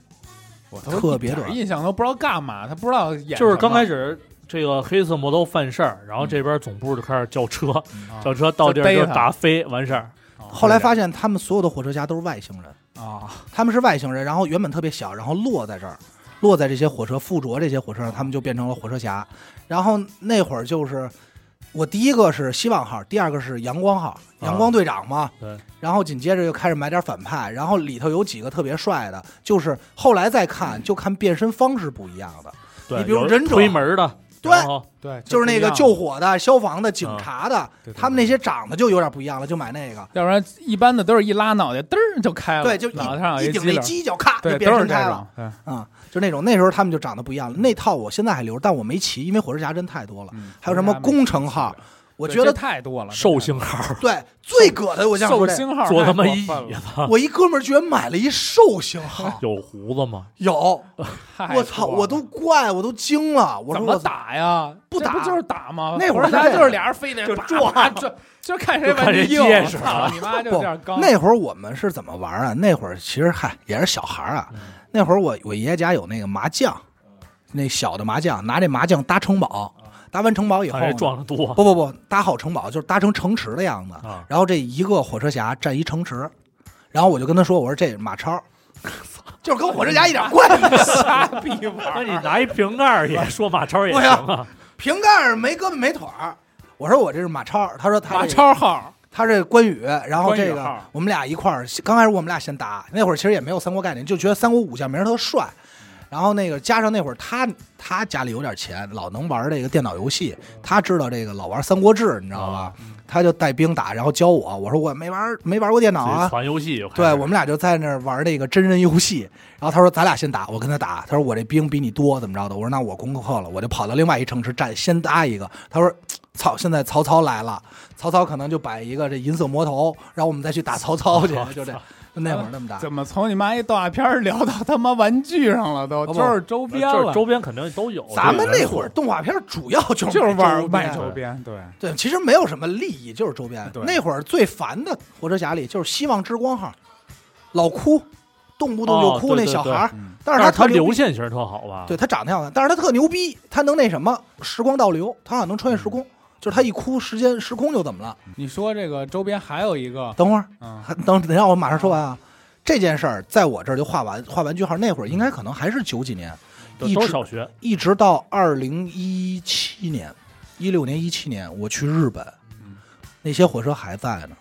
Speaker 4: 我都
Speaker 2: 特别
Speaker 4: 一点
Speaker 2: 短。
Speaker 4: 印象都不知道干嘛，他不知道演
Speaker 3: 就是刚开
Speaker 4: 始
Speaker 3: 始这个黑色魔头犯事儿，然后这边总部就开始叫车，
Speaker 2: 啊
Speaker 3: 叫车到地
Speaker 4: 就
Speaker 3: 儿
Speaker 4: 逮
Speaker 3: 就
Speaker 4: 他
Speaker 3: 打飞，完事儿。
Speaker 2: 后来发现他们所有的火车侠都是外星人，
Speaker 4: 啊，
Speaker 2: 他们是外星人，然后原本特别小，然后落在这儿，落在这些火车附着这些火车上，他们就变成了火车侠。然后那会儿就是我第一个是希望号，第二个是阳光号，阳光队长嘛。
Speaker 3: 对。
Speaker 2: 然后紧接着就开始买点反派，然后里头有几个特别帅的，就是后来再看就看变身方式不一样的，
Speaker 3: 对，
Speaker 2: 你比如
Speaker 3: 有
Speaker 2: 忍者
Speaker 3: 推门的，
Speaker 2: 对
Speaker 3: 然后
Speaker 4: 对，
Speaker 2: 就是那
Speaker 4: 不
Speaker 2: 个
Speaker 4: 一样嗯
Speaker 2: 救火的、消防的、警
Speaker 3: 啊
Speaker 2: 察的，
Speaker 4: 对对
Speaker 2: 他们那些长得就有点不一样了，就买那个。
Speaker 4: 要不然一般的都是一拉脑袋嘚儿就开了，
Speaker 2: 对，就
Speaker 4: 脑袋上
Speaker 2: 一
Speaker 4: 有
Speaker 2: 一顶那
Speaker 4: 机
Speaker 2: 犄角，咔
Speaker 4: 对
Speaker 2: 就，变
Speaker 4: 都是
Speaker 2: 身
Speaker 4: 这
Speaker 2: 开
Speaker 4: 种
Speaker 2: 了。
Speaker 4: 对，
Speaker 2: 啊，就那种那时候他们就长得不一样了。那套我现在还留着，但我没骑，因为火车侠真太多了。
Speaker 4: 嗯
Speaker 2: 还有什么工程号？我觉得
Speaker 4: 太多了，
Speaker 3: 寿星号，
Speaker 2: 对最葛的，我想
Speaker 4: 寿
Speaker 2: 说这，
Speaker 4: 星号
Speaker 3: 坐
Speaker 4: 太
Speaker 3: 他妈
Speaker 4: 过
Speaker 3: 一椅
Speaker 4: 分了，
Speaker 3: 子，，
Speaker 2: 我一哥们儿居然买了一寿星 号
Speaker 3: 有胡子吗？
Speaker 2: 有，
Speaker 4: 太
Speaker 2: 我操，
Speaker 4: 多了
Speaker 2: 我都怪，我都惊了，我
Speaker 4: 怎
Speaker 2: 说
Speaker 4: 么
Speaker 2: 我操
Speaker 4: 打呀？
Speaker 2: 不
Speaker 4: 这
Speaker 2: 打
Speaker 4: 就是打吗？
Speaker 2: 那会儿
Speaker 4: 火车
Speaker 2: 还
Speaker 4: 侠
Speaker 2: 这
Speaker 4: 就是俩人非得
Speaker 2: 就
Speaker 4: 打
Speaker 2: 撞
Speaker 4: 打就就看谁
Speaker 3: 就看
Speaker 4: 玩具
Speaker 3: 谁
Speaker 4: 硬，
Speaker 3: 结实
Speaker 4: 操你妈就
Speaker 2: 不
Speaker 4: 这样刚，
Speaker 2: 那会儿我们是怎么玩啊？那会儿其实嗨也是小孩儿啊。那会儿我我爷爷家有那个麻将，那小的麻将，拿这麻将搭城堡，搭完城堡以后
Speaker 3: 看
Speaker 2: 呢，
Speaker 3: 谁撞的多。
Speaker 2: 不不不，搭好城堡就是搭成城池的样子。
Speaker 3: 啊
Speaker 2: 然后这一个火车侠占一城池，然后我就跟他说：“我说这是马超，就是跟火车侠一点关系。
Speaker 4: 瞎逼玩
Speaker 3: 那你
Speaker 4: 儿。
Speaker 3: 拿一瓶盖儿也说马超也
Speaker 2: 不
Speaker 3: 行
Speaker 2: 行
Speaker 3: 啊，
Speaker 2: 瓶盖儿没胳膊没腿儿。”我说：“我这是马超。”他说他
Speaker 4: 马
Speaker 2: 这
Speaker 4: 超号
Speaker 2: 他是关羽，然后这
Speaker 4: 关羽
Speaker 2: 个
Speaker 4: 号
Speaker 2: 我们俩一块儿，刚开始我们俩先打，那会儿其实也没有三国概念，就觉得三国武将没人特帅。然后那个加上那会儿他他家里有点钱，老能玩这个电脑游戏，他知道这个老玩《三国志》，你知道吧？
Speaker 4: 嗯
Speaker 2: 他就带兵打，然后教我。我说我没玩没玩过电脑
Speaker 3: 自己
Speaker 2: 啊，
Speaker 3: 传游戏又开始
Speaker 2: 对，我们俩就在那儿玩那个真人游戏。然后他说：“咱俩先打。”我跟他打。他说：“我这兵比你多，怎么着的？”我说：“那我攻克了。”我就跑到另外一城池站，先搭一个。他说：“操，现在曹操来了，曹操可能就摆一个这银色魔头，然后我们再去打曹操去。”就这，就那会儿那么打。
Speaker 4: 怎么从你妈一动画片儿聊到他妈玩具上了都，
Speaker 2: 不
Speaker 4: 就是周边
Speaker 3: 呃就
Speaker 4: 了
Speaker 3: 是，周边肯定都有。
Speaker 2: 咱们那会儿动画片主要就是
Speaker 4: 就是玩
Speaker 2: 卖
Speaker 4: 卖
Speaker 2: 周
Speaker 4: 周
Speaker 2: 边
Speaker 4: 边，对，
Speaker 2: 对，其实没有什么利益，就是周边。
Speaker 4: 对
Speaker 2: 那会儿最烦的火车侠里就是希望之光号，老哭，动不动就
Speaker 3: 哦
Speaker 2: 哭那
Speaker 3: 对对
Speaker 2: 小
Speaker 3: 对
Speaker 2: 孩儿
Speaker 4: 嗯，
Speaker 2: 但
Speaker 3: 但
Speaker 2: 他
Speaker 3: 是
Speaker 2: 特
Speaker 3: 他
Speaker 2: 牛逼
Speaker 3: 流线型特好吧？
Speaker 2: 对他长得挺好看，但是他特牛逼，他能那什么时光倒流，他好像能穿越时空，就是他一哭，时间时空就怎么了？
Speaker 4: 你说这个周边还有一个，
Speaker 2: 等会儿，
Speaker 4: 嗯，
Speaker 2: 还等等让我马上说完啊。这件事儿在我这儿就画完画完句号，那会儿应该可能还是九几年，
Speaker 3: 都
Speaker 2: 一
Speaker 3: 都
Speaker 2: 直啊
Speaker 3: 小学。
Speaker 2: 一直到二零一七年，一六年一七年我去日本，那些火车还在呢，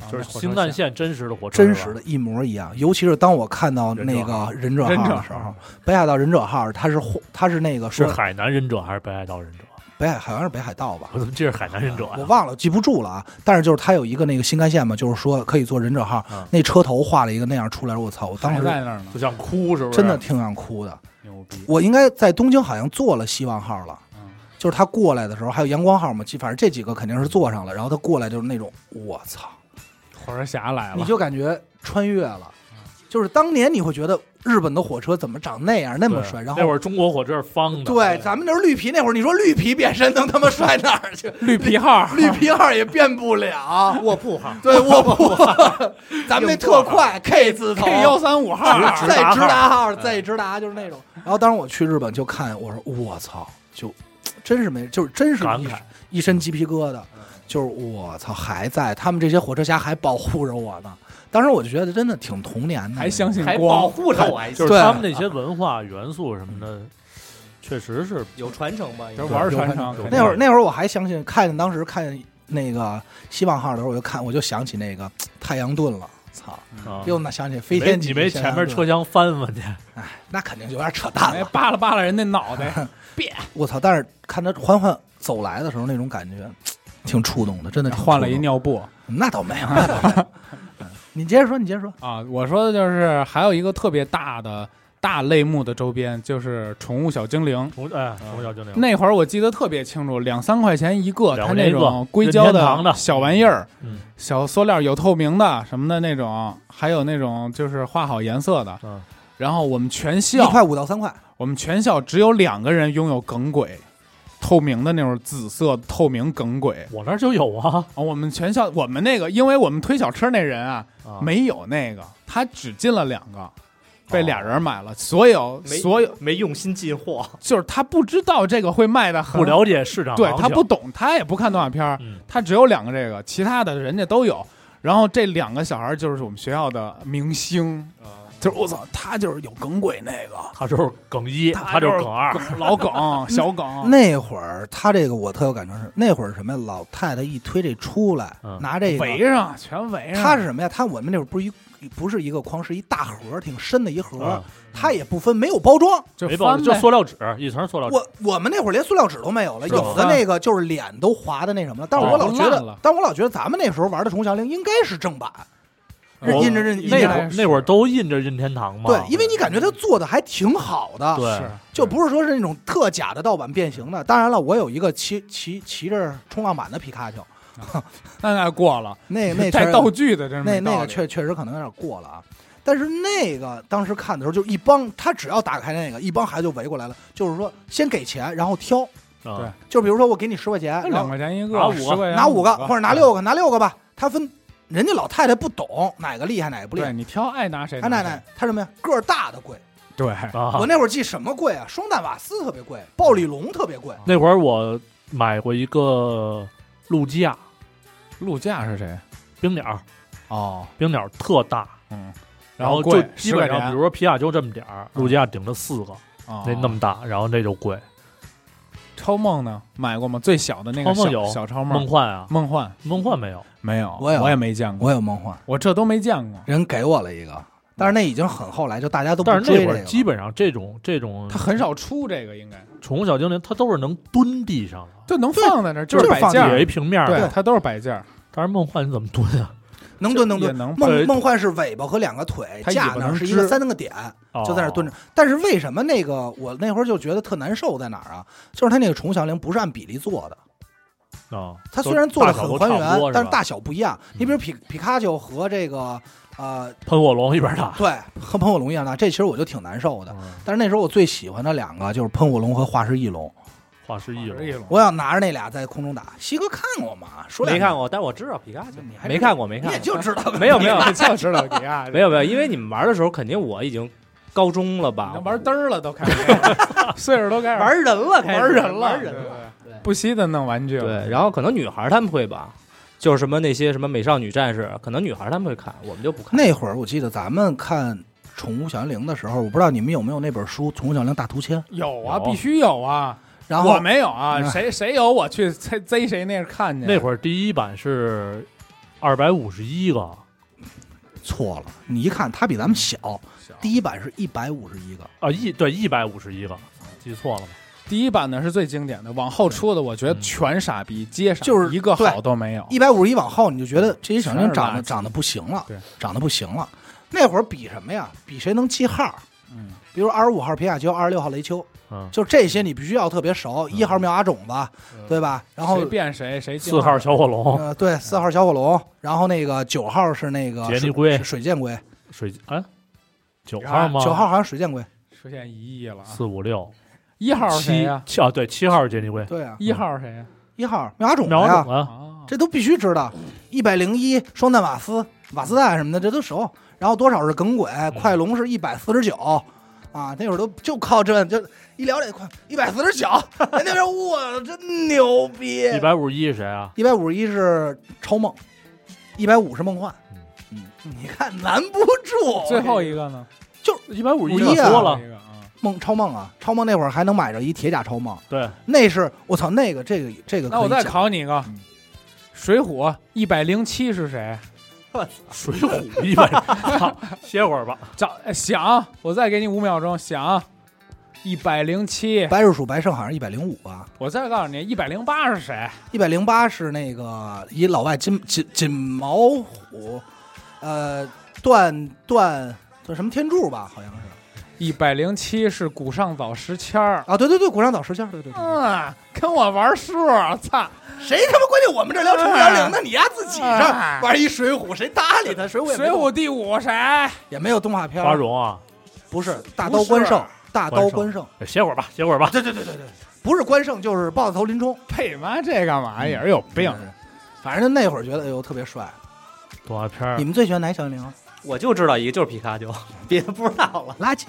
Speaker 4: 啊
Speaker 3: 就是
Speaker 4: 那火车
Speaker 3: 新干线真实的火车，
Speaker 2: 真实的一模一样。尤其是当我看到那个忍者
Speaker 4: 忍
Speaker 2: 号
Speaker 4: 者
Speaker 2: 的时候
Speaker 4: 号，
Speaker 2: 北海道忍者号，它是火它是那个
Speaker 3: 是
Speaker 2: 说
Speaker 3: 海南忍者还是北海道忍者？
Speaker 2: 北海好像是北海道吧，
Speaker 3: 我怎么记着海南啊忍者
Speaker 2: 我
Speaker 3: 哎呀？
Speaker 2: 忘了，记不住了啊。但是就是它有一个那个新干线嘛，就是说可以坐忍者号，
Speaker 3: 嗯
Speaker 2: 那车头画了一个那样出来，我操！我当
Speaker 4: 还
Speaker 2: 时
Speaker 4: 在那儿呢
Speaker 3: 就，想哭是不是？
Speaker 2: 真的挺想哭的。
Speaker 4: 牛逼，
Speaker 2: 我应该在东京好像坐了希望号了，
Speaker 4: 嗯
Speaker 2: 就是他过来的时候还有阳光号嘛，记反正这几个肯定是坐上了。然后他过来就是那种，我操，
Speaker 4: 火车侠来
Speaker 2: 你
Speaker 4: 了，
Speaker 2: 就感觉穿越了。就是当年你会觉得日本的火车怎么长那样那
Speaker 3: 那
Speaker 2: 么帅，然
Speaker 3: 那会
Speaker 2: 后
Speaker 3: 儿中国火车是方的，
Speaker 2: 对咱们那是绿皮那会儿，你说绿皮变身能他妈帅哪儿去？
Speaker 4: 绿皮号，
Speaker 2: 绿皮号也变不了，
Speaker 5: 卧铺号，
Speaker 2: 对 卧铺， 咱们那特快 K 字头
Speaker 4: K 幺三五号，
Speaker 2: 再直达号，嗯再直达就是那种。然后当时我去日本就看，我说我操，就真是没，就是真是
Speaker 3: 感
Speaker 2: 一
Speaker 3: 慨
Speaker 2: 一身鸡皮疙瘩，就是我操还在，他们这些火车侠还保护着我呢。当时我就觉得真的挺童年的，
Speaker 4: 还相信
Speaker 5: 还保
Speaker 4: 光，
Speaker 5: 护着我，还
Speaker 3: 就是
Speaker 2: 对
Speaker 3: 他们那些文化元素什么的，确实是
Speaker 5: 有传承吧？应该
Speaker 4: 这玩儿
Speaker 2: 对
Speaker 4: 传承
Speaker 3: 有，
Speaker 2: 那会儿
Speaker 3: 对
Speaker 2: 那会儿我还相信，看见当时看那个希望号的时候，我就看我就想起那个太阳盾了。操！
Speaker 3: 啊。
Speaker 2: 又那想起飞
Speaker 3: 你没
Speaker 2: 天
Speaker 3: 你
Speaker 2: 戟
Speaker 3: 没
Speaker 2: 太
Speaker 3: 前
Speaker 2: 阳
Speaker 3: 面
Speaker 2: 盾
Speaker 3: 车厢翻翻去，
Speaker 2: 哎那肯定就有点扯淡
Speaker 4: 哎
Speaker 2: 了。
Speaker 4: 扒拉扒拉人那脑袋，
Speaker 2: 我操！但是看他缓缓走来的时候，那种感觉挺触动的，真的挺触动的
Speaker 4: 换了一，尿布
Speaker 2: 那倒 没有。那倒没有嗯你接着说，你接着说。
Speaker 4: 啊！我说的就是还有一个特别大的大类目的周边，就是宠物小精灵。
Speaker 3: 从哎从小精灵，
Speaker 4: 那会儿我记得特别清楚，两三块钱一个，
Speaker 3: 两
Speaker 4: 它
Speaker 3: 块钱
Speaker 4: 那
Speaker 3: 一个
Speaker 4: 种硅胶
Speaker 3: 任天堂的
Speaker 4: 小玩意儿，
Speaker 3: 嗯
Speaker 4: 小塑料有透明的什么的那种，还有那种就是画好颜色的。
Speaker 3: 嗯
Speaker 4: 然后我们全
Speaker 2: 一
Speaker 4: 校，
Speaker 2: 块五到三块，
Speaker 4: 我们全校只有两个人拥有耿鬼，透明的那种紫色透明耿鬼。
Speaker 3: 我那儿就有啊，
Speaker 4: 啊，我们全校我们那个，因为我们推小车那人啊，
Speaker 3: 啊
Speaker 4: 没有那个，他只进了两个，被
Speaker 3: 哦
Speaker 4: 俩人买了。所有
Speaker 5: 没
Speaker 4: 所有
Speaker 5: 没用心进货，
Speaker 4: 就是他不知道这个会卖的很
Speaker 3: 不，了解市场
Speaker 4: 对
Speaker 3: 行
Speaker 4: 他
Speaker 3: 情，
Speaker 4: 不懂，他也不看动画片儿，
Speaker 3: 嗯
Speaker 4: 他只有两个这个，其他的人家都有。然后这两个小孩就是我们学校的明星，
Speaker 3: 啊
Speaker 4: 就是我操，他就是有耿鬼那个，
Speaker 3: 他就是梗一，他就是梗二，
Speaker 4: 老 耿、小耿，
Speaker 2: 那会儿他这个我特有感觉是，那会儿什么呀老太太一推这出来，
Speaker 3: 嗯
Speaker 2: 拿这个
Speaker 4: 围，上全围上。
Speaker 2: 他是什么呀？他我们那会儿不是一不是一个筐，是一大盒，挺深的一盒
Speaker 3: 嗯，
Speaker 2: 他也不分，没有包装。
Speaker 4: 就
Speaker 3: 没包
Speaker 4: 翻
Speaker 3: 就
Speaker 4: 呗，
Speaker 3: 塑料纸，一层塑料纸，
Speaker 2: 我我们那会儿连塑料纸都没有了，
Speaker 4: 哦是吗
Speaker 2: 有的那个就是脸都划的那什么了。但是
Speaker 3: 哦
Speaker 2: 我老觉
Speaker 4: 都烂
Speaker 2: 得
Speaker 4: 了，
Speaker 2: 但我老觉得咱们那时候玩的《宠物小精灵》应该是正版，
Speaker 3: 我
Speaker 2: 印着任
Speaker 3: 那
Speaker 4: 应
Speaker 3: 会
Speaker 4: 该
Speaker 3: 儿
Speaker 4: 是
Speaker 3: 那会儿都印着任天堂嘛，
Speaker 2: 对，因为你感觉它做的还挺好的，
Speaker 3: 对
Speaker 4: 是
Speaker 2: 就不是说是那种特假的盗版变形的。当然了，我有一个骑骑骑着冲浪板的皮卡丘，
Speaker 4: 那那过了，
Speaker 2: 那那确
Speaker 4: 带
Speaker 2: 实
Speaker 4: 道具的真是
Speaker 2: 那
Speaker 4: 没
Speaker 2: 那
Speaker 4: 道
Speaker 2: 个
Speaker 4: 理
Speaker 2: 确确实可能有点过了啊。但是那个当时看的时候，就一帮他只要打开那个，一帮孩子就围过来了，就是说先给钱，然后挑，
Speaker 3: 啊
Speaker 2: 就比如说我给你十块钱，
Speaker 4: 那
Speaker 2: 然
Speaker 4: 两
Speaker 2: 后
Speaker 4: 块钱一个，
Speaker 3: 拿五个
Speaker 4: 10块钱啊
Speaker 2: 拿五个或者拿六
Speaker 4: 个，嗯
Speaker 2: 个，拿六个吧。他分人家老太太不懂哪个厉害哪个不厉
Speaker 4: 对
Speaker 2: 害，
Speaker 4: 你挑爱拿谁
Speaker 2: 他
Speaker 4: 拿
Speaker 2: 奶
Speaker 4: 谁
Speaker 2: 奶他什么呀？个儿大的贵，
Speaker 4: 对，
Speaker 3: 啊
Speaker 2: 我那会儿记什么贵啊？双蛋瓦斯特别贵，暴力龙特别贵，
Speaker 3: 那会儿我买过一个陆基亚
Speaker 4: 陆架是谁？
Speaker 3: 冰鸟，
Speaker 4: 哦，
Speaker 3: 冰鸟特大，
Speaker 4: 嗯，
Speaker 3: 然
Speaker 4: 后
Speaker 3: 就
Speaker 4: 贵
Speaker 3: 基
Speaker 4: 10块
Speaker 3: 本
Speaker 4: 钱
Speaker 3: 上，比如说皮卡丘这么点儿，陆基亚顶着四个，
Speaker 4: 哦
Speaker 3: 那那么大，然后那就贵。
Speaker 4: 超梦呢？买过吗？最小的那个
Speaker 3: 超梦
Speaker 4: 小
Speaker 3: 有
Speaker 4: 小超
Speaker 3: 梦
Speaker 4: 梦，
Speaker 3: 幻啊，
Speaker 4: 梦幻
Speaker 3: 梦幻没有，
Speaker 4: 没有，
Speaker 2: 我有
Speaker 4: 我也没见过，
Speaker 2: 我有梦幻，
Speaker 4: 我这都没见过。
Speaker 2: 人给我了一个，但是那已经很后来，就大家都不
Speaker 3: 但是
Speaker 2: 追
Speaker 3: 那
Speaker 2: 这
Speaker 3: 会
Speaker 2: 个
Speaker 3: 儿
Speaker 2: 了
Speaker 3: 基本上这种这种
Speaker 4: 他很少出这个，应该
Speaker 3: 宠物小精灵，它都是能蹲地上的，
Speaker 4: 就能放在那儿，
Speaker 2: 就是
Speaker 4: 摆
Speaker 2: 放
Speaker 4: 件
Speaker 2: 这
Speaker 3: 有一
Speaker 4: 儿，
Speaker 3: 平面儿
Speaker 4: 对，
Speaker 3: 的。
Speaker 4: 它都是摆件儿，
Speaker 3: 但是梦幻你怎么蹲啊？
Speaker 2: 能蹲能
Speaker 4: 也
Speaker 2: 蹲。
Speaker 4: 能
Speaker 2: 梦
Speaker 3: 呃
Speaker 2: 梦幻是尾巴和两个腿
Speaker 4: 它尾巴
Speaker 2: 架那儿
Speaker 4: 能
Speaker 2: 是一个
Speaker 4: 支
Speaker 2: 三个点，
Speaker 3: 哦
Speaker 2: 就在那儿蹲着。但是为什么那个我那会儿就觉得特难受在哪儿啊？就是它那个宠物小灵不是按比例做的，
Speaker 3: 啊，
Speaker 2: 它虽然做的很还
Speaker 3: 都差不
Speaker 2: 原
Speaker 3: 多，
Speaker 2: 但是
Speaker 3: 吧
Speaker 2: 大小不一样。你比如皮皮卡丘和这个呃，
Speaker 3: 喷火龙一边打，
Speaker 2: 对，和喷火龙一样大，这其实我就挺难受的。
Speaker 3: 嗯
Speaker 2: 但是那时候我最喜欢的两个就是喷火龙和化石翼龙，
Speaker 3: 化石翼龙。
Speaker 4: 了。
Speaker 2: 我想拿着那俩在空中打。西哥看过吗？说
Speaker 5: 没
Speaker 2: 两
Speaker 5: 看
Speaker 2: 句，
Speaker 5: 过，但我知道皮卡丘，
Speaker 2: 还
Speaker 5: 没看过，没
Speaker 2: 你
Speaker 5: 看
Speaker 2: 也
Speaker 5: 过，
Speaker 2: 就知道个
Speaker 5: 没有 没有
Speaker 4: 就知道给啊，
Speaker 5: 没有没有，因为你们玩的时候，肯定我已经高中了吧
Speaker 4: 能，玩嘚儿了都开始， 岁数都开始
Speaker 5: 玩人了，开始
Speaker 4: 玩人了，
Speaker 5: 玩人了。
Speaker 4: 对
Speaker 5: 对
Speaker 4: 不惜的弄玩具了。
Speaker 5: 对，然后可能女孩儿她们会吧，就是什么那些什么美少女战士，可能女孩儿她们会看，我们就不看。
Speaker 2: 那会儿我记得咱们看《宠物小精灵》的时候，我不知道你们有没有那本书《宠物小精灵大图签》，
Speaker 4: 有啊，
Speaker 3: 有
Speaker 4: 必须有啊。
Speaker 2: 然
Speaker 4: 我
Speaker 2: 后
Speaker 4: 没有啊，
Speaker 2: 嗯
Speaker 4: 谁谁有我去贼贼谁那儿看啊去。
Speaker 3: 那会儿第一版是二百五十一个，
Speaker 2: 错了，你一看它比咱们小，第一版是一百五十一个，
Speaker 3: 啊，一对一百五十一个，记错了吗？
Speaker 4: 第一版呢是最经典的，往后出的我觉得
Speaker 3: 嗯
Speaker 4: 全傻逼，接傻，
Speaker 2: 就是
Speaker 4: 一个
Speaker 2: 对
Speaker 4: 好都没有。
Speaker 2: 一百五十一往后你就觉得这些小精灵长
Speaker 4: 嗯全是垃
Speaker 2: 得
Speaker 4: 圾
Speaker 2: 长得不行了
Speaker 4: 对，
Speaker 2: 长得不行了。那会儿比什么呀？比谁能记号。
Speaker 4: 嗯，
Speaker 2: 比如二十五号皮卡丘，二十六号雷丘，
Speaker 3: 嗯，
Speaker 2: 就这些你必须要特别
Speaker 4: 嗯
Speaker 2: 熟。一号妙蛙种子，对吧？然后
Speaker 4: 谁变谁谁进
Speaker 3: 四号小火龙，
Speaker 2: 呃，对，四号小火龙，然后那个九号是那个
Speaker 3: 杰尼
Speaker 2: 水
Speaker 3: 龟
Speaker 2: 水箭龟，
Speaker 3: 水啊，九号吗？
Speaker 2: 啊九号好像水箭龟。
Speaker 4: 出现一亿了啊。
Speaker 3: 四五六
Speaker 4: 一号是谁
Speaker 3: 七
Speaker 4: 呀？
Speaker 3: 七啊，对，七号是杰尼龟，
Speaker 2: 对啊，
Speaker 4: 一号是谁呀？
Speaker 2: 一号妙蛙种子
Speaker 3: 苗
Speaker 2: 呀
Speaker 3: 种，啊，
Speaker 4: 啊，
Speaker 2: 这都必须知道。一百零一双蛋瓦斯、瓦斯蛋什么的，这都熟。然后多少是耿鬼，
Speaker 4: 嗯
Speaker 2: 快龙是一百四十九，啊，那会儿都就靠这，就一聊这快一百四十 九，人那边哇，真牛逼！
Speaker 3: 一百五十一是谁啊？
Speaker 2: 一百五十一是超梦，一百五是梦幻。嗯，你看拦不住。
Speaker 4: 最后一个呢？
Speaker 3: 一百五
Speaker 2: 一啊
Speaker 3: 说了，
Speaker 4: 最后一个啊
Speaker 2: 梦超梦啊，超梦那会儿还能买着一铁甲超梦，
Speaker 3: 对，
Speaker 2: 那是我操，那个这个这个可以
Speaker 4: 那我再
Speaker 2: 讲
Speaker 4: 考你一个，《
Speaker 2: 嗯
Speaker 4: 水浒》一百零七是谁？
Speaker 3: 水浒一百， 好歇会 儿吧。
Speaker 4: 找哎想，我再给你五秒钟想。一百零七，
Speaker 2: 白日鼠白胜好像一百零五吧，
Speaker 4: 我再告诉你，一百零八是谁？
Speaker 2: 一百零八是那个一老外金锦锦毛虎，呃，段段叫什么天柱吧，好像是
Speaker 4: 一百零七是古上早石签儿。
Speaker 2: 啊，对对对，古上岛石像，对对对，
Speaker 4: 嗯，跟我玩数，操！
Speaker 2: 谁他妈关键我们这聊成聊零呢？你丫自己这
Speaker 4: 啊
Speaker 2: 玩一水浒，谁搭理他？水浒也没
Speaker 4: 水
Speaker 2: 动
Speaker 4: 浒第五谁？
Speaker 2: 也没有动画片儿，
Speaker 3: 花荣啊，
Speaker 2: 不是大刀关胜，大刀关
Speaker 3: 关
Speaker 2: 胜，
Speaker 3: 歇会儿吧，歇会儿吧。
Speaker 2: 不是关胜就是豹子头林冲，
Speaker 4: 配妈这干嘛也是有病。
Speaker 2: 嗯反正那会儿觉得哎呦特别帅。
Speaker 3: 动画片儿
Speaker 2: 你们最喜欢哪小精灵？
Speaker 5: 我就知道一个，就是皮卡丘，别的不知道了。
Speaker 2: 垃圾。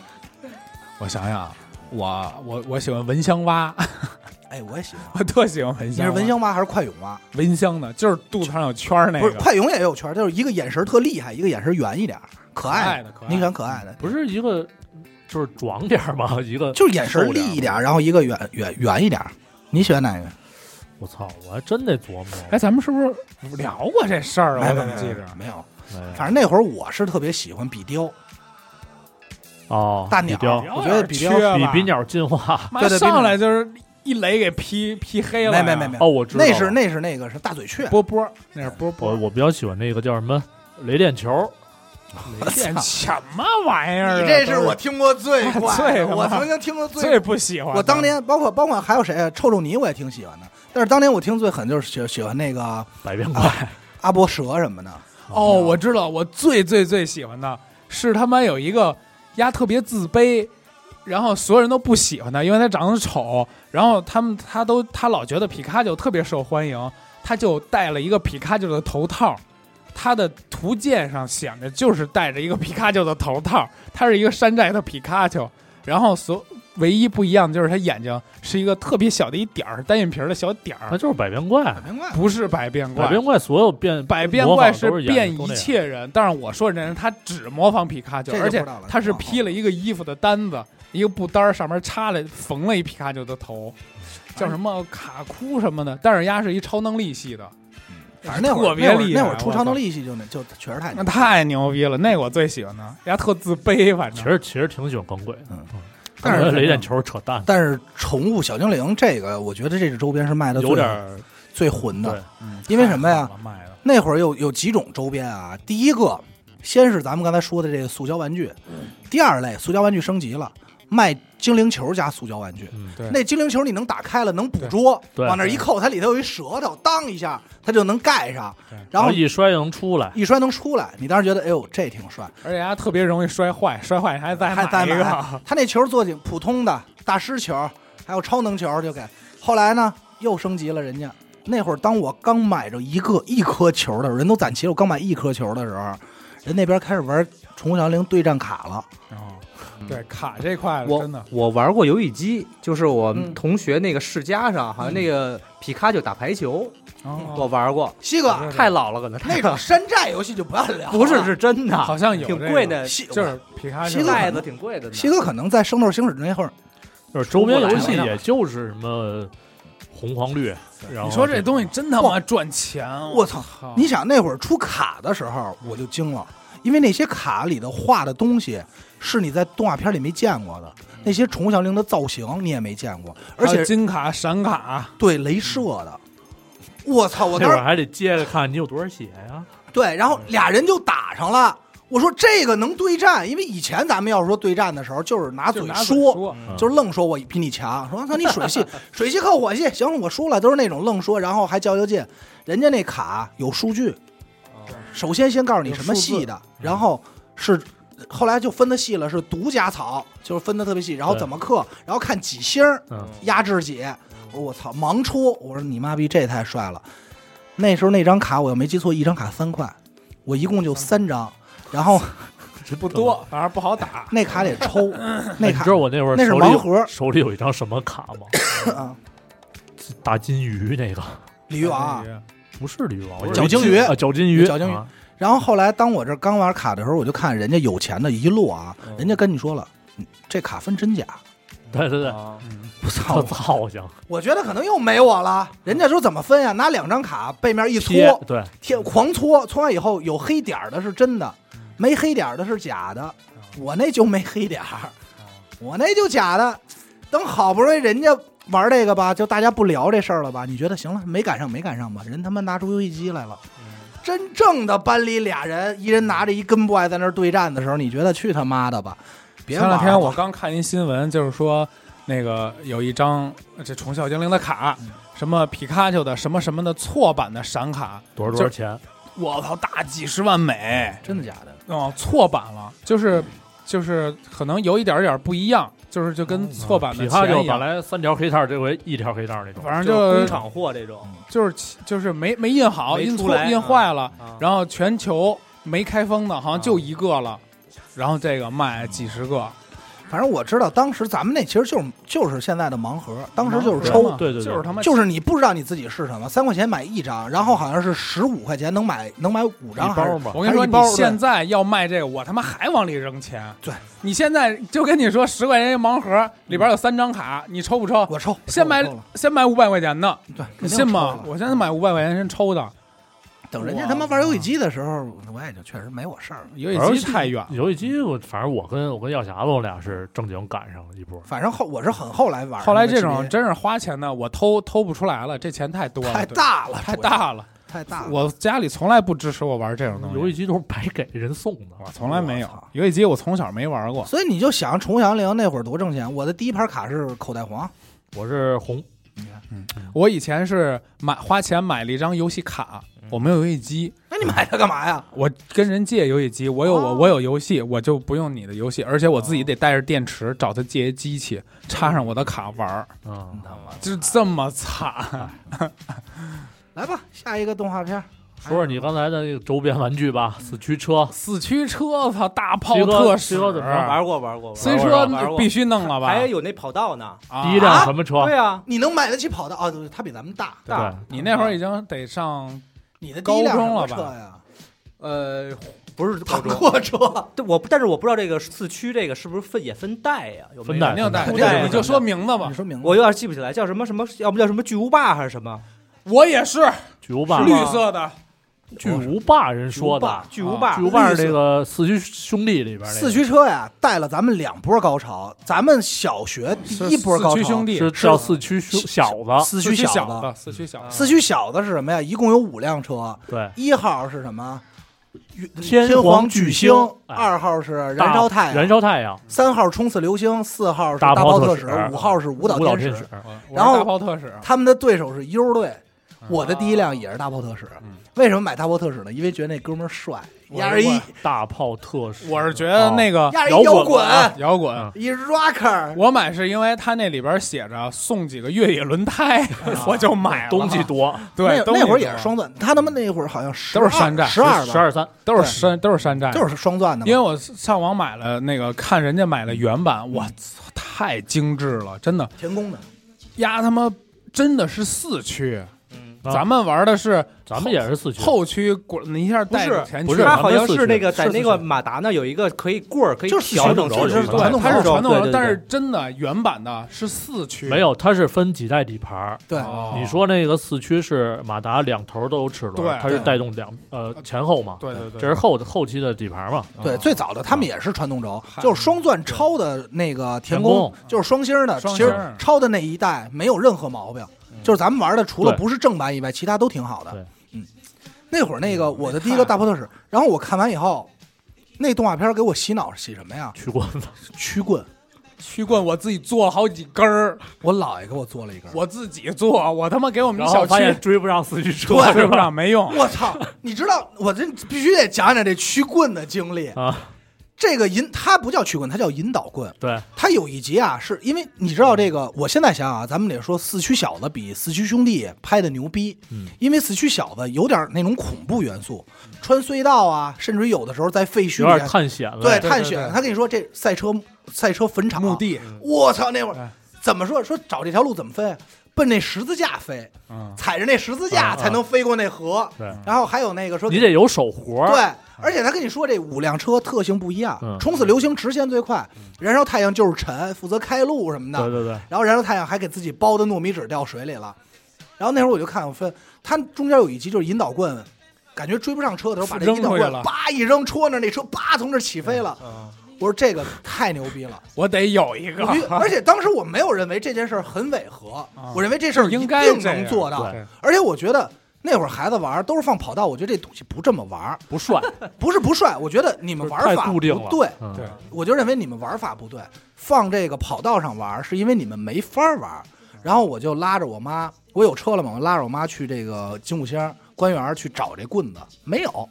Speaker 4: 我想想啊，我我我喜欢蚊香蛙，
Speaker 2: 哎，我也喜欢。
Speaker 4: 我特喜欢蚊
Speaker 2: 你
Speaker 4: 香。
Speaker 2: 是蚊？香蛙还是快泳蛙？
Speaker 4: 蚊香的，就是肚子上有圈儿那
Speaker 2: 不是，
Speaker 4: 个。
Speaker 2: 快泳也有圈儿，就是一个眼神特厉害，一个眼神圆一点儿，可爱
Speaker 4: 可爱的可爱的
Speaker 2: 哎你喜欢可爱的，
Speaker 3: 不是一个，就是壮点儿嘛，一个
Speaker 2: 就是眼神立一
Speaker 3: 瘦
Speaker 2: 点儿，然后一个圆圆圆一点儿。你喜欢哪个？
Speaker 3: 我操，我还真得琢磨。
Speaker 4: 哎，咱们是不是聊过这事儿啊？
Speaker 2: 没
Speaker 4: 我
Speaker 2: 没
Speaker 4: 怎
Speaker 2: 没
Speaker 4: 么记
Speaker 2: 没
Speaker 4: 着？
Speaker 2: 没有，
Speaker 3: 哎
Speaker 2: 反正那会儿我是特别喜欢比雕，
Speaker 3: 哦，
Speaker 2: 大鸟
Speaker 3: 比雕
Speaker 2: 我觉得比
Speaker 4: 有点
Speaker 2: 雕
Speaker 4: 缺
Speaker 3: 比
Speaker 4: 吧
Speaker 3: 比，鸟进化。
Speaker 4: 妈
Speaker 2: 对对比
Speaker 4: 上
Speaker 2: 鸟
Speaker 4: 来就是一雷给劈劈黑了
Speaker 2: 没
Speaker 4: 呀。
Speaker 2: 没没没，
Speaker 3: 哦，我知道了，
Speaker 2: 那是那是那个是大嘴雀，
Speaker 4: 波波，那是波波
Speaker 3: 我。我比较喜欢那个叫什么雷电球，
Speaker 4: 没见什么玩意儿啊？
Speaker 2: 你这
Speaker 4: 都
Speaker 2: 是我听过 最怪
Speaker 4: 最
Speaker 2: 的，
Speaker 4: 他妈
Speaker 2: 我曾经听过
Speaker 4: 最
Speaker 2: 最。
Speaker 4: 不喜欢的。
Speaker 2: 我当年包括包括还有谁啊，臭臭泥我也挺喜欢的，但是当年我听最狠就是喜喜欢那个
Speaker 3: 百变怪。
Speaker 2: 阿波蛇什么的，
Speaker 4: 哦，我知道，我最最最喜欢的是他妈有一个丫特别自卑，然后所有人都不喜欢他，因为他长得丑，然后他们他都他老觉得皮卡丘特别受欢迎，他就戴了一个皮卡丘的头套。他的图鉴上显着就是戴着一个皮卡丘的头套，他是一个山寨的皮卡丘，然后所唯一不一样的就是他眼睛是一个特别小的一点儿单眼皮儿的小点
Speaker 3: 那
Speaker 4: 儿，
Speaker 3: 就是百变怪，
Speaker 2: 明白？
Speaker 4: 不是百变怪
Speaker 3: 百，变怪所有变
Speaker 4: 百变
Speaker 3: 模
Speaker 4: 怪
Speaker 3: 仿
Speaker 4: 是
Speaker 3: 都是
Speaker 4: 变
Speaker 3: 演的
Speaker 4: 一，切人，但是我说这人他只模仿皮卡丘，
Speaker 2: 这就
Speaker 4: 而
Speaker 2: 不
Speaker 4: 且
Speaker 2: 知道了
Speaker 4: 他是披了一个衣服的单子，一个布单儿上面插了缝了一皮卡丘的头，叫什么卡库什么的，但是丫是一超能力系的，
Speaker 2: 嗯反正那会儿
Speaker 4: 特别
Speaker 2: 那会儿
Speaker 4: 厉害
Speaker 2: 那会儿出
Speaker 4: 我操
Speaker 2: 长头利息就那就确实太
Speaker 4: 那太牛逼了，那我最喜欢的，丫特自卑，反
Speaker 3: 其
Speaker 4: 正
Speaker 3: 实其实挺喜欢钢轨的，
Speaker 2: 嗯但
Speaker 3: 但
Speaker 2: 是
Speaker 3: 是雷电球扯淡，
Speaker 2: 但是宠物小精灵这个，我觉得这个周边是卖的
Speaker 3: 有点儿
Speaker 2: 最混
Speaker 3: 对嗯
Speaker 2: 的。因为什么呀
Speaker 4: 太好了卖的
Speaker 2: 那会儿有有几种周边啊，第一个先是咱们刚才说的这个塑胶玩具，
Speaker 3: 嗯
Speaker 2: 第二类塑胶玩具升级了，卖精灵球加塑胶玩具。
Speaker 3: 嗯
Speaker 4: 对
Speaker 2: 那精灵球你能打开了，能捕捉，
Speaker 3: 对
Speaker 2: 往那儿一扣，它里头有一舌头，当一下它就能盖上
Speaker 4: 对，
Speaker 2: 然后
Speaker 3: 一摔就能出来，
Speaker 2: 一摔能出来。你当时觉得，哎呦，这挺帅，
Speaker 4: 而且丫特别容易摔坏，摔坏还再
Speaker 2: 还再
Speaker 4: 哎一个，
Speaker 2: 买。他那球做挺普通的大师球，还有超能球就给。后来呢，又升级了人家。那会儿当我刚买着一个一颗球的时候，人都攒齐了，我刚买一颗球的时候，人那边开始玩《宠物小精灵对战卡》了。
Speaker 4: 哦对卡这块
Speaker 5: 我
Speaker 4: 啊真的
Speaker 5: 我玩过游戏机，就是我
Speaker 2: 嗯
Speaker 5: 们同学那个世嘉上，好像那个皮卡丘打排球，我
Speaker 3: 嗯
Speaker 4: 哦，
Speaker 5: 玩过，
Speaker 2: 西哥，
Speaker 4: 嗯
Speaker 5: 太老了，可能
Speaker 2: 那种山寨游戏就不要聊了，
Speaker 5: 不是是真的，
Speaker 4: 好像有
Speaker 5: 挺
Speaker 4: 这个
Speaker 5: 贵的，
Speaker 2: 西
Speaker 4: 就是皮卡
Speaker 2: 西
Speaker 4: 丘啊
Speaker 2: 哥
Speaker 5: 袋子挺贵的呢。
Speaker 2: 西哥可能在《圣斗士星矢》那会儿，
Speaker 4: 哦
Speaker 3: 就是周边游
Speaker 5: 出
Speaker 3: 戏
Speaker 5: 不来
Speaker 3: 也就是什么红黄绿，然后
Speaker 4: 你说这东西真他
Speaker 2: 哇
Speaker 4: 妈赚钱！
Speaker 2: 我操！
Speaker 4: 操
Speaker 2: 你想那会儿出卡的时候，我就惊了，因为那些卡里头画的东西是你在动画片里没见过的，那些宠物小精灵的造型你也没见过，而
Speaker 4: 还有
Speaker 2: 且
Speaker 4: 金卡、闪卡，
Speaker 2: 对镭射的，我操！我
Speaker 3: 那
Speaker 2: 当
Speaker 3: 会儿
Speaker 2: 时
Speaker 3: 还得接着看你有多少血呀，
Speaker 2: 对，然后俩人就打上了。我说这个能对战，因为以前咱们要说对战的时候，就是拿
Speaker 4: 就
Speaker 2: 嘴
Speaker 4: 拿嘴
Speaker 2: 说，
Speaker 4: 说，
Speaker 3: 嗯
Speaker 2: 就是愣说我比你强，说那你水 系水系靠火系，行，我输了，都是那种愣说，然后还较较劲。人家那卡有数据，
Speaker 4: 哦
Speaker 2: 首先先告诉你什么系的，然后是后来就分的细了，是独家草，就是分的特别细，然后
Speaker 3: 对
Speaker 2: 怎么克，然后看几星儿
Speaker 3: 嗯，
Speaker 2: 压制几。我说我操，盲出！我说你妈逼，这也太帅了。那时候那张卡我要没记错，一张卡三块，我一共就三张，然后
Speaker 4: 这不多，反正不好打。
Speaker 2: 那卡得 抽，那
Speaker 3: 哎你
Speaker 2: 卡
Speaker 3: 知道我那会儿
Speaker 2: 那是
Speaker 3: 手里
Speaker 2: 盲盒
Speaker 3: 有手里有一张什么卡吗？
Speaker 2: 啊，
Speaker 3: 大金鱼那个
Speaker 2: 鲤
Speaker 4: 哎
Speaker 2: 鱼王啊。
Speaker 3: 不是鲤鱼王，我以为
Speaker 2: 角鲸鱼
Speaker 3: 啊，角鲸鱼，
Speaker 2: 角鲸鱼
Speaker 3: 啊
Speaker 2: 然后后来当我这刚玩卡的时候，我就看人家有钱的一路啊，人家跟你说了，嗯这卡分真假。
Speaker 3: 对对对，
Speaker 5: 啊
Speaker 2: 我
Speaker 3: 特
Speaker 2: 操！
Speaker 3: 造型，
Speaker 2: 我觉得可能又没我了。人家说怎么分呀？拿两张卡背面一
Speaker 3: 贴
Speaker 2: 搓，
Speaker 3: 对，
Speaker 2: 贴狂搓，搓完以后有黑点儿的是真的，
Speaker 4: 嗯
Speaker 2: 没黑点儿的是假的。我那就没黑点儿，
Speaker 4: 嗯
Speaker 2: 我那就假的。等好不容易人家玩这个吧，就大家不聊这事儿了吧？你觉得行了，没赶上没赶上吧？人他妈拿出游戏机来了。
Speaker 4: 嗯
Speaker 2: 真正的班里俩人，一人拿着一根 boy 在那儿对战的时候，你觉得去他妈的吧？别
Speaker 4: 前
Speaker 2: 玩
Speaker 4: 两天
Speaker 2: 了
Speaker 4: 我刚看一新闻，就是说那个有一张这宠小精灵的卡，什么皮卡丘的什么什么的错版的闪卡，
Speaker 3: 多少多少钱？
Speaker 4: 我操，大几十万美
Speaker 2: 真的假的？
Speaker 4: 哦，错版了，就是就是可能有一点点不一样，就是就跟错版的
Speaker 3: 啊皮卡
Speaker 4: 钱一
Speaker 3: 就哦本
Speaker 4: 样。
Speaker 3: 来三条黑套，这回一条黑套那种，
Speaker 4: 反正
Speaker 5: 就是
Speaker 4: 就
Speaker 5: 工厂货这种，
Speaker 4: 就是就是没没印好，
Speaker 5: 没
Speaker 4: 印
Speaker 5: 出
Speaker 4: 错
Speaker 5: 来
Speaker 4: 印坏了，
Speaker 5: 啊
Speaker 4: 然后全球没开封的，好像就
Speaker 5: 啊
Speaker 4: 一个了，然后这个卖几十
Speaker 2: 啊
Speaker 4: 个，
Speaker 2: 反正我知道，当时咱们那其实就是就是现在的盲盒，当时就是
Speaker 4: 盲盒
Speaker 2: 抽
Speaker 4: 嘛，
Speaker 3: 对对对
Speaker 4: 就是他妈
Speaker 2: 就是你不知道你自己是什么，三块钱买一张，然后好像是十五块钱能买能买五张
Speaker 3: 一
Speaker 2: 还
Speaker 3: 包
Speaker 2: 是
Speaker 3: 嘛，
Speaker 4: 我跟你说，
Speaker 2: 还是一包
Speaker 4: 你现在要卖这个，我他妈还往里扔钱。
Speaker 2: 对，嗯
Speaker 4: 你现在就跟你说，十块钱一盲盒，里边有三张卡，你抽不抽？
Speaker 2: 我抽，
Speaker 4: 先买
Speaker 2: 我抽了
Speaker 4: 先买五百块钱的，
Speaker 2: 对，
Speaker 4: 你
Speaker 2: 肯定
Speaker 4: 信吗
Speaker 2: 抽？了
Speaker 4: 我现在买五百块钱先抽的，
Speaker 2: 等人家他妈玩游戏机的时候，我也就确实没我事儿了。
Speaker 4: 游
Speaker 3: 玩游
Speaker 4: 戏
Speaker 3: 戏
Speaker 4: 机太远了。
Speaker 3: 游戏机我反正我跟我跟药匣子我俩是正经赶上了一波，
Speaker 2: 反正后我是很后来玩的，
Speaker 4: 后来这种
Speaker 2: 那
Speaker 4: 真是花钱的，我偷偷不出来了，这钱太多
Speaker 2: 级别
Speaker 4: 了，
Speaker 2: 太
Speaker 4: 对
Speaker 2: 大了，
Speaker 4: 太
Speaker 2: 主要
Speaker 4: 大了。
Speaker 2: 太大了。
Speaker 4: 我家里从来不支持我玩这种东
Speaker 3: 游
Speaker 4: 西，
Speaker 3: 戏机都是白给人送的，
Speaker 4: 我从来没有
Speaker 2: 我操
Speaker 4: 游戏机，我从小没玩过。
Speaker 2: 所以你就想，重阳灵那会儿多挣钱。我的第一盘卡是口袋黄，
Speaker 3: 我是红，
Speaker 4: 我以前是买花钱买了一张游戏卡，我没有游戏机，
Speaker 2: 那你买它干嘛呀？
Speaker 4: 我跟人借游戏机，我有我、我有游戏，我就不用你的游戏，而且我自己得带着电池找他借一机器，插上我的卡玩儿，
Speaker 3: 嗯，
Speaker 4: 就是这么惨。
Speaker 2: 来吧，下一个动画片。
Speaker 4: 哎
Speaker 3: 说说你刚才的那个周边玩具吧，四驱车，
Speaker 4: 四驱车，操，大炮
Speaker 3: 西哥
Speaker 4: 特
Speaker 3: 西
Speaker 4: 使，
Speaker 3: 哥怎么着
Speaker 5: 玩过玩过，
Speaker 4: 四驱
Speaker 5: 玩
Speaker 4: 车
Speaker 5: 过玩过
Speaker 4: 必须弄了吧？
Speaker 5: 还有那跑道呢，
Speaker 4: 啊
Speaker 3: 第一辆什么车？
Speaker 5: 对啊，
Speaker 2: 你能买得起跑道哦，对，它比咱们大。
Speaker 3: 对
Speaker 5: 大
Speaker 4: 你那会儿已经得上
Speaker 2: 你的第一
Speaker 4: 高
Speaker 2: 辆什
Speaker 4: 中
Speaker 2: 么
Speaker 4: 了
Speaker 2: 车
Speaker 4: 吧
Speaker 2: 呀？
Speaker 5: 呃，不是
Speaker 2: 坦
Speaker 5: 高中
Speaker 2: 克车。
Speaker 5: 对，我不但是我不知道这个四驱这个是不是分也分代呀？有没
Speaker 3: 分
Speaker 5: 有
Speaker 3: 代
Speaker 4: 肯定带，
Speaker 2: 肯定带
Speaker 4: 你就说名字吧
Speaker 2: 你。说明白
Speaker 5: 我有点记不起来，叫什么什么，要不叫什么巨无霸还是什么？
Speaker 4: 我也是，
Speaker 3: 巨无霸，
Speaker 4: 绿色的，
Speaker 3: 巨
Speaker 2: 哦
Speaker 3: 无霸人说的，啊
Speaker 5: 巨无霸
Speaker 3: 巨无霸是这个四驱兄弟里边那个
Speaker 2: 四驱车呀，带了咱们两波高潮。咱们小学第一波高
Speaker 4: 四
Speaker 2: 潮，
Speaker 4: 驱兄弟
Speaker 3: 是叫四驱兄小子，
Speaker 2: 四
Speaker 4: 四驱
Speaker 2: 驱
Speaker 4: 小
Speaker 2: 子。
Speaker 4: 子，四驱小子，
Speaker 2: 四驱小子是什么呀？一共有五辆车，
Speaker 3: 对，
Speaker 2: 一号是什么？
Speaker 3: 天
Speaker 2: 皇
Speaker 3: 巨
Speaker 2: 星。
Speaker 3: 哎
Speaker 2: 二号是燃烧太
Speaker 3: 燃
Speaker 2: 阳，
Speaker 3: 烧太阳，
Speaker 2: 三号冲刺流星，四号是
Speaker 3: 大
Speaker 2: 大
Speaker 3: 炮
Speaker 2: 炮
Speaker 3: 特
Speaker 2: 特
Speaker 3: 使
Speaker 2: 使，五号是舞蹈
Speaker 3: 舞蹈
Speaker 2: 天
Speaker 3: 天
Speaker 2: 使
Speaker 3: 使。。
Speaker 4: 我
Speaker 2: 然后
Speaker 4: 是大炮特使，
Speaker 2: 他们的对手是优队。
Speaker 4: 嗯
Speaker 2: 我的第一辆也是大炮特使，
Speaker 5: 嗯
Speaker 2: 为什么买大炮特使呢？因为觉得那哥们儿帅，
Speaker 4: 是
Speaker 2: 压着一
Speaker 3: 大炮特使，
Speaker 4: 我是觉得那个
Speaker 2: 压着一啊摇滚，啊
Speaker 4: 摇滚。
Speaker 3: 嗯
Speaker 2: 一 rocker，
Speaker 4: 我买是因为它那里边写着送几个越野轮胎， 我就买了。
Speaker 3: 冬季多，
Speaker 4: 对，
Speaker 2: 那
Speaker 4: 冬季
Speaker 2: 那会儿也
Speaker 4: 多
Speaker 2: 是双钻，他他妈那会儿好像
Speaker 4: 都是山寨
Speaker 2: 十二
Speaker 3: 十
Speaker 2: 吧，
Speaker 3: 二三，
Speaker 4: 都是山都是山寨，
Speaker 2: 就是双钻的嘛，
Speaker 4: 因为我上网买了那个，看人家买了原版，我操，太精致了，真的，
Speaker 2: 田宫的。
Speaker 4: 呀他妈真的是四驱，
Speaker 3: 啊
Speaker 4: 咱们玩的是
Speaker 3: 咱们也是四驱，
Speaker 4: 后驱滚一下带着前驱，
Speaker 3: 不是
Speaker 5: 它
Speaker 3: 咱
Speaker 5: 好
Speaker 3: 们
Speaker 5: 像
Speaker 3: 四
Speaker 5: 是那
Speaker 3: 驱
Speaker 5: 个在
Speaker 2: 是
Speaker 5: 那
Speaker 2: 是
Speaker 5: 个
Speaker 2: 是
Speaker 5: 马达那有一个可以棍儿可以
Speaker 2: 就是四驱
Speaker 5: 调整
Speaker 3: 轴
Speaker 5: 自
Speaker 3: 就是
Speaker 4: 对
Speaker 5: 己转
Speaker 2: 传统
Speaker 4: 它是传统的
Speaker 5: 对对，对
Speaker 4: 但是真的原版的是四驱，
Speaker 3: 没有，它是分几代底盘。
Speaker 2: 对，
Speaker 4: 哦。
Speaker 3: 你说那个四驱是马达两头都有齿轮
Speaker 4: 对，
Speaker 3: 它是
Speaker 2: 对
Speaker 3: 带动两呃前后嘛，
Speaker 4: 对对对，
Speaker 3: 这是后后期的底盘嘛。
Speaker 2: 对，最早的他们也是传动
Speaker 4: 哦
Speaker 2: 轴，就是双钻超的那个田宫
Speaker 3: 田，
Speaker 2: 就是双星的。
Speaker 4: 双
Speaker 2: 其
Speaker 4: 星嗯
Speaker 2: 实超的那一代没有任何毛病，就是咱们玩的除了
Speaker 3: 对
Speaker 2: 不是正版以外，其他都挺好
Speaker 3: 对
Speaker 2: 的。嗯，那会儿那
Speaker 4: 嗯
Speaker 2: 个我的第一个大破特使，然后我看完以后，那动画片给我洗脑洗什么呀？
Speaker 3: 驱棍子，
Speaker 2: 曲棍，
Speaker 4: 驱棍我自己做了好几根儿，
Speaker 2: 我姥爷给我做了一根。
Speaker 4: 我自己做，我他妈给我们
Speaker 3: 然
Speaker 4: 小
Speaker 3: 后发
Speaker 4: 区
Speaker 3: 现追不上四驱车，
Speaker 4: 做
Speaker 3: 是
Speaker 4: 是不
Speaker 3: 吧？
Speaker 4: 上没 用，
Speaker 2: 我操！你知道，我这必须得讲讲这曲棍的经历。
Speaker 3: 啊，
Speaker 2: 这个引它不叫曲棍，它叫引导棍。
Speaker 3: 对，
Speaker 2: 它有一集啊，是因为你知道这个，我现在想想啊，咱们得说四驱小子比四驱兄弟拍的牛逼，
Speaker 3: 嗯，
Speaker 2: 因为四驱小子有点那种恐怖元素，穿隧道啊，甚至有的时候在废墟
Speaker 3: 有
Speaker 2: 里
Speaker 3: 点
Speaker 2: 啊
Speaker 3: 探险了。
Speaker 2: 对
Speaker 4: 对
Speaker 2: 探
Speaker 4: 对
Speaker 2: 险
Speaker 4: 对，
Speaker 2: 他跟你说这赛车赛车坟场
Speaker 4: 墓，
Speaker 3: 啊
Speaker 4: 地，
Speaker 2: 我操，那会儿
Speaker 4: 哎
Speaker 2: 怎么说说找这条路怎么飞啊？奔那十字架飞，
Speaker 4: 嗯，
Speaker 2: 踩着那十字架
Speaker 3: 嗯嗯
Speaker 2: 才能飞过那河。
Speaker 3: 啊对，
Speaker 2: 然后还有那个说
Speaker 3: 你得有手活儿。
Speaker 2: 对，而且他跟你说这五辆车特性不一样，
Speaker 3: 嗯
Speaker 2: 冲刺流星直线最快，燃烧太阳就是沉，负责开路什么的。
Speaker 3: 对对对，
Speaker 2: 然后燃烧太阳还给自己包的糯米纸掉水里了。然后那会儿我就看，我分他中间有一集就是引导棍，感觉追不上车的时候，把那
Speaker 4: 扔
Speaker 2: 引导
Speaker 4: 出去
Speaker 2: 棍
Speaker 4: 了
Speaker 2: 叭一扔，戳那那车叭从这起飞了。
Speaker 3: 嗯
Speaker 2: 我说这个太牛逼了，
Speaker 4: 我得有一个
Speaker 2: 我，觉得而且当时我没有认为这件事儿很违和，我认为这事儿
Speaker 4: 啊应
Speaker 2: 一
Speaker 4: 该
Speaker 2: 定
Speaker 4: 这样
Speaker 2: 能做到
Speaker 4: 对。
Speaker 2: 而且我觉得那会儿孩子玩儿都是放跑道，我觉得这东西不这么玩 儿，
Speaker 3: 不 帅，
Speaker 2: 不是不帅，我觉得你们玩
Speaker 3: 太
Speaker 2: 法
Speaker 3: 固
Speaker 2: 不
Speaker 3: 定了。
Speaker 2: 对，
Speaker 3: 嗯
Speaker 4: 对，
Speaker 2: 我就认为你们玩法不对，放这个跑道上玩是因为你们没法玩。然后我就拉着我妈，我有车了嘛，我拉着我妈去这个金木星官园去找这棍子，没有，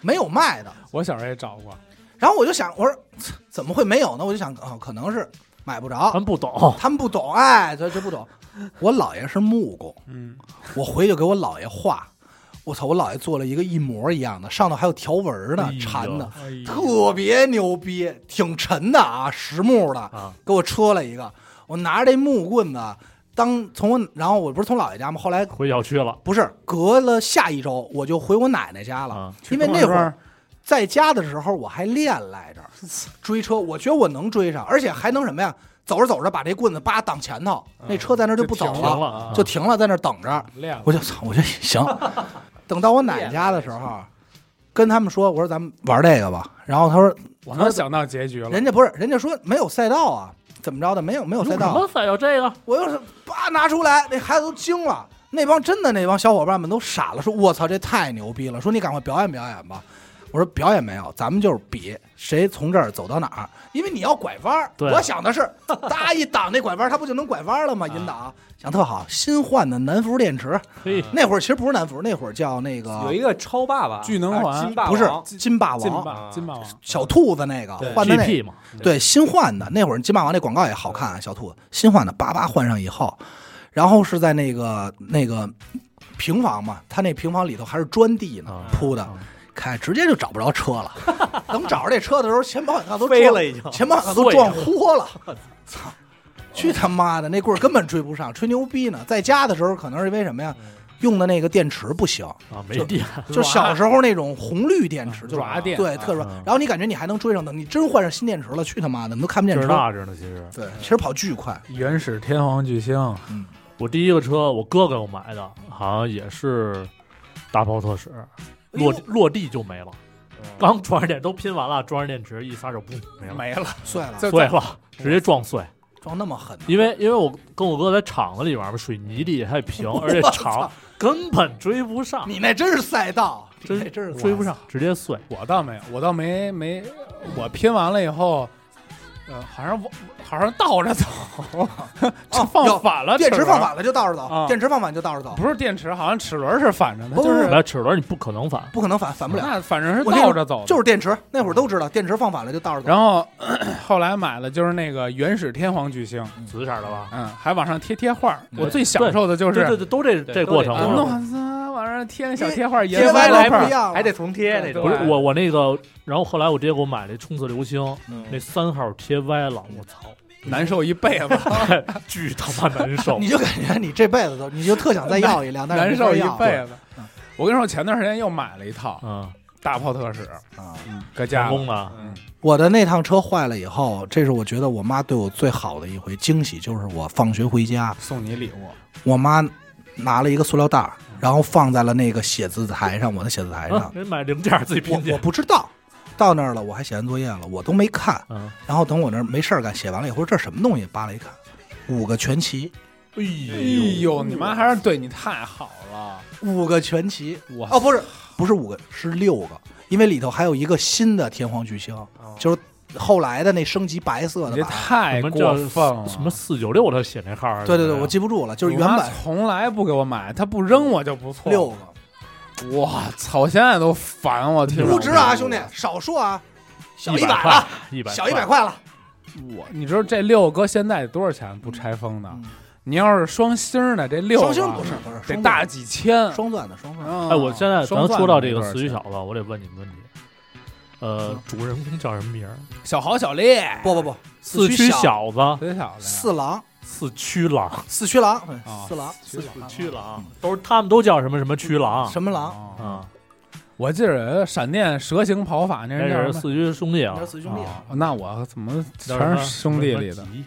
Speaker 2: 没有卖的。
Speaker 4: 我小时候也找过，
Speaker 2: 然后我就想，我说呲怎么会没有呢？我就想，哦，可能是买不着，
Speaker 3: 咱不懂，
Speaker 2: 他们不懂，哎，这这不懂。我姥爷是木工，
Speaker 4: 嗯，
Speaker 2: 我回去给我姥爷画，我操，我姥爷做了一个一模一样的，上头还有条纹呢
Speaker 3: 哎，呦
Speaker 2: 缠的。
Speaker 4: 哎呀
Speaker 2: 特别牛逼，挺沉的啊，实木的，
Speaker 3: 啊
Speaker 2: 给我车了一个。我拿着这木棍子，当从我然后我不是从姥爷家吗？后来
Speaker 3: 回小区了
Speaker 2: 不是隔了下一周，我就回我奶奶家了，
Speaker 3: 啊
Speaker 2: 因为那会儿在家的时候我还练来着，追车，我觉得我能追上，而且还能什么呀？走着走着把这棍子叭挡前头，那车在那儿就不走
Speaker 4: 嗯就
Speaker 3: 停
Speaker 4: 停
Speaker 3: 了啊
Speaker 2: 就停了，在那儿等着。
Speaker 4: 练了
Speaker 2: 我就操，我就行。等到我奶奶家的时候，跟他们说，我说咱们玩这个吧。然后他说
Speaker 4: 我能想到结局了，
Speaker 2: 人家不是，人家说没有赛道啊，怎么着的？没有没有
Speaker 3: 有
Speaker 2: 赛
Speaker 3: 什么
Speaker 2: 道，啊嗯
Speaker 3: 赛有这个？
Speaker 2: 我又是叭拿出来，那孩子都惊了。那帮真的那帮小伙伴们都傻了，说：“我操，这太牛逼了！”说你赶快表演表演吧。我说表演没有，咱们就是比谁从这儿走到哪儿，因为你要拐弯儿。
Speaker 3: 对
Speaker 2: 我想的是，搭一挡那拐弯儿，他不就能拐弯儿了吗？引导想特好，新换的南孚电池，
Speaker 3: 嘿，
Speaker 2: 那会儿其实不是南孚，那会儿叫那
Speaker 5: 有
Speaker 2: 个
Speaker 5: 一个超霸吧，
Speaker 4: 巨能环
Speaker 5: 还是金霸
Speaker 2: 不是
Speaker 5: 王
Speaker 2: 金霸
Speaker 4: 金
Speaker 2: 王，
Speaker 4: 霸金霸王，
Speaker 2: 小兔子那个
Speaker 5: 对
Speaker 2: 换的那个
Speaker 3: GP 嘛，
Speaker 2: 对，新换的那会儿金霸王那广告也好看啊，小兔子新换的，叭叭换上以后，然后是在那个那个平房嘛，他那平房里头还是砖地呢
Speaker 3: 啊
Speaker 2: 铺的
Speaker 3: 啊，
Speaker 2: 开直接就找不着车 了。等找着这车的时候，前保险杠都
Speaker 5: 飞
Speaker 2: 撞
Speaker 5: 了已经
Speaker 2: 前保险杠都
Speaker 3: 碎
Speaker 2: 撞
Speaker 3: 了
Speaker 2: 豁 了，操！去他妈的，那棍儿根本追不上，吹牛逼呢。在家的时候可能是因为什么呀？
Speaker 3: 嗯
Speaker 2: 用的那个电池不行，
Speaker 3: 啊，没电，
Speaker 2: 就小时候那种红绿电池，就是
Speaker 4: 软电啊
Speaker 2: 对，特软
Speaker 3: 嗯。
Speaker 2: 然后你感觉你还能追上，等你真换上新电池了，去他妈的，你都看不见
Speaker 3: 这
Speaker 2: 车。
Speaker 3: 那着呢。其实
Speaker 2: 对，其实跑巨快，
Speaker 4: 原始天皇巨星，
Speaker 3: 我第一个车，我哥给我买的，好像也是大炮特使，
Speaker 2: 哎
Speaker 3: 落落地就没了。
Speaker 2: 哦
Speaker 3: 刚装上电都拼完了，装上电池一撒手，嘣没了，
Speaker 4: 没了，
Speaker 2: 碎了，
Speaker 4: 这
Speaker 3: 碎
Speaker 2: 哦
Speaker 3: 了，直接撞碎。
Speaker 2: 撞那么狠呢，
Speaker 3: 因为因为我跟我哥在厂子里玩嘛，水泥地还平，而且
Speaker 2: 哦操
Speaker 3: 长根本追不上，
Speaker 2: 你那真是赛道，你那
Speaker 3: 真
Speaker 2: 真是
Speaker 3: 追不上，直接碎。
Speaker 4: 我倒没有，我倒没没，我拼完了以后，呃，好像我好像倒着走，这
Speaker 2: 哦有
Speaker 4: 放反了，
Speaker 2: 电池
Speaker 4: 齿轮
Speaker 2: 放反了就倒着走，
Speaker 4: 啊
Speaker 2: 电池放反就倒着走，
Speaker 4: 不是电池，好像齿轮是反着的，
Speaker 2: 不不
Speaker 4: 就
Speaker 2: 不
Speaker 4: 是
Speaker 3: 来齿轮你不可能反，
Speaker 2: 不可能反反不了。
Speaker 4: 那反正是
Speaker 2: 我跟你说
Speaker 4: 倒着走的，
Speaker 2: 就是电池，那会儿都知道，电池放反了就倒着走。
Speaker 4: 然后后来买了就是那个原始天皇巨星，
Speaker 3: 紫色的吧？
Speaker 4: 嗯，还往上贴贴画儿。
Speaker 2: 对
Speaker 4: 我最享受的就
Speaker 3: 对对
Speaker 4: 是
Speaker 3: 对，都这
Speaker 5: 对
Speaker 3: 这
Speaker 5: 都
Speaker 3: 过
Speaker 5: 得
Speaker 3: 程
Speaker 5: 这
Speaker 4: 啊
Speaker 5: 样
Speaker 4: 弄
Speaker 3: 嘛。
Speaker 4: 完啊往上贴那小贴画儿，
Speaker 2: 贴
Speaker 4: 也
Speaker 2: 歪
Speaker 4: 歪
Speaker 2: 了
Speaker 4: 来
Speaker 2: 不
Speaker 4: 块
Speaker 2: 一
Speaker 4: 儿。
Speaker 2: 样了，
Speaker 5: 还得重贴那
Speaker 4: 对
Speaker 3: 不
Speaker 5: 种
Speaker 3: 是
Speaker 4: 对。
Speaker 3: 我我那个，然后后来我直接给我买了冲刺流星，
Speaker 2: 嗯
Speaker 3: 那三号贴歪了，我操，
Speaker 4: 难受一辈子，
Speaker 3: 巨他妈难受
Speaker 2: 你。就感觉你这辈子都，你就特想再要一辆，但是
Speaker 4: 难
Speaker 2: 没
Speaker 4: 受
Speaker 2: 法
Speaker 4: 一
Speaker 2: 要
Speaker 4: 辈啊子
Speaker 2: 嗯。
Speaker 4: 我跟你说，我前段时间又买了一套
Speaker 3: 嗯，
Speaker 4: 大炮特使，
Speaker 2: 啊！
Speaker 4: 搁家
Speaker 3: 成
Speaker 4: 了
Speaker 3: 功了。
Speaker 4: 嗯
Speaker 2: 我的那趟车坏了以后，这是我觉得我妈对我最好的一回惊喜，就是我放学回家，
Speaker 4: 送你礼物，
Speaker 2: 我妈拿了一个塑料袋儿，
Speaker 4: 嗯
Speaker 2: 然后放在了那个写字台上，我的写字台
Speaker 3: 啊
Speaker 2: 上，，
Speaker 3: 人买零件自己
Speaker 4: 嗯
Speaker 3: 拼
Speaker 2: 哎我我
Speaker 3: 去。
Speaker 2: 不知道。到那儿了，我还写完作业了，我都没看。
Speaker 3: 嗯，
Speaker 2: 然后等我那儿没事儿干，写完了以后，这什么东西？扒拉一看，五个全齐，
Speaker 3: 哎
Speaker 4: 哎呦，你妈还是对你太好了，
Speaker 2: 五个全齐。
Speaker 4: 哇
Speaker 2: 哦，不是，不是五个，是六个，因为里头还有一个新的天皇巨星，就是后来的那升级白色
Speaker 4: 哦你这
Speaker 2: 的版。
Speaker 4: 太
Speaker 3: 什么
Speaker 4: 过
Speaker 3: 叫
Speaker 4: 分了，
Speaker 3: 什么四九六，他写那号儿。
Speaker 2: 对对对，
Speaker 3: 吧
Speaker 2: 我记不住了，就是
Speaker 4: 我
Speaker 2: 原
Speaker 4: 妈
Speaker 2: 版
Speaker 4: 从来不给我买，她不扔我就不错。
Speaker 2: 啊六个。
Speaker 4: 我操！我现在都烦我听着。
Speaker 2: 不值啊，兄弟，少说啊，小
Speaker 3: 一
Speaker 2: 百
Speaker 3: 块
Speaker 2: 了，，
Speaker 3: 一百
Speaker 2: 小一百块了。
Speaker 4: 我你知道这六哥现在得多少钱不拆封的？
Speaker 2: 嗯
Speaker 4: 你要是双星儿的，这六
Speaker 2: 双
Speaker 4: 个啊
Speaker 2: 星不是不是
Speaker 4: 得
Speaker 2: 双钻
Speaker 4: 大几 千。
Speaker 2: 双钻的双钻，
Speaker 4: 嗯
Speaker 3: 哎，我现在咱
Speaker 4: 双钻的
Speaker 3: 说到这
Speaker 4: 没
Speaker 3: 个
Speaker 4: 多少
Speaker 3: 死鱼
Speaker 4: 钱
Speaker 3: 小子，我得问你们问题。呃
Speaker 2: 嗯，
Speaker 3: 主人公叫什么名儿？
Speaker 4: 小豪、小烈，
Speaker 2: 不不不，
Speaker 3: 四
Speaker 2: 驱
Speaker 3: 驱小子，
Speaker 4: 真小的
Speaker 2: 四郎，
Speaker 3: 四驱狼，
Speaker 2: 四驱狼，
Speaker 4: 啊
Speaker 2: 四郎，
Speaker 4: 四驱
Speaker 2: 四
Speaker 3: 驱狼，都是他们都叫什么什么驱狼
Speaker 2: 什么狼？
Speaker 4: 啊！
Speaker 3: 啊？
Speaker 4: 我记着闪电蛇形跑法那
Speaker 3: 那
Speaker 4: 人叫
Speaker 3: 是
Speaker 4: 什么？
Speaker 3: 四驱兄弟啊
Speaker 2: 那是，四兄弟。
Speaker 4: 哦那我怎么
Speaker 3: 叫什么
Speaker 4: 全是兄弟里的
Speaker 3: 什？么吉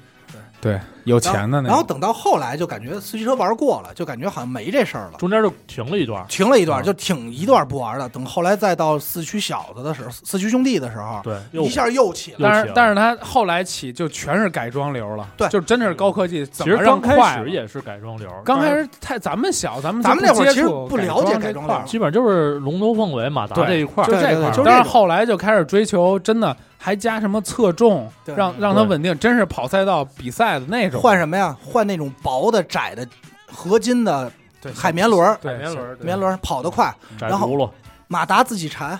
Speaker 4: 对，有钱的那
Speaker 2: 然后
Speaker 4: 种。
Speaker 2: 等到后来就感觉四驱车玩过了，就感觉好像没这事儿了。
Speaker 3: 中间就停了一段。
Speaker 2: 停了一段，
Speaker 3: 嗯
Speaker 2: 就挺一段不玩了。等后来再到四驱小子的时候，四驱兄弟的时候，
Speaker 3: 对，又
Speaker 2: 一下又起来。
Speaker 3: 又
Speaker 4: 但
Speaker 3: 起
Speaker 4: 是
Speaker 3: 了
Speaker 4: 但是他后来起就全是改装流了，
Speaker 2: 对
Speaker 4: 就真的是高科技。
Speaker 3: 嗯其
Speaker 4: 怎
Speaker 3: 实
Speaker 4: 么
Speaker 3: 刚
Speaker 4: 让
Speaker 3: 开
Speaker 4: 快
Speaker 3: 始
Speaker 4: 了
Speaker 3: 也是改装流，
Speaker 4: 刚开始太咱们小，咱们
Speaker 2: 咱们那会儿
Speaker 4: 接
Speaker 2: 其实
Speaker 4: 触
Speaker 2: 不了解改
Speaker 4: 改
Speaker 2: 装
Speaker 4: 装这
Speaker 2: 料儿
Speaker 4: 块儿
Speaker 3: 基本就是龙头凤尾马达
Speaker 4: 对
Speaker 3: 这一块
Speaker 4: 就
Speaker 3: 儿。
Speaker 2: 对
Speaker 4: 这
Speaker 2: 对
Speaker 4: 块儿
Speaker 2: 就。
Speaker 4: 但
Speaker 2: 是这
Speaker 4: 是
Speaker 2: 种
Speaker 4: 后来就开始追求真的，还加什么侧重，
Speaker 2: 对
Speaker 4: 让让它
Speaker 3: 对
Speaker 4: 稳定，真是跑赛道比赛的那种。
Speaker 2: 换什么呀？换那种薄的、窄的、合金的
Speaker 4: 对
Speaker 2: 海绵轮儿，
Speaker 4: 对
Speaker 3: 海绵轮儿对
Speaker 2: 绵轮儿跑得快，
Speaker 3: 窄
Speaker 2: 然后
Speaker 3: 轱辘，
Speaker 2: 马达自己缠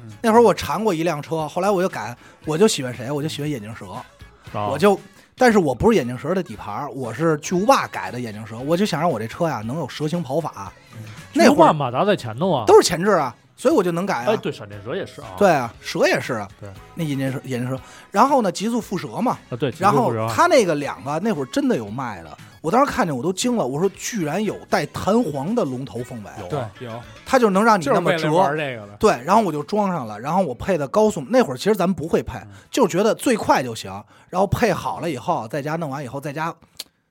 Speaker 4: 嗯。
Speaker 2: 那会儿我缠过一辆车，后来我就改，我就喜欢谁，我就喜欢眼镜蛇，
Speaker 3: 啊
Speaker 2: 我就，但是我不是眼镜蛇的底盘儿，我是巨无霸改的眼镜蛇，我就想让我这车呀能有蛇形跑法。那
Speaker 3: 嗯巨无
Speaker 2: 会
Speaker 3: 霸
Speaker 2: 儿
Speaker 3: 马达在前头啊。
Speaker 2: 都是前置啊，所以我就能改啊。
Speaker 3: 哎，对，闪电蛇也是啊。
Speaker 2: 对啊，蛇也是啊，
Speaker 3: 对，
Speaker 2: 那眼镜蛇眼镜蛇，然后呢，极速蝮蛇嘛，
Speaker 3: 啊，对，
Speaker 2: 然后
Speaker 3: 其实不是啊
Speaker 2: 它那个两个那会儿真的有卖的，我当时看见我都惊了，我说居然有带弹簧的龙头凤尾，
Speaker 3: 有
Speaker 4: 对
Speaker 3: 啊，
Speaker 4: 有，
Speaker 2: 它就能让你
Speaker 4: 就是
Speaker 2: 那么
Speaker 4: 为了玩
Speaker 2: 折。
Speaker 4: 这个的。
Speaker 2: 对，然后我就装上了，然后我配的高速，那会儿其实咱们不会配，就觉得最快就行，然后配好了以后，在家弄完以后，在家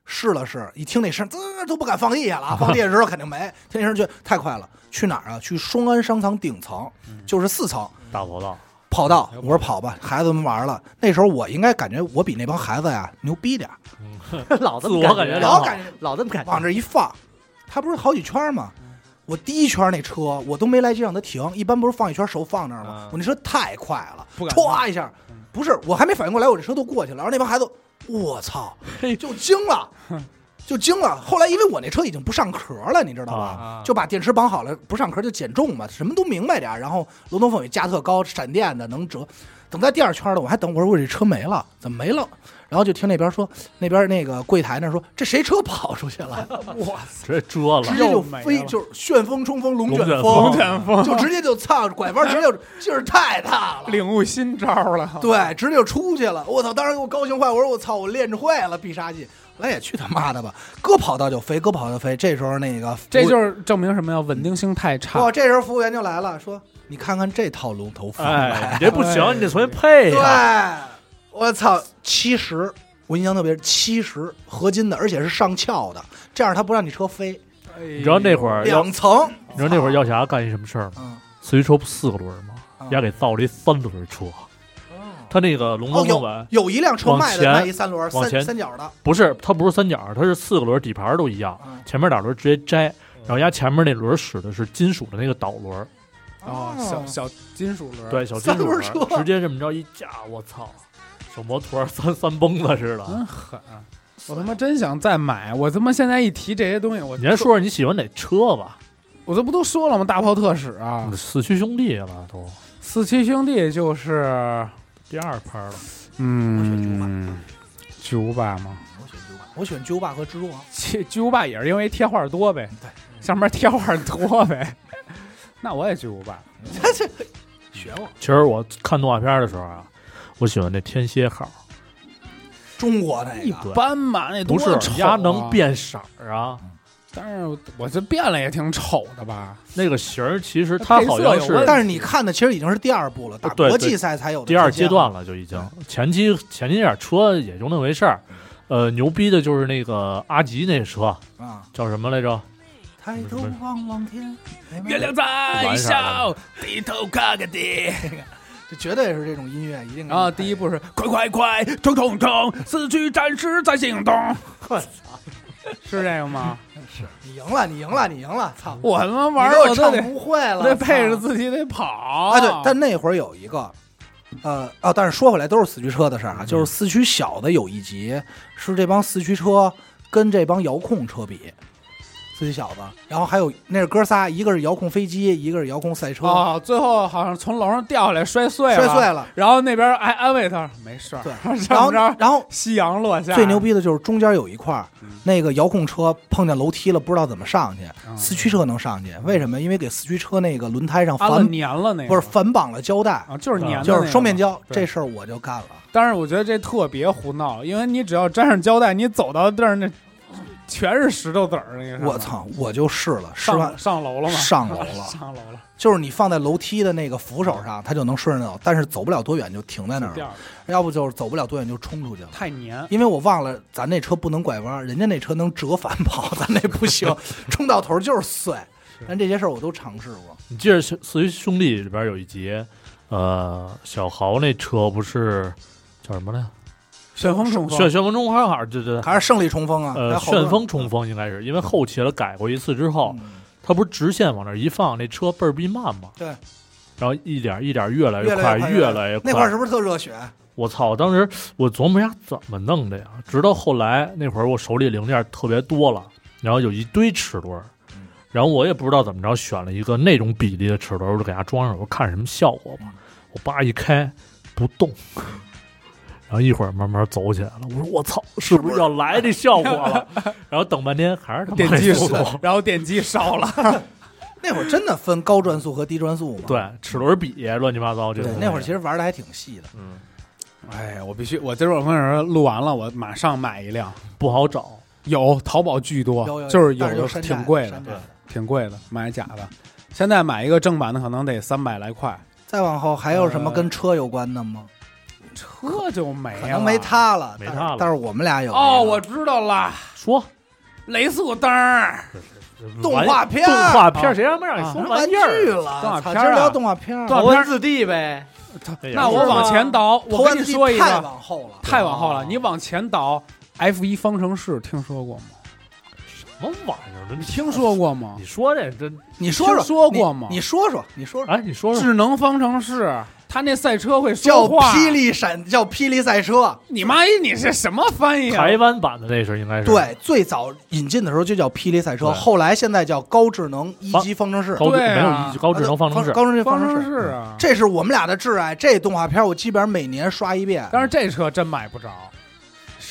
Speaker 2: 试了试，一听那声，滋、都不敢放地下了啊，放地下的时候肯定没，听那声就太快了。去哪儿啊？去双安商场顶层，就是四层，
Speaker 3: 大跑道。
Speaker 2: 跑道，我说跑吧，孩子们玩了。那时候我应该感觉我比那帮孩子呀牛逼点儿，
Speaker 5: 老这
Speaker 3: 自
Speaker 5: 么
Speaker 3: 我感觉
Speaker 5: 觉，
Speaker 3: 良
Speaker 2: 老
Speaker 3: 好
Speaker 2: 感觉
Speaker 5: 老这么感觉
Speaker 2: 往。这一放，它不是好几圈吗？我第一圈那车我都没来及让它停，一般不是放一圈手放那儿吗
Speaker 5: 啊？
Speaker 2: 我那车太快了，
Speaker 4: 嗯不敢
Speaker 2: 歘一下，不是我还没反应过来，我这车都过去了。然后那帮孩子，我操，就惊了。就惊了，后来因为我那车已经不上壳了，你知道吧？
Speaker 5: 啊
Speaker 2: 就把电池绑好了，不上壳就减重嘛，什么都明白点儿。然后龙头凤尾加特高，闪电的能折。等在第二圈了，我还等我说我这车没了，怎么没了？然后就听那边说，那边那个柜台那说，这谁车跑出去了？
Speaker 3: 直接遮了
Speaker 2: 直，接就
Speaker 4: 又没
Speaker 2: 飞，
Speaker 4: 了
Speaker 2: 就是旋风冲锋，龙
Speaker 3: 龙
Speaker 2: 卷
Speaker 3: 卷
Speaker 2: 风，
Speaker 3: 卷风，
Speaker 2: 就直接就操，拐弯直接就劲儿太大了，
Speaker 4: 领悟新招了，
Speaker 2: 对，直接就出去了。我操！当时给我高兴坏，我说我操，我练着坏了必杀技。后来也去他妈的吧，搁跑道就飞，搁跑道就飞。这时候那个服务，
Speaker 4: 这就是证明什么呀？稳定性太差
Speaker 2: 哇，。这时候服务员就来了，说你看看这套龙头服，
Speaker 3: 哎，你这不行，你得重新配
Speaker 2: 对
Speaker 3: 呀。，
Speaker 2: 我操，七十。我印象特别，七十合金的，而且是上翘的，这样它不让你车飞，
Speaker 3: 你知道那会儿哎要，
Speaker 2: 两层，
Speaker 3: 你知道那会儿耀霞干一什么事儿吗？
Speaker 2: 嗯，
Speaker 3: 四驱车不四个轮儿吗
Speaker 2: 嗯？
Speaker 3: 丫给造了一三轮车，他那个龙
Speaker 2: 哦
Speaker 3: 头凤尾
Speaker 2: 有有一辆车卖的
Speaker 3: 往前
Speaker 2: 卖一三轮
Speaker 3: 往
Speaker 2: 三
Speaker 3: 前
Speaker 2: 三角的，
Speaker 3: 不是，它不是三角，它是四个轮儿，底盘儿都一样
Speaker 2: 嗯，
Speaker 3: 前面俩轮儿直接摘，
Speaker 4: 嗯
Speaker 3: 然后压前面那轮儿使的是金属的那个导轮儿，
Speaker 4: 哦，小小金属嗯轮，
Speaker 3: 对，小金
Speaker 2: 三
Speaker 3: 属
Speaker 2: 轮
Speaker 3: 轮
Speaker 2: 儿车
Speaker 3: 儿，直接这么着一架，我操，小摩托儿三三蹦子似的。
Speaker 4: 真狠。我他妈真想再买，我他妈现在一提这些东西，我
Speaker 3: 你先说说你喜欢哪车吧？
Speaker 4: 我这不都说了吗？大炮特使啊，
Speaker 3: 四驱嗯兄弟了都，
Speaker 4: 四七兄弟就是，
Speaker 3: 第二拍了，
Speaker 4: 嗯，巨无霸吗？
Speaker 2: 我选巨无霸，我选巨无霸和蜘蛛王，
Speaker 4: 巨巨无霸也是因为贴画多呗，对，上面贴画多 呗。那我也巨无霸，
Speaker 2: 这这学我，
Speaker 3: 其实我看动画片儿的时候啊，我喜欢那天蝎号，
Speaker 2: 中国
Speaker 4: 哎
Speaker 2: 那
Speaker 3: 一
Speaker 2: 个，
Speaker 3: 对
Speaker 4: 斑马那多
Speaker 3: 不是
Speaker 4: 丑啊嗯
Speaker 3: 鸭能，变色儿啊，
Speaker 4: 但是我这变了也挺丑的吧？
Speaker 3: 那个型儿其实
Speaker 4: 它
Speaker 3: 它
Speaker 4: 配色
Speaker 3: 好像
Speaker 4: 有问
Speaker 3: 是
Speaker 4: 题
Speaker 2: 但是你看的其实已经是第二部了，打
Speaker 3: 对
Speaker 2: 国
Speaker 3: 对
Speaker 2: 际赛才有的
Speaker 3: 第二
Speaker 2: 时间
Speaker 3: 阶段了，就已经前期前期点车也就那回事
Speaker 2: 嗯
Speaker 3: 儿，呃，牛逼的就是那个阿吉那车
Speaker 2: 啊。
Speaker 3: 叫什么来着？
Speaker 2: 抬头望望天，
Speaker 4: 嗯月亮在
Speaker 3: 完事儿
Speaker 4: 笑
Speaker 3: 了，
Speaker 4: 低头看看地。
Speaker 2: 这绝对是这种音乐一定给你
Speaker 4: 然后嗯啊第一步是快快快，冲冲冲，四驱战士在行 动。
Speaker 2: 我
Speaker 4: 是这个吗？
Speaker 2: 是你赢了，你赢了，你赢了，操！
Speaker 4: 我他妈嗯玩
Speaker 2: 你
Speaker 4: 儿
Speaker 2: 给
Speaker 4: 我
Speaker 2: 我
Speaker 4: 都
Speaker 2: 唱
Speaker 4: 得
Speaker 2: 不会了，
Speaker 4: 得配着
Speaker 2: 操
Speaker 4: 自己得跑
Speaker 2: 啊，对，但那会儿有一个，呃，哦，但是说回来都是四驱车的事儿啊，
Speaker 4: 嗯
Speaker 2: 就是四驱小的有一集是这帮四驱车跟这帮遥控车比，四驱小子，然后还有那是哥仨，一个是遥控飞机，一个是遥控赛车，
Speaker 4: 哦，最后好像从楼上掉下来摔碎
Speaker 2: 摔
Speaker 4: 了，
Speaker 2: 碎 了，
Speaker 4: 然后那边还安慰他没事儿，
Speaker 2: 对
Speaker 4: 这
Speaker 2: 然后
Speaker 4: 么着
Speaker 2: 然后
Speaker 4: 夕阳落下，
Speaker 2: 最牛逼的就是中间有一块儿
Speaker 4: 嗯，
Speaker 2: 那个遥控车碰见楼梯了，不知道怎么上去，
Speaker 4: 嗯
Speaker 2: 四驱车能上去，为什么？因为给四驱车那个轮胎上
Speaker 4: 安了
Speaker 2: 反
Speaker 4: 粘了那个
Speaker 2: 不是反绑了胶带，
Speaker 4: 啊，就是粘的那个，
Speaker 2: 就是双面胶，
Speaker 4: 对
Speaker 2: 这事儿我就干了。
Speaker 4: 但是我觉得这特别胡闹，因为你只要沾上胶带，你走到地儿那全是石头子儿，那个上面
Speaker 2: 我，操，我就试了，试完
Speaker 4: 上上楼了吗？
Speaker 2: 上楼了
Speaker 4: 上楼了，
Speaker 2: 就是你放在楼梯的那个扶手上，它就能顺着走，但是走不了多远就停在那儿
Speaker 4: 第
Speaker 2: 了，
Speaker 4: 二个
Speaker 2: 要不就是走不了多远就冲出去了。
Speaker 4: 太粘，
Speaker 2: 因为我忘了，咱那车不能拐弯，人家那车能折返跑， 咱那不行，冲到头就是碎。但这些事儿我都尝试过，
Speaker 3: 你记得《四驱兄弟》里边有一集，呃，小豪那车不是叫什么来着？
Speaker 4: 旋风冲锋，
Speaker 3: 旋旋风冲锋号，对对对，
Speaker 2: 还是胜利冲锋啊，还
Speaker 3: 呃，
Speaker 2: 好多
Speaker 3: 旋风冲锋应该是，因为后期了改过一次之后，
Speaker 2: 嗯
Speaker 3: 它不是直线往那儿一放，那车倍儿逼慢嘛。
Speaker 2: 对。
Speaker 3: 然后一点一点越来
Speaker 2: 越
Speaker 3: 快，
Speaker 2: 来
Speaker 3: 越
Speaker 2: 快
Speaker 3: 来越快。
Speaker 2: 那块儿是不是特热血？
Speaker 3: 我操！当时我琢磨一下怎么弄的呀，直到后来那会儿我手里零件特别多了，然后有一堆齿轮儿，
Speaker 2: 嗯
Speaker 3: 然后我也不知道怎么着选了一个那种比例的齿轮儿，我就给它装上，我看什么效果
Speaker 2: 嗯
Speaker 3: 吧。我叭一开不动，然后一会儿慢慢走起来了。我说我操，是不是要来这效 果了？然后等半天还是他
Speaker 4: 电
Speaker 3: 妈
Speaker 4: 机
Speaker 3: 那速
Speaker 4: 烧
Speaker 3: 度，，
Speaker 4: 然后电机烧了，
Speaker 2: 那会儿真的分高转速和低转速嘛？
Speaker 3: 对齿轮比乱七八糟这
Speaker 2: 对
Speaker 3: 种。，
Speaker 2: 那会儿其实玩的还挺细的。
Speaker 4: 哎，我必须，我今儿我跟你说，录完了，我马上买一辆。
Speaker 3: 不好找，
Speaker 4: 有淘宝巨多，
Speaker 2: 有有
Speaker 4: 就是有
Speaker 2: 但是
Speaker 4: 的
Speaker 2: 有山寨
Speaker 4: 挺贵的
Speaker 2: 山寨的，
Speaker 4: 挺贵的，买假的。现在买一个正版的可能得三百来块，
Speaker 2: 再往后还有什么跟车有关的吗？
Speaker 4: 车就没了，
Speaker 2: 可能没它了，
Speaker 3: 没
Speaker 2: 但
Speaker 3: 它了
Speaker 2: 但是我们俩有
Speaker 4: 哦，
Speaker 2: 一个
Speaker 4: 我知道了，
Speaker 3: 说
Speaker 4: 雷速登儿，
Speaker 2: 动画片
Speaker 3: 动
Speaker 2: 儿
Speaker 3: 画片儿，谁他妈让你
Speaker 4: 啊
Speaker 3: 说
Speaker 2: 玩
Speaker 3: 玩意
Speaker 2: 具
Speaker 3: 儿？
Speaker 2: 了，
Speaker 4: 动画
Speaker 2: 操
Speaker 4: 片儿啊
Speaker 2: 今儿聊动画片儿，
Speaker 4: 动
Speaker 5: 头
Speaker 4: 画片
Speaker 5: 文
Speaker 4: 儿
Speaker 5: 字 D 呗，
Speaker 3: 也
Speaker 4: 那
Speaker 3: 不
Speaker 4: 我
Speaker 3: 是
Speaker 4: 往
Speaker 5: 吧
Speaker 4: 前倒，我跟你说一
Speaker 2: 太
Speaker 4: 个，
Speaker 2: 往后了，
Speaker 4: 太往后了，
Speaker 2: 哦
Speaker 4: 你往前倒，F 一方程式听说过吗？
Speaker 3: 什么玩意儿？
Speaker 4: 你
Speaker 3: 你
Speaker 4: 听说过吗
Speaker 3: 你？说这这，
Speaker 2: 你说说
Speaker 4: 听说过吗
Speaker 2: 你你说说，你说说，
Speaker 3: 哎，你说说，
Speaker 4: 智能方程式，它那赛车会
Speaker 2: 嗯叫
Speaker 4: 说话，
Speaker 2: 霹，雳闪，叫霹雳赛车。
Speaker 4: 你妈一，你是什么翻译啊？
Speaker 3: 台湾版的那是应该是，
Speaker 2: 对，最早引进的时候就叫霹雳赛车，
Speaker 3: 对
Speaker 2: 后来现在叫高智能一级方程式，
Speaker 3: 高智
Speaker 4: 对
Speaker 3: 没
Speaker 4: 啊
Speaker 3: 有一高智能方程式，
Speaker 2: 高智能
Speaker 4: 方
Speaker 2: 方
Speaker 4: 程
Speaker 2: 程
Speaker 4: 式
Speaker 2: 式。嗯
Speaker 4: 啊，
Speaker 2: 这是我们俩的挚爱，这动画片我基本上每年刷一遍。
Speaker 4: 但是这车真买不着，
Speaker 3: 哎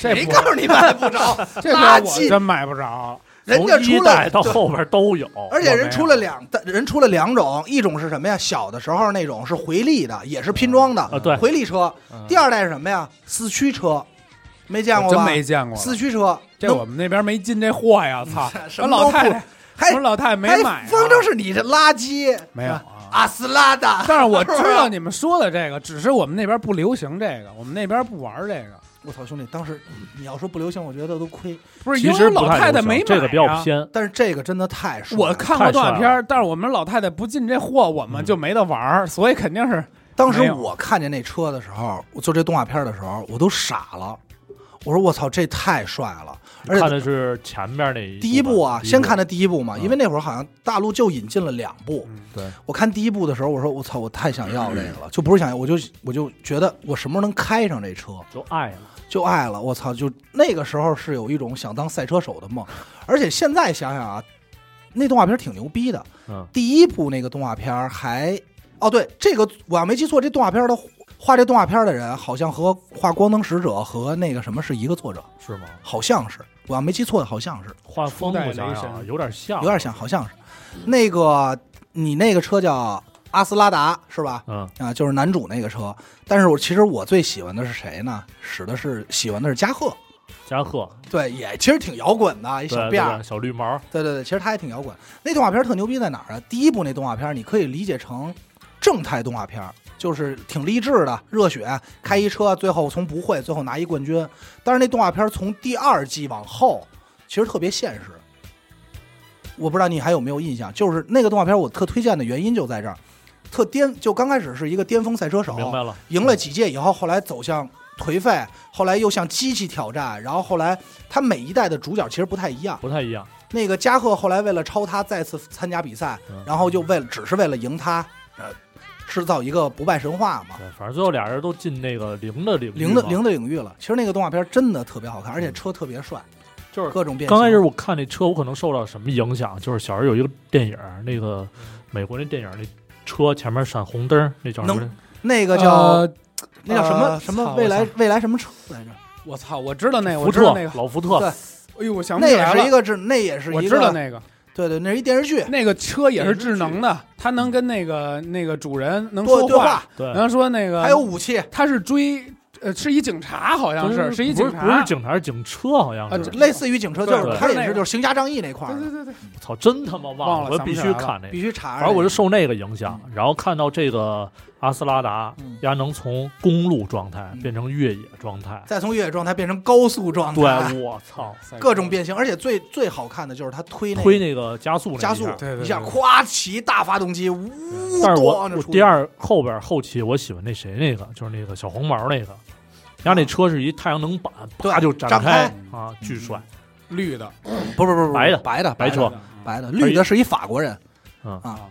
Speaker 4: 这
Speaker 2: 谁
Speaker 4: 不
Speaker 2: 告诉你 买不着？
Speaker 4: 这车
Speaker 2: 垃
Speaker 4: 我
Speaker 2: 圾
Speaker 4: 真买不着。
Speaker 2: 人家
Speaker 3: 从一
Speaker 2: 出
Speaker 3: 代
Speaker 2: 了，
Speaker 3: 到
Speaker 2: 对
Speaker 3: 后边都有，
Speaker 2: 而且人出了
Speaker 4: 我没
Speaker 2: 两，人出了两种，一种是什么呀？小的时候那种是回力的，也是拼装的，
Speaker 3: 啊对
Speaker 2: 回力车。第二代是什么呀？四驱车，没见过
Speaker 4: 真
Speaker 2: 吧？
Speaker 4: 没见过。
Speaker 2: 四驱车，
Speaker 4: 这我们那边没进这货呀！操，
Speaker 2: 嗯什
Speaker 4: 我
Speaker 2: 么
Speaker 4: 老太太，
Speaker 2: 还
Speaker 4: 我老太太没买啊
Speaker 2: 还，哎方程式你这垃圾
Speaker 4: 没有啊。
Speaker 2: 阿斯拉达。
Speaker 4: 但是我知道你们说的这个，只是我们那边不流行这个，我们那边不玩这个。
Speaker 2: 我操，兄弟，当时你要说不流行，我觉得都亏。
Speaker 4: 不是
Speaker 3: 其
Speaker 4: 因
Speaker 3: 实
Speaker 4: 为
Speaker 3: 不
Speaker 4: 老太太
Speaker 3: 流行
Speaker 4: 没买、啊，
Speaker 3: 这个比较。偏，
Speaker 2: 但是这个真的太帅了，
Speaker 4: 我看过动画片儿，但是我们老太太不进这货，我们就没得玩儿，所以肯定是
Speaker 2: 当时
Speaker 4: 没有
Speaker 2: 我看见那车的时候，我就这动画片的时候，我都傻了。我说我操，这太帅了！而
Speaker 3: 看
Speaker 2: 且
Speaker 3: 的是前面那一
Speaker 2: 第一部啊，先看
Speaker 3: 的
Speaker 2: 的第一部嘛，
Speaker 3: 嗯
Speaker 2: 因为那会儿好像大陆就引进了两部。
Speaker 3: 对，
Speaker 2: 我看第一部的时候，我说我操，我太想要这个了，就不是想要，我就我就觉得我什么时候能开上这车，
Speaker 3: 就爱了，
Speaker 2: 就爱了。我操，就那个时候是有一种想当赛车手的梦，而且现在想想啊，那动画片挺牛逼的。
Speaker 3: 嗯，
Speaker 2: 第一部那个动画片儿还哦，对，这个我要没记错，这动画片儿的画这动画片儿的人好像和画《光能使者》和那个什么是一个作者，
Speaker 3: 是吗？
Speaker 2: 好像是，我要没记错，好像是，
Speaker 3: 画风我想
Speaker 4: 初代
Speaker 3: 想
Speaker 4: 雷
Speaker 3: 啊
Speaker 4: 神
Speaker 3: 有点像，
Speaker 2: 有点像，，好像是。那个你那个车叫阿斯拉达是吧？
Speaker 3: 嗯，
Speaker 2: 啊，就是男主那个车。但是我其实我最喜欢的是谁呢？使的是喜欢的是加贺，
Speaker 3: 加贺，
Speaker 2: 对，也其实挺摇滚的，一
Speaker 3: 对
Speaker 2: 小
Speaker 3: 对
Speaker 2: 辫儿
Speaker 3: 对，小绿毛，
Speaker 2: 对对对，其实他也挺摇滚。那动画片儿特牛逼在哪儿啊？第一部那动画片儿你可以理解成正太动画片儿，就是挺励志的，热血开一车，最后从不会最后拿一冠军。但是那动画片儿从第二季往后，其实特别现实。我不知道你还有没有印象，就是那个动画片儿我特推荐的原因就在这儿，特巅就刚开始是一个巅峰赛车手，
Speaker 3: 明白了，
Speaker 2: 哦
Speaker 3: 嗯
Speaker 2: 赢了几届以后，后来走向颓废，后来又向机器挑战，然后后来他每一代的主角其实不太一样。
Speaker 3: 不太一样，
Speaker 2: 那个加贺后来为了超他再次参加比赛，
Speaker 3: 嗯
Speaker 2: 然后就为了只是为了赢他，呃，制造一个不败神话嘛，
Speaker 3: 对，反正最后俩人都进那个零的领域
Speaker 2: 零的
Speaker 3: 嘛
Speaker 2: 零的领域了。其实那个动画片真的特别好看，而且车特别帅，
Speaker 3: 就是
Speaker 2: 各种变形。
Speaker 3: 刚开始我看那车，我可能受到什么影响？就是小时候有一个电影，那个美国那电影，那车前面闪红灯，那叫什么
Speaker 2: 能？那个叫、
Speaker 4: 呃
Speaker 2: 那叫什么、
Speaker 4: 呃
Speaker 2: 什么
Speaker 4: 操
Speaker 2: 未
Speaker 4: 我
Speaker 2: 来
Speaker 4: 操
Speaker 2: 未来什么车来着？
Speaker 4: 我操，我知道那个，
Speaker 3: 福
Speaker 4: 我知道
Speaker 3: 特
Speaker 4: 那，个，
Speaker 3: 老福特
Speaker 2: 对，
Speaker 4: 哎呦，我想不
Speaker 2: 那
Speaker 4: 起
Speaker 2: 也
Speaker 4: 来
Speaker 2: 是一
Speaker 4: 了，
Speaker 2: 个智，那也是一个
Speaker 4: 我知道那个，
Speaker 2: 对对，那是一电视剧，
Speaker 4: 那个车也是智能的，它能跟那个那个主人能说
Speaker 2: 嗯对对话，
Speaker 3: 对，
Speaker 4: 能说那个，
Speaker 2: 还有武器，
Speaker 4: 他是追呃是一警察，好像
Speaker 3: 就是
Speaker 4: 是一
Speaker 3: 不
Speaker 4: 警
Speaker 3: 是
Speaker 4: 察，
Speaker 3: 不是警察，是警车，好像
Speaker 4: 啊
Speaker 3: 是
Speaker 4: 这。
Speaker 2: 类似于警车，就
Speaker 4: 对
Speaker 2: 是
Speaker 3: 对
Speaker 2: 它也
Speaker 4: 那
Speaker 2: 是
Speaker 4: 个
Speaker 2: 就是行侠仗义那块儿
Speaker 4: 对
Speaker 2: 的，
Speaker 4: 对对对，
Speaker 3: 我操，真他妈忘
Speaker 4: 忘了
Speaker 3: 我
Speaker 4: 想不
Speaker 3: 必
Speaker 4: 起
Speaker 3: 须
Speaker 4: 来了
Speaker 3: 看那个
Speaker 2: 必。须查着那个。
Speaker 3: 反正我就受那个影响，然后看到这个阿斯拉达
Speaker 2: 嗯，
Speaker 3: 丫能从公路状态
Speaker 2: 嗯
Speaker 3: 变成越野状态，
Speaker 2: 再从越野状态变成高速状态，
Speaker 3: 对，啊我操，
Speaker 2: 各种变形，而且最最好看的就是他推那个
Speaker 3: 推那个加速那一下
Speaker 2: 加速
Speaker 4: 对对对
Speaker 2: 一下，咵骑大发动机，呜，
Speaker 3: 但是我
Speaker 2: 咣就
Speaker 3: 我
Speaker 2: 出去
Speaker 3: 第二后边后期我喜欢那谁那个，就是那个小红毛那个，人家
Speaker 4: 啊
Speaker 3: 那车是一太阳能板，
Speaker 2: 对
Speaker 3: 啪就展
Speaker 2: 展开
Speaker 3: 啊，巨帅，
Speaker 4: 嗯绿的，嗯
Speaker 2: 不不不不
Speaker 3: 白的
Speaker 2: 白的
Speaker 3: 白
Speaker 2: 的
Speaker 3: 车。
Speaker 2: 白的绿的是一法国人，
Speaker 3: 嗯
Speaker 2: 啊，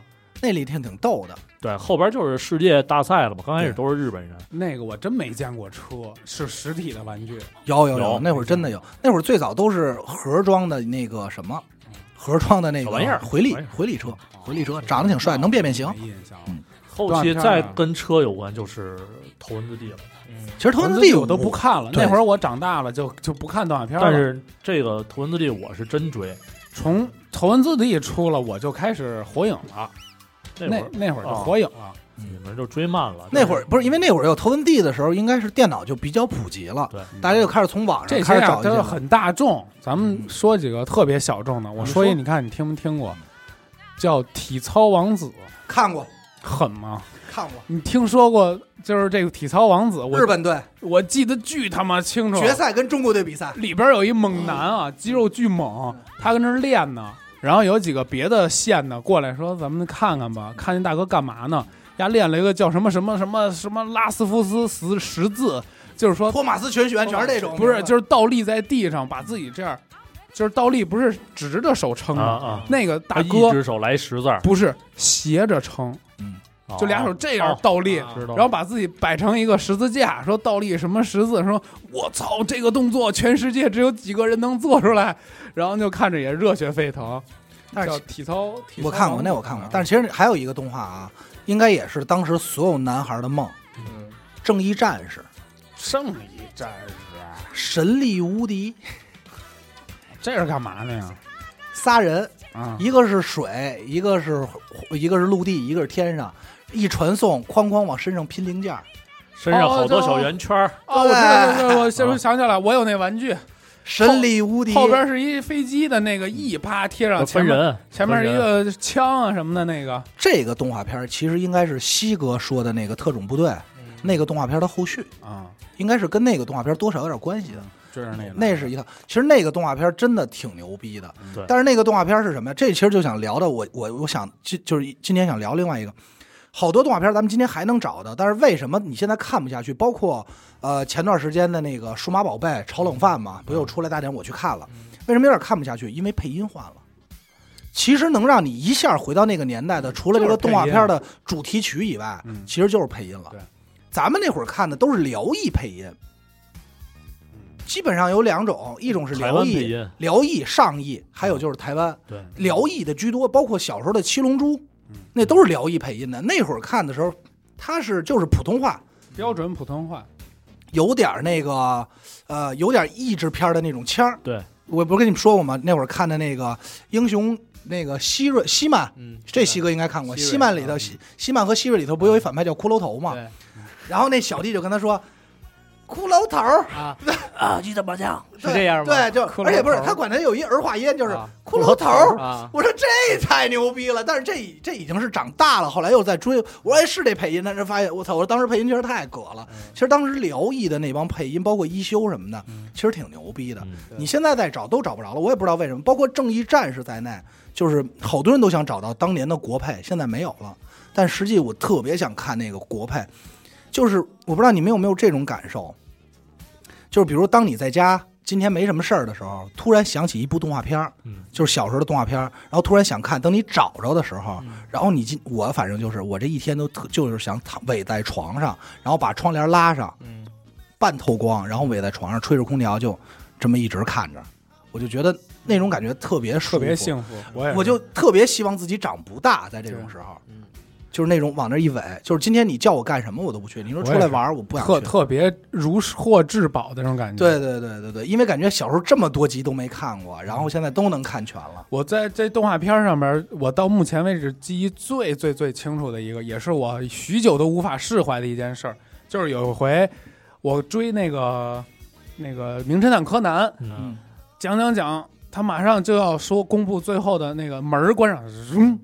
Speaker 2: 那里挺挺逗的，
Speaker 3: 对，后边就是世界大赛了嘛，刚开始
Speaker 2: 对
Speaker 3: 都是日本人，
Speaker 4: 那个我真没见过车，是实体的玩具，
Speaker 2: 有有
Speaker 3: 有
Speaker 2: 那会儿真的有，那会儿最早都是盒装的那个什么，盒装的那个
Speaker 3: 小玩意儿
Speaker 2: 回力
Speaker 3: 小玩意儿哦
Speaker 2: 回力车，回力车长得挺帅，能变变形
Speaker 4: 没。印象了。
Speaker 2: 嗯
Speaker 3: 后期再
Speaker 4: 啊
Speaker 3: 跟车有关就是头文字 D 了，
Speaker 2: 其实头
Speaker 4: 文字
Speaker 2: 文字
Speaker 4: D
Speaker 2: D
Speaker 4: 我都不看了，
Speaker 2: 对
Speaker 4: 那会儿我长大了就就不看动画片了。
Speaker 3: 但是这个头文字 D 我是真追，
Speaker 4: 从头文字 D 出了，我就开始火影了。
Speaker 3: 那
Speaker 4: 那
Speaker 3: 会
Speaker 4: 那会
Speaker 2: 啊
Speaker 3: 儿
Speaker 4: 儿就
Speaker 3: 哦
Speaker 4: 火影了，
Speaker 3: 你们就追慢了，
Speaker 2: 那会
Speaker 4: 嗯
Speaker 2: 儿不是因为那会儿有头文 D 的时候，应该是电脑就比较普及了，
Speaker 3: 对
Speaker 2: 大家就开始从网上
Speaker 4: 这
Speaker 2: 开
Speaker 4: 些
Speaker 2: 始
Speaker 4: 啊
Speaker 2: 找一
Speaker 4: 都是
Speaker 2: 些嗯
Speaker 4: 很大众。咱们说几个特别小众的，我说一，你看你听没听过？叫体操王子，
Speaker 2: 看过
Speaker 4: 狠吗？
Speaker 2: 看过
Speaker 4: 你听说过？就是这个体操王子，我
Speaker 2: 日本队
Speaker 4: 我记得巨他妈清楚，
Speaker 2: 决赛跟中国队比赛，
Speaker 4: 里边有一猛男啊，肌肉巨猛，他跟那儿练呢。然后有几个别的县的过来说：“咱们看看吧，看那大哥干嘛呢？丫练了一个叫什么什么什么什么拉斯夫斯十十字，就是说
Speaker 2: 托马斯全旋全是这种，
Speaker 4: 不是，就是是倒立在地上，把自己这样，就是倒立不是直着手撑
Speaker 3: 啊
Speaker 4: 吗？
Speaker 3: 啊，
Speaker 4: 嗯那个
Speaker 3: 他
Speaker 4: 大
Speaker 3: 一
Speaker 4: 哥
Speaker 3: 只手来十字儿，
Speaker 4: 不是斜着撑，
Speaker 3: 哦
Speaker 4: 就俩手这样
Speaker 3: 哦
Speaker 4: 倒立，
Speaker 5: 哦
Speaker 3: 知道
Speaker 4: 然后把自己摆成一个十字架，说倒立什么十字，说我操，这个动作全世界只有几个人能做出来，然后就看着也热血沸腾。
Speaker 2: 但是
Speaker 4: 叫体操，体操
Speaker 2: 我看过，那我看过。
Speaker 4: 嗯
Speaker 2: 但是其实还有一个动画啊，应该也是当时所有男孩的梦，
Speaker 5: 嗯
Speaker 2: 《正义战士》，
Speaker 4: 剩一啊战士，
Speaker 2: 神力无敌，
Speaker 4: 这是干嘛的呀？
Speaker 2: 仨人，
Speaker 4: 啊，
Speaker 2: 一个是水，一个是一个是陆地，一个是天上，一传送，哐哐往身上拼零件儿，
Speaker 3: 身上好多小圆圈儿，
Speaker 4: 哦，我知道，知道，我现在想起来，我有那玩具，
Speaker 2: 神力无敌。
Speaker 4: 后边是一飞机的那个翼，啪贴上，前
Speaker 3: 分
Speaker 4: 面
Speaker 3: 人，
Speaker 4: 前面
Speaker 3: 分
Speaker 4: 一
Speaker 3: 人
Speaker 4: 个枪啊什么的那个，
Speaker 2: 这个动画片儿其实应该是西哥说的那个特种部队，那个动画片的后续，
Speaker 4: 嗯啊，嗯
Speaker 2: 应该是跟那个动画片多少有点关系的。
Speaker 4: 追上那个，
Speaker 2: 那是一套，其实那个动画片真的挺牛逼的。
Speaker 3: 对
Speaker 2: 但是那个动画片是什么呀？这其实就想聊的，我我我想今就是今天想聊另外一个，好多动画片咱们今天还能找到，但是为什么你现在看不下去？包括呃前段时间的那个《数码宝贝》炒冷饭
Speaker 3: 嗯
Speaker 2: 嘛，不又出来大点我去看了，为什么有点看不下去？因为配音换了。其实能让你一下回到那个年
Speaker 3: 嗯
Speaker 2: 代的，除了这个动画片的主题曲以外，
Speaker 4: 嗯
Speaker 2: 其实就是配音了
Speaker 4: 对。
Speaker 2: 咱们那会儿看的都是辽艺配音，基本上有两种，一种是
Speaker 3: 嗯台
Speaker 2: 辽
Speaker 3: 湾配
Speaker 2: 艺、
Speaker 3: 音，
Speaker 2: 辽艺、上艺，还有就是台湾。
Speaker 3: 对，
Speaker 2: 辽艺的居多，包括小时候的《七龙珠》，那都是辽艺配音的。那会儿看的时候，它是就是普通话，
Speaker 4: 标准普通话，
Speaker 2: 有点儿那个，呃，有点儿译制片儿的那种腔儿。
Speaker 3: 对，
Speaker 2: 我不是跟你们说过吗？那会儿看的那个英雄，那个希瑞希曼，
Speaker 5: 嗯，
Speaker 2: 这西哥应该看过。
Speaker 4: 希瑞
Speaker 2: 希曼里头，希希曼和希瑞里头不有一反派叫骷髅头吗？
Speaker 4: 对
Speaker 2: 然后那小弟就跟他说：“骷髅头儿
Speaker 5: 啊
Speaker 2: 啊，鸡怎么酱？”
Speaker 5: 是这样吗
Speaker 2: 对，就
Speaker 4: 骷髅头儿
Speaker 2: 而且不是他管他有一儿化音，就是
Speaker 5: 啊
Speaker 2: 骷 髅头儿。
Speaker 5: 啊，
Speaker 2: 我说这太牛逼了，但是这已这已经是长大了，后来又在追，我说哎是这配音，但是发现我操，我说当时配音确实太葛了。其实当时辽艺的那帮配音，包括一休什么的，其实挺牛逼的。
Speaker 3: 嗯
Speaker 2: 你现在再找都找不着了，我也不知道为什么。包括《正义战士》在内，就是好多人都想找到当年的国配，现在没有了。但实际我特别想看那个国配，就是我不知道你们有没有这种感受，就是比如当你在家今天没什么事儿的时候，突然想起一部动画片儿，
Speaker 3: 嗯
Speaker 2: 就是小时候的动画片儿，然后突然想看，等你找着的时候，然后你今我反正就是我这一天都特就是想躺偎在床上，然后把窗帘拉上，
Speaker 5: 嗯，
Speaker 2: 半透光，然后围在床上吹着空调，就这么一直看着，我就觉得那种感觉特别舒服
Speaker 4: 特别。幸福。我也是
Speaker 2: 我就特别希望自己长不大，在这种时候，
Speaker 5: 嗯
Speaker 2: 就是那种往那儿一围，就是今天你叫我干什么我都不去，你说出来玩儿我不想去
Speaker 4: 特。特别如获至宝的那种感觉。
Speaker 2: 对，对对对对，因为感觉小时候这么多集都没看过，然后现在都能看全了。
Speaker 4: 我在这动画片上边，我到目前为止记忆最最最清楚的一个，也是我许久都无法释怀的一件事儿，就是有一回我追那个那个《名侦探柯南》，
Speaker 3: 嗯，
Speaker 4: 讲讲讲，他马上就要说公布最后的那个门儿关上，嗡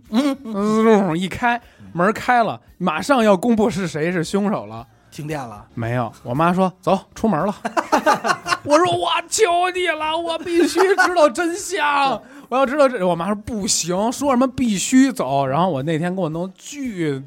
Speaker 4: 嗡一开门儿开了，马上要公布是谁是凶手了。
Speaker 2: 停电了，
Speaker 4: 没有，我妈说走出门了。 我说我求你了，我必须知道真相，我要知道这。我妈说不行，说什么必须走。然后我那天给我弄巨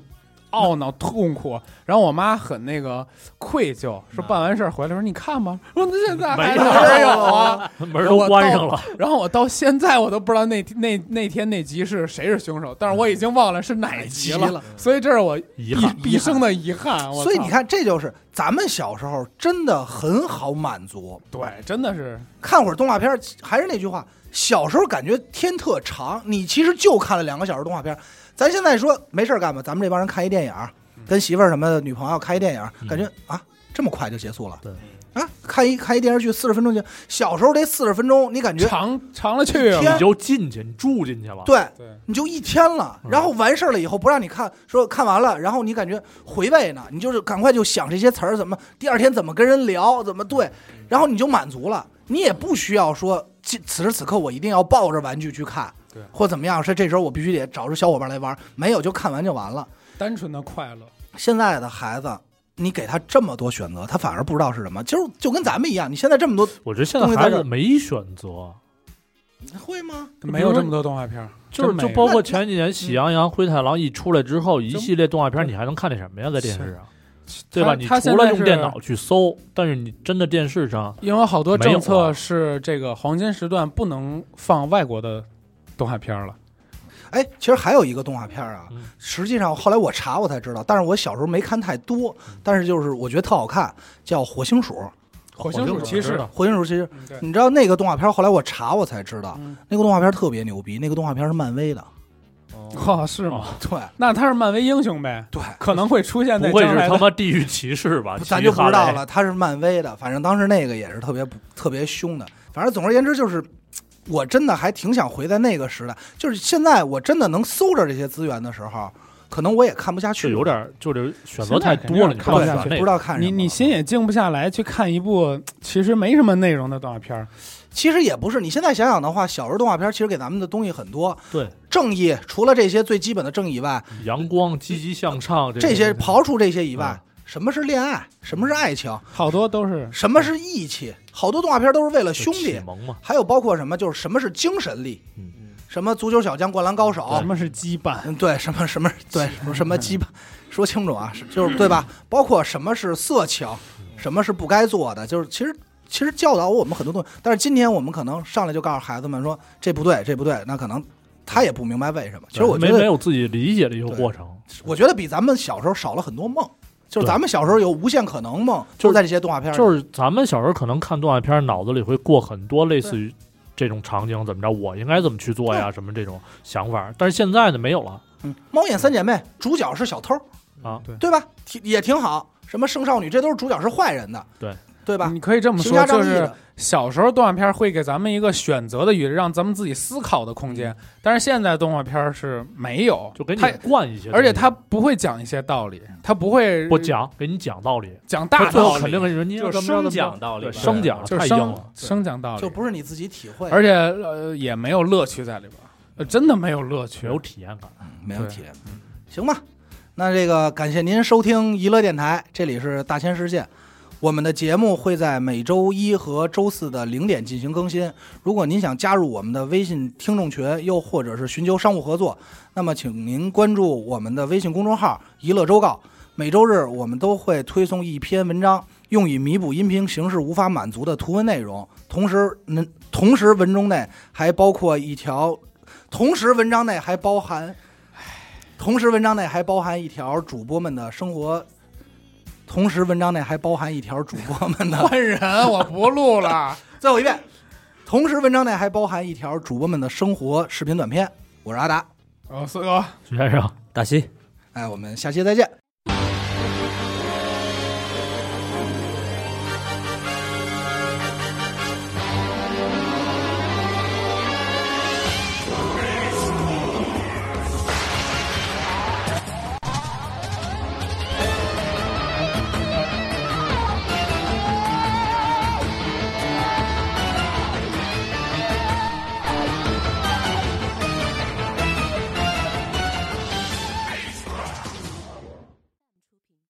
Speaker 4: 懊恼痛苦，然后我妈很那个愧疚，说办完事儿回来说你看吧，我说那现在还
Speaker 3: 没有
Speaker 4: 哪有啊？
Speaker 3: 门儿都关上了，
Speaker 4: 然后我到现在我都不知道那那那天那集是谁是凶手，但是我已经忘了是哪集
Speaker 2: 哪
Speaker 4: 了，
Speaker 2: 集了
Speaker 4: 所以这是我
Speaker 3: 遗
Speaker 4: 毕
Speaker 3: 憾。
Speaker 4: 毕生的遗憾。我
Speaker 2: 所以
Speaker 4: 操
Speaker 2: 你，看，这就是咱们小时候真的很好满足，
Speaker 4: 对，真的是
Speaker 2: 看会儿动画片儿，还是那句话，小时候感觉天特长，你其实就看了两个小时动画片儿。咱现在说没事儿干吧，咱们这帮人看一电影儿，跟媳妇儿什么的女朋友看一电影儿，感觉啊这么快就结束了。
Speaker 3: 对
Speaker 2: 啊，看一看一电视剧四十分钟就，小时候这四十分钟你感觉
Speaker 4: 长长了去了。
Speaker 3: 你就进去，你住进去了。
Speaker 2: 对。
Speaker 4: 对，
Speaker 2: 你就一天了，然后完事儿了以后不让你看，说看完了，然后你感觉回味呢，你就是赶快就想这些词儿怎么第二天怎么跟人聊，怎么对，然后你就满足了，你也不需要说此此时此刻我一定要抱着玩具去看，
Speaker 4: 对
Speaker 2: 或怎么样，是这时候我必须得找着小伙伴来玩，没有就看完就完了。
Speaker 4: 单纯的快乐。
Speaker 2: 现在的孩子。你给他这么多选择，他反而不知道是什么，就是就跟咱们一样。你现在这么多，
Speaker 3: 我觉得现在孩子没选择，
Speaker 2: 会吗？
Speaker 4: 没有这么多动画片儿，
Speaker 3: 就是
Speaker 4: 真没
Speaker 3: 就
Speaker 4: 有
Speaker 3: 包括前
Speaker 2: 嗯
Speaker 3: 几年《喜羊羊》《灰太狼》一出来之后，一系列动画片，
Speaker 4: 对
Speaker 3: 你还能看见什么呀？在电视上，
Speaker 4: 对
Speaker 3: 对吧？你除了用电脑，去搜，但是你真的电视上，
Speaker 4: 因为有好多
Speaker 3: 没有
Speaker 4: 政策
Speaker 3: 啊
Speaker 4: 是这个黄金时段不能放外国的动画片儿了。
Speaker 2: 哎，其实还有一个动画片儿啊
Speaker 3: 嗯，
Speaker 2: 实际上后来我查我才知道，但是我小时候没看太多，
Speaker 4: 嗯
Speaker 2: 但是就是我觉得特好看，叫《火星鼠》。
Speaker 4: 火星
Speaker 3: 我
Speaker 4: 鼠
Speaker 3: 就
Speaker 4: 骑
Speaker 3: 知
Speaker 4: 士
Speaker 3: 道，
Speaker 2: 火星鼠其实
Speaker 4: 嗯对
Speaker 2: 你知道那个动画片儿，后来我查我才知道
Speaker 4: 嗯，
Speaker 2: 那个动画片儿特别牛逼，那个动画片儿是漫 威的。
Speaker 4: 哦，是吗？
Speaker 2: 对
Speaker 4: 那他是漫威英雄呗，
Speaker 2: 对，
Speaker 4: 可能会出现在
Speaker 3: 不会
Speaker 4: 将
Speaker 3: 是
Speaker 4: 来
Speaker 3: 他
Speaker 4: 的
Speaker 3: 妈地狱骑士吧？
Speaker 2: 咱就不知道了，它是漫威的。反正当时那个也是特别不特别凶的。反正总而言之就是。我真的还挺想回在那个时代，就是现在我真的能搜着这些资源的时候，可能我也看不下
Speaker 3: 是
Speaker 2: 去，
Speaker 3: 有点就是选择太多了，你
Speaker 4: 现在肯定看不下去
Speaker 2: 对
Speaker 3: 不知道选哪
Speaker 2: 不知
Speaker 3: 个。
Speaker 2: 道看什么
Speaker 4: 你
Speaker 2: 了
Speaker 4: 你心也静不下来去看一部其实没什么内容的动画片儿。
Speaker 2: 其实也不是，你现在想想的话，小时候动画片其实给咱们的东西很多。
Speaker 3: 对，
Speaker 2: 正义除了这些最基本的正义以外，
Speaker 3: 阳光、积极向上
Speaker 2: 这些
Speaker 3: 种嗯
Speaker 2: 刨除这些以外，什么是恋爱，什么是爱情，
Speaker 4: 好多都是
Speaker 2: 什么是义气，好多动画片都是为了兄
Speaker 3: 启
Speaker 2: 弟，
Speaker 3: 蒙嘛，
Speaker 2: 还有包括什么就是什么是精神力，
Speaker 3: 嗯
Speaker 2: 什么足球小将、灌篮高手
Speaker 4: 什，么是羁绊，
Speaker 2: 嗯，对，什么什么对什么什么鸡巴，说清楚啊，是就是对吧？包括什么是色情，什么是不该做的，就是其实其实教导我们很多东西。但是今天我们可能上来就告诉孩子们说这不对，这不对，那可能他也不明白为什么。其实我觉
Speaker 3: 没没
Speaker 2: 得，
Speaker 3: 有自己理解的一个过程，
Speaker 2: 我觉得比咱们小时候少了很多梦。就是
Speaker 3: 对
Speaker 2: 咱们小时候有无限可能梦，
Speaker 3: 就
Speaker 2: 都
Speaker 3: 是
Speaker 2: 在这些动画片里。
Speaker 3: 就是咱们小时候可能看动画片，脑子里会过很多类似于这种场景，怎么着，我应该怎么去做呀，什么这种想法。但是现在呢，没有了，
Speaker 2: 嗯猫眼三姐妹》，主角是小偷
Speaker 3: 啊
Speaker 4: 对
Speaker 2: 对吧？挺也挺好。什么圣少女，这都是主角是坏人的，
Speaker 3: 对嗯
Speaker 2: 对吧？
Speaker 4: 你可以这么
Speaker 2: 行
Speaker 4: 说，
Speaker 2: 侠仗
Speaker 4: 就
Speaker 2: 义
Speaker 4: 是
Speaker 2: 的，
Speaker 4: 小时候动画片会给咱们一个选择的余地，让咱们自己思考的空
Speaker 2: 嗯
Speaker 4: 间，但是现在动画片是没有，
Speaker 3: 就给你
Speaker 4: 它
Speaker 3: 灌一些东西，
Speaker 4: 而且他不会讲一些道理，他不会
Speaker 3: 不讲，给你讲道理，
Speaker 4: 讲
Speaker 3: 他
Speaker 4: 大
Speaker 3: 最
Speaker 4: 道
Speaker 3: 后
Speaker 4: 理，
Speaker 3: 肯定跟人家
Speaker 5: 就是生讲道理
Speaker 3: 对
Speaker 5: 吧，
Speaker 3: 生讲
Speaker 4: 就
Speaker 3: 太
Speaker 4: 是
Speaker 3: 硬
Speaker 4: 生
Speaker 3: 了，
Speaker 4: 生讲道理，
Speaker 2: 就不是你自己体会，
Speaker 4: 而且呃也没有乐趣在里边儿，呃真的没有乐趣
Speaker 3: 没。有体验感。
Speaker 2: 没有
Speaker 4: 对
Speaker 2: 体验。行吧，那这个感谢您收听娱乐电台，这里是大千世界。我们的节目会在每周一和周四的零点进行更新。如果您想加入我们的微信听众群，又或者是寻求商务合作，那么请您关注我们的微信公众号“娱乐周告”。每周日我们都会推送一篇文章，用以弥补音频形式无法满足的图文内容。同时，能同时文中内还包括一条，同时文章内还包含同时，文章内还包含一条主播们的生活。同时，文章内还包含一条主播 们的。
Speaker 4: 换人，我不录了。
Speaker 2: 最后一遍。同时，文章内还包含一条主播们的生活视频短片。我是阿达，
Speaker 4: 哦，四哥，
Speaker 3: 徐先生，
Speaker 5: 大西。
Speaker 2: 哎，我们下期再见。